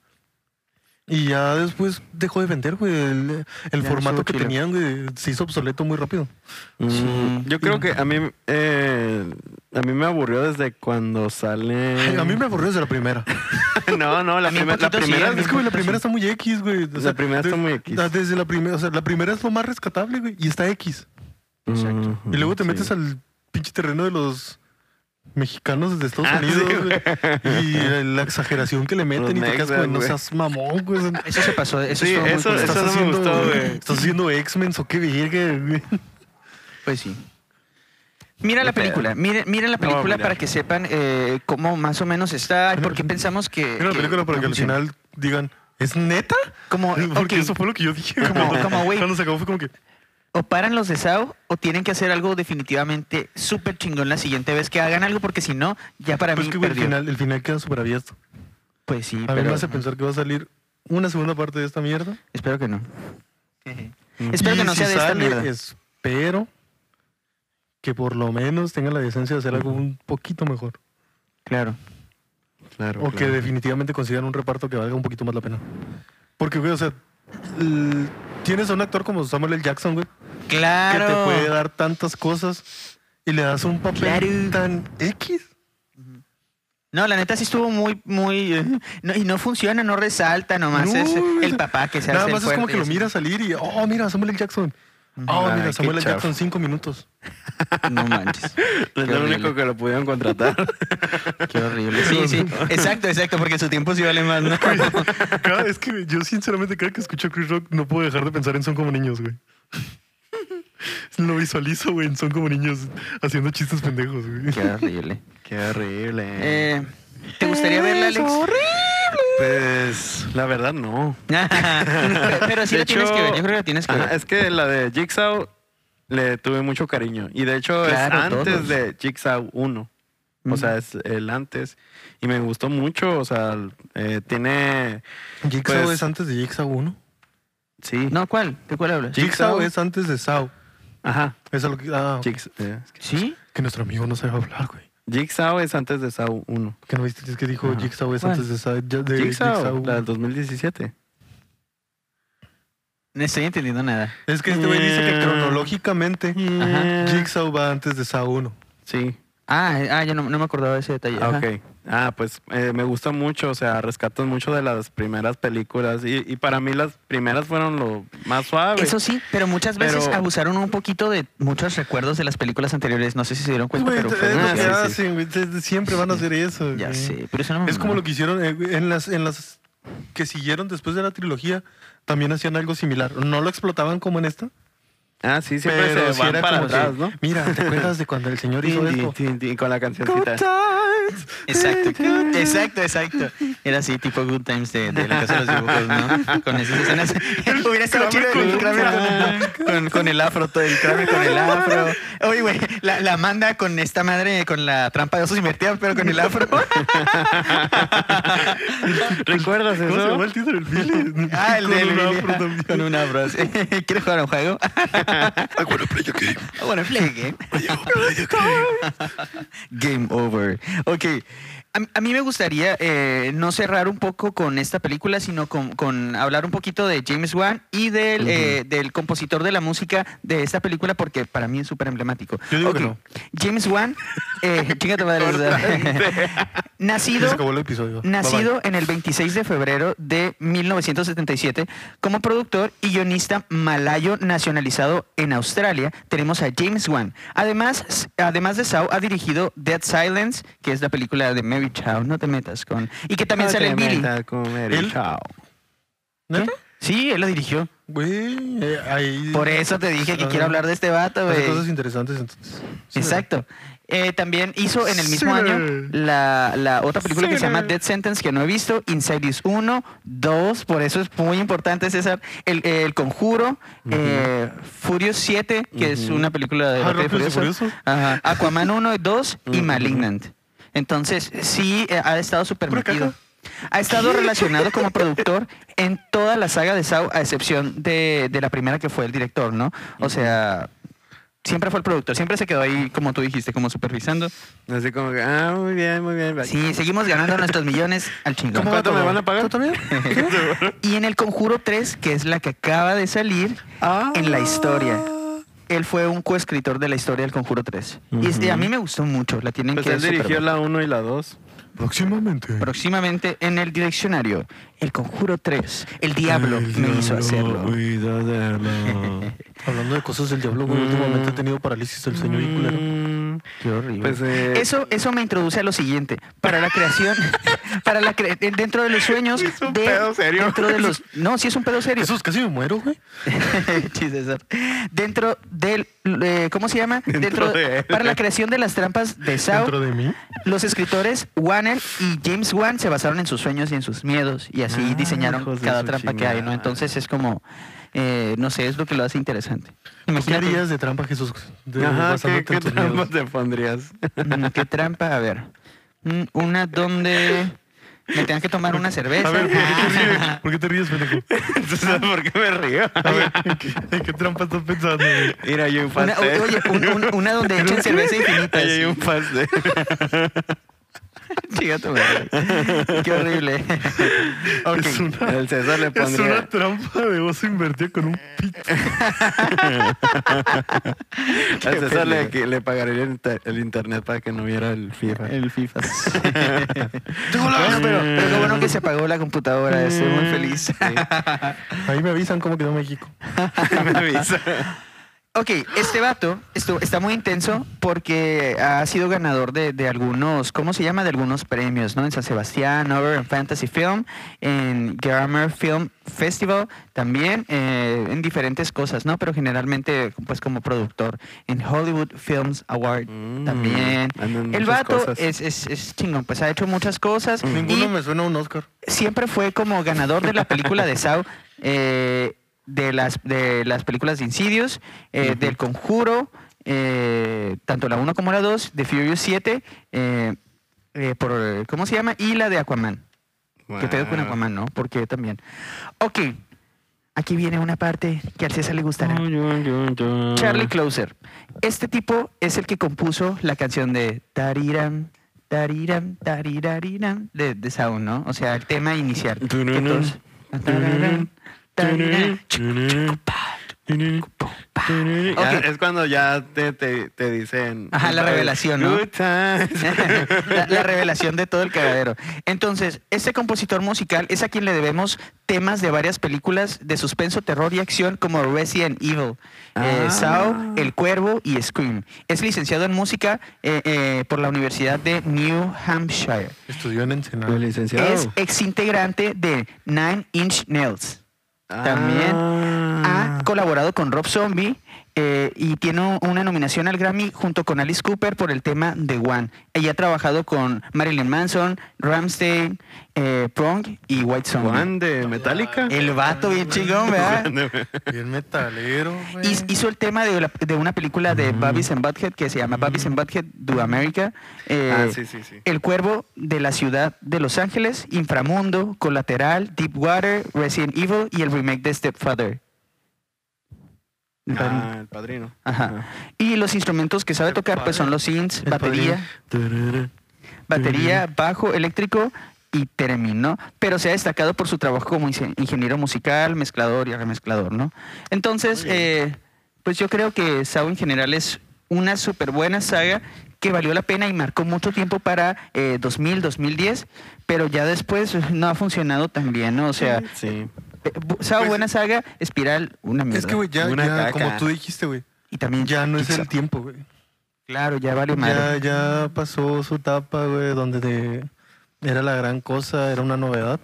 Speaker 3: y ya después dejó de vender, güey. El, el
Speaker 1: no
Speaker 3: formato
Speaker 1: estuvo
Speaker 3: que
Speaker 1: chido.
Speaker 3: tenían, güey, se hizo obsoleto muy rápido.
Speaker 2: Mm,
Speaker 1: Sí.
Speaker 2: Yo creo que a mí, eh, a mí me aburrió desde cuando
Speaker 3: Ay,
Speaker 2: sale.
Speaker 3: a mí me aburrió desde la primera.
Speaker 2: no, no, la,
Speaker 1: A mí un
Speaker 2: primer- la
Speaker 1: poquito sí,
Speaker 2: primera.
Speaker 1: a mí
Speaker 3: es que, güey, la primera está muy X, güey. O
Speaker 2: La
Speaker 3: sea,
Speaker 2: primera está muy X.
Speaker 3: la- Desde la primera, o sea, la primera es lo más rescatable, güey, y está X.
Speaker 1: Exacto.
Speaker 3: Y luego te
Speaker 2: Sí.
Speaker 3: metes al pinche terreno de los mexicanos de Estados
Speaker 2: Ah, sí,
Speaker 3: Unidos, güey, Y la, la exageración que le meten y te quedas
Speaker 2: mexas,
Speaker 3: como, no
Speaker 2: güey.
Speaker 3: seas mamón, güey. o sea,
Speaker 1: Eso se pasó. Eso
Speaker 2: Sí,
Speaker 1: estuvo muy
Speaker 2: eso-
Speaker 1: culero.
Speaker 2: eso- no me gustó, güey.
Speaker 3: Estás haciendo X-Men o qué verga, güey.
Speaker 1: Pues sí. Mira la
Speaker 2: Qué pedo.
Speaker 1: película, mira, mira la
Speaker 2: No,
Speaker 1: película
Speaker 2: mira.
Speaker 1: para que sepan eh, cómo más o menos está, y por qué pensamos que...
Speaker 3: Mira la
Speaker 1: que
Speaker 3: película para
Speaker 1: no
Speaker 3: que al
Speaker 1: funciona.
Speaker 3: final digan, ¿es neta?
Speaker 1: Como,
Speaker 3: Porque
Speaker 1: ok,
Speaker 3: eso fue lo que yo dije.
Speaker 1: Como-
Speaker 3: cuando-
Speaker 1: como, güey.
Speaker 3: Cuando se acabó fue como que,
Speaker 1: o paran los de SAO o tienen que hacer algo definitivamente súper chingón la siguiente vez que hagan algo, porque si no, ya para
Speaker 3: pues
Speaker 1: mí
Speaker 3: que güey, el
Speaker 1: perdió.
Speaker 3: final, el final queda súper abierto.
Speaker 1: Pues sí,
Speaker 3: A mí
Speaker 1: pero
Speaker 3: me hace pensar que va a salir una segunda parte de esta mierda.
Speaker 1: espero que no. espero
Speaker 3: Y
Speaker 1: que no
Speaker 3: si
Speaker 1: sea de esta
Speaker 3: sale,
Speaker 1: mierda.
Speaker 3: Espero que por lo menos tenga la decencia de hacer algo un poquito mejor.
Speaker 1: Claro.
Speaker 2: Claro,
Speaker 3: O que
Speaker 2: claro.
Speaker 3: definitivamente consigan un reparto que valga un poquito más la pena. Porque, güey, o sea, l- tienes a un actor como Samuel L. Jackson, güey,
Speaker 1: Claro.
Speaker 3: que te puede dar tantas cosas y le das un papel
Speaker 1: Claro.
Speaker 3: tan X.
Speaker 1: No, la neta sí estuvo muy, muy. eh, no, y no funciona, no resalta, nomás
Speaker 3: No,
Speaker 1: es
Speaker 3: güey.
Speaker 1: el papá que se
Speaker 3: Nada
Speaker 1: hace. el
Speaker 3: más es como
Speaker 1: fuerte y
Speaker 3: que lo
Speaker 1: así.
Speaker 3: miras salir y, oh, mira, Samuel L. Jackson. Oh,
Speaker 2: Ay,
Speaker 3: mira,
Speaker 2: qué
Speaker 3: Samuel L.
Speaker 2: chafa.
Speaker 3: Jackson, cinco minutos.
Speaker 1: No manches.
Speaker 2: Es lo
Speaker 1: horrible.
Speaker 2: único que lo pudieron contratar.
Speaker 1: Qué horrible. Sí, sí. Exacto, exacto, porque su tiempo sí vale más, ¿no?
Speaker 3: Cada vez que yo sinceramente cada que escucho a Chris Rock no puedo dejar de pensar en Son como niños, güey. Lo visualizo, güey, en Son como niños haciendo chistes pendejos, güey.
Speaker 1: Qué horrible.
Speaker 2: Qué horrible.
Speaker 1: Eh, ¿Te gustaría verla, Alex?
Speaker 2: Pues la verdad no.
Speaker 1: Pero sí
Speaker 2: De
Speaker 1: la tienes
Speaker 2: hecho-
Speaker 1: que ver. Yo creo que la tienes que
Speaker 2: Ajá,
Speaker 1: ver.
Speaker 2: es que la de Jigsaw le tuve mucho cariño. Y de hecho
Speaker 1: Claro,
Speaker 2: es antes
Speaker 1: todos. Mm.
Speaker 2: de Jigsaw 1. O sea, es el antes. Y me gustó mucho. O sea, eh, tiene.
Speaker 3: Jigsaw
Speaker 2: Pues-
Speaker 3: es antes de Jigsaw 1.
Speaker 2: Sí.
Speaker 1: No, ¿cuál? ¿De cuál hablas?
Speaker 2: Sí.
Speaker 3: Jigsaw
Speaker 2: Jigsaw.
Speaker 3: es antes de Saw.
Speaker 2: Ajá.
Speaker 3: Es a lo que, ah,
Speaker 2: Jigs- eh, es que-
Speaker 1: ¿Sí?
Speaker 3: que nuestro amigo no sabe hablar, güey.
Speaker 2: Jigsaw es antes de Saw 1.
Speaker 3: Que no viste, es que dijo
Speaker 2: Ajá.
Speaker 3: Jigsaw es
Speaker 1: ¿Cuál?
Speaker 3: antes de Saw. ya- De
Speaker 2: Jigsaw,
Speaker 3: Jigsaw
Speaker 2: la
Speaker 3: 1.
Speaker 2: del 2017.
Speaker 1: No estoy entendiendo nada.
Speaker 3: Es que este güey dice que
Speaker 2: Eh.
Speaker 3: cronológicamente
Speaker 1: Ajá.
Speaker 3: Jigsaw va antes de Saw 1.
Speaker 2: Sí.
Speaker 1: Ah, eh, ah yo no, no me acordaba de ese detalle.
Speaker 2: Ah,
Speaker 1: Ajá.
Speaker 2: ok. Ah, pues eh, me gusta mucho, o sea, rescatan mucho de las primeras películas y, y para mí las primeras fueron lo más suave.
Speaker 1: Eso sí, pero muchas veces
Speaker 2: Pero-
Speaker 1: abusaron un poquito de muchos recuerdos de las películas anteriores. No sé si se dieron cuenta,
Speaker 3: Güey,
Speaker 1: pero
Speaker 3: es
Speaker 1: fue
Speaker 3: lo
Speaker 2: una-
Speaker 3: que
Speaker 2: sí, sí.
Speaker 3: hacen, güey, desde Siempre van a hacer eso.
Speaker 1: Ya
Speaker 3: güey.
Speaker 1: sé, pero eso no me
Speaker 3: Es como lo que hicieron eh, güey, en las, en las que siguieron después de la trilogía. También hacían algo similar. No lo explotaban como en esta.
Speaker 2: Ah, sí, siempre
Speaker 3: pero
Speaker 2: se
Speaker 3: sí
Speaker 2: van
Speaker 3: era
Speaker 2: para
Speaker 3: como
Speaker 2: atrás,
Speaker 3: que,
Speaker 2: ¿no?
Speaker 3: Mira, ¿te acuerdas de cuando el señor hizo
Speaker 2: Tin, tin,
Speaker 3: esto?
Speaker 2: tin, tin, con la cancioncita.
Speaker 1: Exacto, exacto, exacto. Era así, tipo Good Times de, de la Casa de los Dibujos, ¿no? Con esas escenas. Hubiera estado chido
Speaker 2: Kramer
Speaker 1: con,
Speaker 2: con-
Speaker 1: Kramer con el- con- con el afro, todo el Kramer con el afro. Oye, güey, la, la manda con esta madre, con la trampa de osos invertida, pero con el afro.
Speaker 2: ¿Recuerdas
Speaker 3: ¿Cómo se
Speaker 2: eso?
Speaker 3: llama el título del Billy?
Speaker 1: Ah, el
Speaker 3: Con
Speaker 1: del
Speaker 3: un
Speaker 1: Billy.
Speaker 3: afro también.
Speaker 1: Con un afro. sí. ¿Quieres jugar a un juego? Ah,
Speaker 3: I wanna play a game.
Speaker 1: Bueno, play game.
Speaker 3: I wanna play a
Speaker 1: Game
Speaker 3: game.
Speaker 1: over. Ok. A, a mí me gustaría eh, no cerrar un poco con esta película, sino con, con hablar un poquito de James Wan y del, eh, del compositor de la música de esta película, porque para mí es súper emblemático.
Speaker 3: Yo digo
Speaker 1: Ok.
Speaker 3: que no.
Speaker 1: James Wan, eh, chinga tu madre, o sea,
Speaker 3: Se
Speaker 1: nacido
Speaker 3: acabó el episodio. Bye, bye.
Speaker 1: Nacido en el 26 de febrero de 1977 como productor y guionista malayo nacionalizado en Australia, tenemos a James Wan. Además, s- además de Saw, ha dirigido Dead Silence, que es la película de Mary Chow, no te metas con... Y que también
Speaker 2: No
Speaker 1: sale
Speaker 2: te
Speaker 1: en Billy.
Speaker 2: metas con Mary
Speaker 3: Él-
Speaker 2: Chao.
Speaker 3: ¿Neta?
Speaker 1: Sí, él la dirigió.
Speaker 3: Güey, eh, ahí.
Speaker 1: Por eso te dije que
Speaker 3: Ah.
Speaker 1: quiero hablar de este vato,
Speaker 3: Hace
Speaker 1: güey.
Speaker 3: cosas interesantes entonces. Sí,
Speaker 1: Exacto. Eh, también hizo en el mismo
Speaker 3: Sí.
Speaker 1: año la, la otra película que se llama
Speaker 3: Sí.
Speaker 1: Dead Sentence, que no he visto, Insidious 1, 2, por eso es muy importante, César, El, el Conjuro, eh, Furious 7, que es
Speaker 2: Ujú.
Speaker 1: una película de
Speaker 3: Ah,
Speaker 1: Rápido y
Speaker 3: Rápidos y
Speaker 1: Furioso.
Speaker 3: Furiosos.
Speaker 1: Ajá. Aquaman 1 y 2 y
Speaker 2: Ujú.
Speaker 1: Malignant. Entonces, sí, eh, ha estado súper
Speaker 3: Pura
Speaker 1: metido.
Speaker 3: caca.
Speaker 1: Ha estado relacionado como productor en toda la saga de Saw, a excepción de, de la primera que fue el director, ¿no? O sea, siempre fue el productor, siempre se quedó ahí, como tú dijiste, como supervisando.
Speaker 2: Así como que, ah, muy bien, muy bien.
Speaker 1: Sí, seguimos ganando nuestros millones al chingón.
Speaker 2: ¿Cómo ¿Cuánto me van a pagar? ¿Tú también?
Speaker 1: Y en el Conjuro 3, que es la que acaba de salir,
Speaker 2: Ah.
Speaker 1: en la historia. Él fue un coescritor de la historia del Conjuro 3. Y es- y a
Speaker 2: Ujú.
Speaker 1: mí me gustó mucho, la tienen
Speaker 2: Pues
Speaker 1: que
Speaker 2: él dirigió
Speaker 1: superver.
Speaker 2: la 1 y la 2.
Speaker 3: Próximamente.
Speaker 1: Próximamente en el diccionario, el Conjuro 3, el diablo
Speaker 2: El
Speaker 1: me hizo
Speaker 2: diablo
Speaker 1: hacerlo.
Speaker 2: cuida de la-
Speaker 3: Hablando de cosas del diablo, güey,
Speaker 2: Mm.
Speaker 3: últimamente he tenido parálisis del sueño bien culero.
Speaker 2: Mm,
Speaker 1: Qué horrible.
Speaker 2: Pues, eh,
Speaker 1: Eso, eso me introduce a lo siguiente. Para la creación, para la cre- dentro de los sueños.
Speaker 2: Es un
Speaker 1: de-
Speaker 2: pedo serio.
Speaker 1: Dentro de los. No, sí es un pedo serio.
Speaker 3: Eso es casi me muero, güey.
Speaker 1: Sí, César. Dentro del. eh, ¿Cómo se llama?
Speaker 2: Dentro
Speaker 1: Dentro,
Speaker 2: de él.
Speaker 1: Para la creación de las trampas de
Speaker 3: Dentro
Speaker 1: Sao,
Speaker 3: de mí.
Speaker 1: los escritores Warner y James Wan se basaron en sus sueños y en sus miedos. Y así
Speaker 2: Ah,
Speaker 1: diseñaron
Speaker 2: hijos de
Speaker 1: cada
Speaker 2: su
Speaker 1: trampa que hay, ¿no?
Speaker 2: chingada.
Speaker 1: Entonces es como. eh, no sé, es lo que lo hace interesante.
Speaker 3: ¿Qué
Speaker 1: Imagínate.
Speaker 3: harías de trampa, Jesús? De-
Speaker 2: eh, Ajá,
Speaker 3: basándote
Speaker 2: ¿qué,
Speaker 3: en
Speaker 2: qué
Speaker 3: tus
Speaker 2: trampa
Speaker 3: miedos.
Speaker 2: te pondrías?
Speaker 1: Mm, ¿Qué trampa? A ver. Mm, Una donde me tengan que tomar una cerveza.
Speaker 3: A ver, ¿por qué te ríes? ¿Por qué te ríes, pendejo?
Speaker 2: Entonces, ¿sabes ¿por qué me río?
Speaker 3: A ver, ¿en qué, en qué trampa estás pensando, güey?
Speaker 2: Mira, yo un
Speaker 1: Una,
Speaker 2: pastel.
Speaker 1: oye, un- un- una donde echen cerveza infinita.
Speaker 2: Ahí hay
Speaker 1: sí.
Speaker 2: un pastel.
Speaker 1: Chica tu madre. Qué horrible. Ok.
Speaker 3: Ah, Es una-
Speaker 2: El César le
Speaker 3: Es
Speaker 2: pondría.
Speaker 3: una trampa de oso invertido con un pito.
Speaker 2: Al
Speaker 1: Qué
Speaker 2: César le,
Speaker 1: pendejo.
Speaker 2: que le pagaría el, inter- el internet para que no viera el FIFA.
Speaker 1: El FIFA. Bueno, pero, pero qué bueno que se apagó la computadora. Estoy muy feliz.
Speaker 3: Ahí me avisan cómo quedó México.
Speaker 2: Me avisa.
Speaker 1: Ok, este vato estu- está muy intenso porque ha sido ganador de, de algunos, ¿cómo se llama? De algunos premios, ¿no? En San Sebastián, Over en Fantasy Film, en Grammar Film Festival, también eh, en diferentes cosas, ¿no? Pero generalmente, pues como productor, en Hollywood Films Award
Speaker 2: Mm,
Speaker 1: también.
Speaker 2: andan
Speaker 1: El
Speaker 2: muchas
Speaker 1: vato
Speaker 2: cosas.
Speaker 1: es, es, es chingón, pues ha hecho muchas cosas.
Speaker 3: Ninguno
Speaker 1: Mm. y-
Speaker 3: me suena a un Oscar.
Speaker 1: siempre fue como ganador de la película de Saw, eh, de, las, de las películas de Insidious, eh, del Conjuro, eh, tanto la 1 como la 2, de Furious 7, eh, eh, por, ¿cómo se llama? Y la de Aquaman. Que pedo con
Speaker 2: Wow.
Speaker 1: Aquaman, ¿no? Porque también. Ok, aquí viene una parte que al César le gustará. Charlie
Speaker 2: Ah.
Speaker 1: Closer. Este tipo es el que compuso la canción de Tariram, Tariram, Tarirariram de, de Sound, ¿no? O sea, el tema inicial. que todos- Tararán, tarirán,
Speaker 2: Ya,
Speaker 1: Ok.
Speaker 2: Es cuando ya te, te, te dicen.
Speaker 1: Ajá, la revelación, ¿no?
Speaker 2: Good times.
Speaker 1: la, la revelación de todo el cagadero. Entonces, este compositor musical es a quien le debemos temas de varias películas de suspenso, terror y acción como Resident Evil, eh,
Speaker 2: Ah.
Speaker 1: Saw, El Cuervo y Scream. Es licenciado en música eh, eh, por la Universidad de New Hampshire.
Speaker 3: Estudió en Ensenada.
Speaker 2: El licenciado.
Speaker 1: Es exintegrante de Nine Inch Nails.
Speaker 2: Ah.
Speaker 1: también Ha colaborado con Rob Zombie eh, y tiene una nominación al Grammy junto con Alice Cooper por el tema The One. Ella ha trabajado con Marilyn Manson, Ramstein, Prong y White Zombie.
Speaker 2: Juan de Metallica.
Speaker 1: El vato bien chingón, ¿verdad?
Speaker 3: Bien metalero, güey.
Speaker 1: Hiz- Hizo el tema de, la- de una película de
Speaker 2: Mm.
Speaker 1: Babys and Butthead que se llama Babys and Butthead Do America. eh,
Speaker 2: ah, sí, sí, sí.
Speaker 1: El Cuervo de la Ciudad de Los Ángeles, Inframundo, Colateral, Deep Water, Resident Evil y el remake de Stepfather.
Speaker 2: Ah, el padrino.
Speaker 1: Ajá. Y los instrumentos que sabe tocar pues son los synths, batería, batería, bajo eléctrico y theremin, ¿no? Pero se ha destacado por su trabajo como inse- ingeniero musical, mezclador y remezclador, ¿no? Entonces,
Speaker 2: Muy bien.
Speaker 1: eh, pues yo creo que Sao en general es una súper buena saga que valió la pena y marcó mucho tiempo para eh, 2000, 2010, pero ya después eh, no ha funcionado tan bien, ¿no? O sea,
Speaker 2: Sí.
Speaker 1: eh, bu- Sao,
Speaker 3: Pues-
Speaker 1: buena saga, Espiral, una mierda.
Speaker 3: Es que, güey, ya,
Speaker 2: Una
Speaker 3: ya,
Speaker 2: caca.
Speaker 3: como tú dijiste, güey,
Speaker 1: y también
Speaker 3: ya no es
Speaker 1: Jigsaw.
Speaker 3: el tiempo, güey.
Speaker 1: Claro, ya vale
Speaker 3: Ya,
Speaker 1: madre.
Speaker 3: ya pasó su etapa, güey, donde te- era la gran cosa, era una novedad.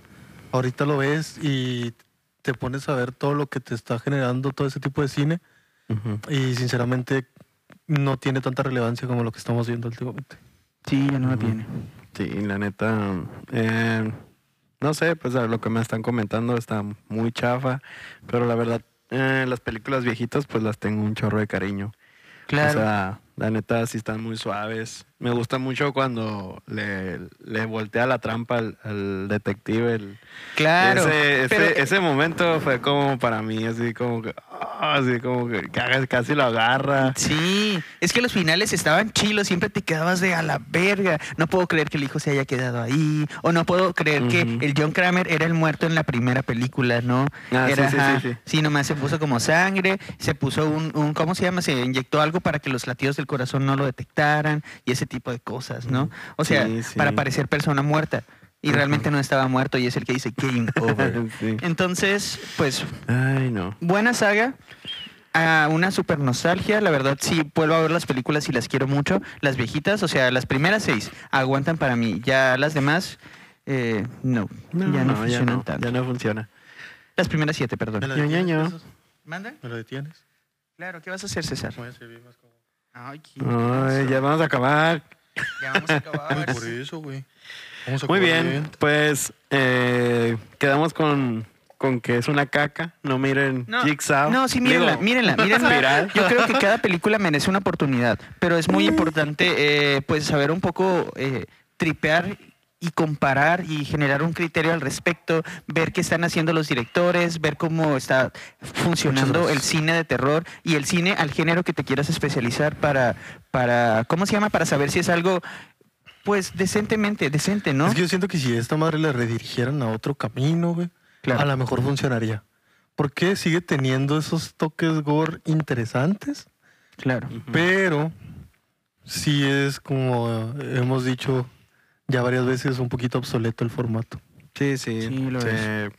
Speaker 3: Ahorita lo ves y te pones a ver todo lo que te está generando todo ese tipo de cine y sinceramente no tiene tanta relevancia como lo que estamos viendo últimamente.
Speaker 1: Sí, ya no la tiene.
Speaker 2: Sí, la neta. eh, no sé, pues a lo que me están comentando está muy chafa. Pero la verdad, eh, las películas viejitas, pues las tengo un chorro de cariño.
Speaker 1: Claro.
Speaker 2: O sea, la neta sí están muy suaves. Me gusta mucho cuando le, le voltea la trampa al, al detective. el-
Speaker 1: Claro.
Speaker 2: ese, ese-
Speaker 1: pero-
Speaker 2: ese momento fue como para mí, así como que, ah, así como que ca- casi lo agarra.
Speaker 1: Sí, es que los finales estaban chilos, siempre te quedabas de a la verga. No puedo creer que el hijo se haya quedado ahí, o no puedo creer
Speaker 2: Ujú.
Speaker 1: que el John Kramer era el muerto en la primera película, ¿no?
Speaker 2: Ah, sí,
Speaker 1: Era,
Speaker 2: sí,
Speaker 1: ajá,
Speaker 2: sí, sí.
Speaker 1: nomás se puso como sangre, se puso un, un- ¿cómo se llama? Se inyectó algo para que los latidos del corazón no lo detectaran y ese tipo de cosas, ¿no? O sea,
Speaker 2: Sí, sí.
Speaker 1: para parecer persona muerta. Y
Speaker 2: Ujú.
Speaker 1: realmente no estaba muerto y es el que dice Game Over.
Speaker 2: Sí.
Speaker 1: Entonces, pues
Speaker 2: Ay, no.
Speaker 1: buena saga. A una super nostalgia, la verdad sí vuelvo a ver las películas y las quiero mucho. Las viejitas, o sea, las primeras seis aguantan para mí. Ya las demás, eh, no,
Speaker 2: No,
Speaker 1: ya no,
Speaker 2: no,
Speaker 1: funcionan
Speaker 2: no,
Speaker 1: tanto.
Speaker 2: Ya no funciona.
Speaker 1: Las primeras siete, perdón.
Speaker 2: Ño, ño, ño.
Speaker 1: ¿Mandan?
Speaker 3: ¿Me lo detienes?
Speaker 1: Claro, ¿qué vas a hacer, César?
Speaker 3: Voy a servir más como-
Speaker 1: Ay, qué
Speaker 2: Ay, ya vamos a acabar.
Speaker 1: ya vamos a acabar.
Speaker 3: Por eso, güey. Vamos a
Speaker 2: Muy
Speaker 3: acabar
Speaker 2: bien, pues eh, quedamos con, con que es una caca. No miren
Speaker 1: No,
Speaker 2: Jigsaw.
Speaker 1: No, sí, mírenla,
Speaker 2: Ah, Digo,
Speaker 1: mírenla, mírenla.
Speaker 2: Espiral.
Speaker 1: Yo creo que cada película merece una oportunidad, pero es muy importante eh, pues saber un poco eh, tripear y comparar y generar un criterio al respecto, ver qué están haciendo los directores, ver cómo está funcionando
Speaker 3: Muchas
Speaker 1: el
Speaker 3: gracias.
Speaker 1: cine de terror y el cine al género que te quieras especializar para, para ¿cómo se llama? Para saber si es algo pues decentemente, decente, ¿no?
Speaker 3: Es que yo siento que si esta madre la redirigieran a otro camino, güey,
Speaker 1: Claro.
Speaker 3: a lo mejor funcionaría. Porque sigue teniendo esos toques gore interesantes,
Speaker 1: Claro.
Speaker 3: pero sí es como eh, hemos dicho ya varias veces un poquito obsoleto el formato.
Speaker 2: Sí, sí.
Speaker 1: Sí, lo es.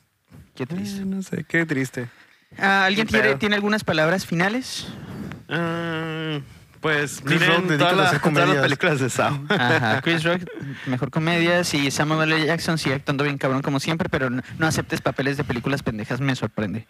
Speaker 1: Qué
Speaker 2: Eh,
Speaker 1: triste.
Speaker 2: no sé, qué triste.
Speaker 1: Ah, ¿Alguien
Speaker 2: Qué
Speaker 1: tiene,
Speaker 2: pedo.
Speaker 1: tiene algunas palabras finales?
Speaker 2: Ah, pues
Speaker 3: Chris Rock,
Speaker 2: miren
Speaker 3: dedícate
Speaker 2: todas
Speaker 3: a
Speaker 2: las-
Speaker 3: hacer
Speaker 2: todas las
Speaker 3: comedias.
Speaker 2: películas de Sao.
Speaker 1: Ajá, Chris Rock, mejor comedias y Samuel L. Jackson sigue actuando bien cabrón como siempre, pero no, no aceptes papeles de películas pendejas, me sorprende.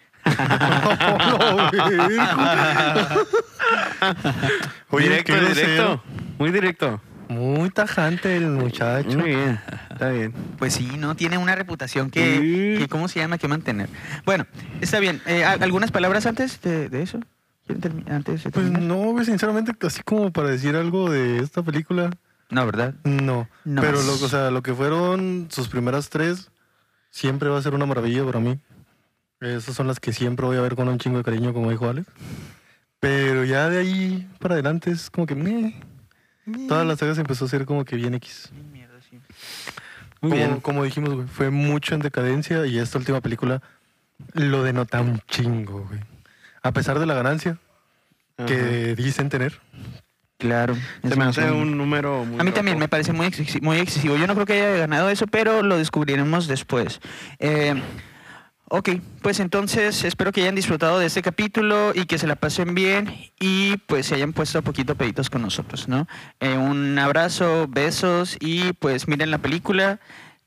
Speaker 2: directo,
Speaker 3: qué
Speaker 2: directo.
Speaker 3: grosero.
Speaker 2: Muy directo.
Speaker 3: Muy tajante el muchacho.
Speaker 2: Muy bien. Está bien.
Speaker 1: Pues sí, no, tiene una reputación que,
Speaker 2: Sí.
Speaker 1: que ¿cómo se llama? Que mantener. Bueno, está bien. Eh, ¿al- ¿Algunas palabras antes de, de eso? ¿Quieren termi- Antes de
Speaker 3: Pues
Speaker 1: terminar?
Speaker 3: no, güey, sinceramente, así como para decir algo de esta película,
Speaker 2: Pues,
Speaker 1: No, ¿verdad?
Speaker 3: no.
Speaker 1: No
Speaker 3: Pero
Speaker 1: más.
Speaker 3: lo, o sea, lo que fueron sus primeras tres, siempre va a ser una maravilla para mí. Esas son las que siempre voy a ver con un chingo de cariño, como dijo Alex. Pero ya de ahí para adelante es como que... meh. Todas las sagas empezó a ser como que bien X.
Speaker 1: Mierda, sí.
Speaker 2: Muy
Speaker 3: como,
Speaker 2: bien.
Speaker 3: como dijimos, güey, fue mucho en decadencia y esta última película lo denota un chingo, güey. A pesar de la ganancia que dicen tener.
Speaker 1: Claro.
Speaker 2: Se
Speaker 1: es muy
Speaker 2: me hace
Speaker 1: bueno.
Speaker 2: un número muy
Speaker 1: A mí también me
Speaker 2: loco.
Speaker 1: parece muy, exi- muy excesivo. Yo no creo que haya ganado eso, pero lo descubriremos después. Eh, ok, pues entonces espero que hayan disfrutado de este capítulo y que se la pasen bien y pues se hayan puesto a poquito peditos con nosotros, ¿no? Eh, un abrazo, besos y pues miren la película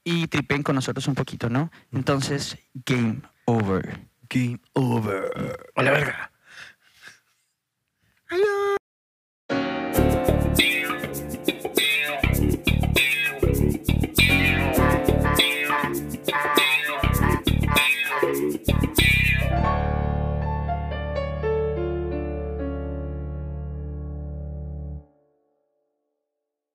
Speaker 1: y tripen con nosotros un poquito, ¿no? Entonces, game over.
Speaker 2: Game over.
Speaker 3: A la verga.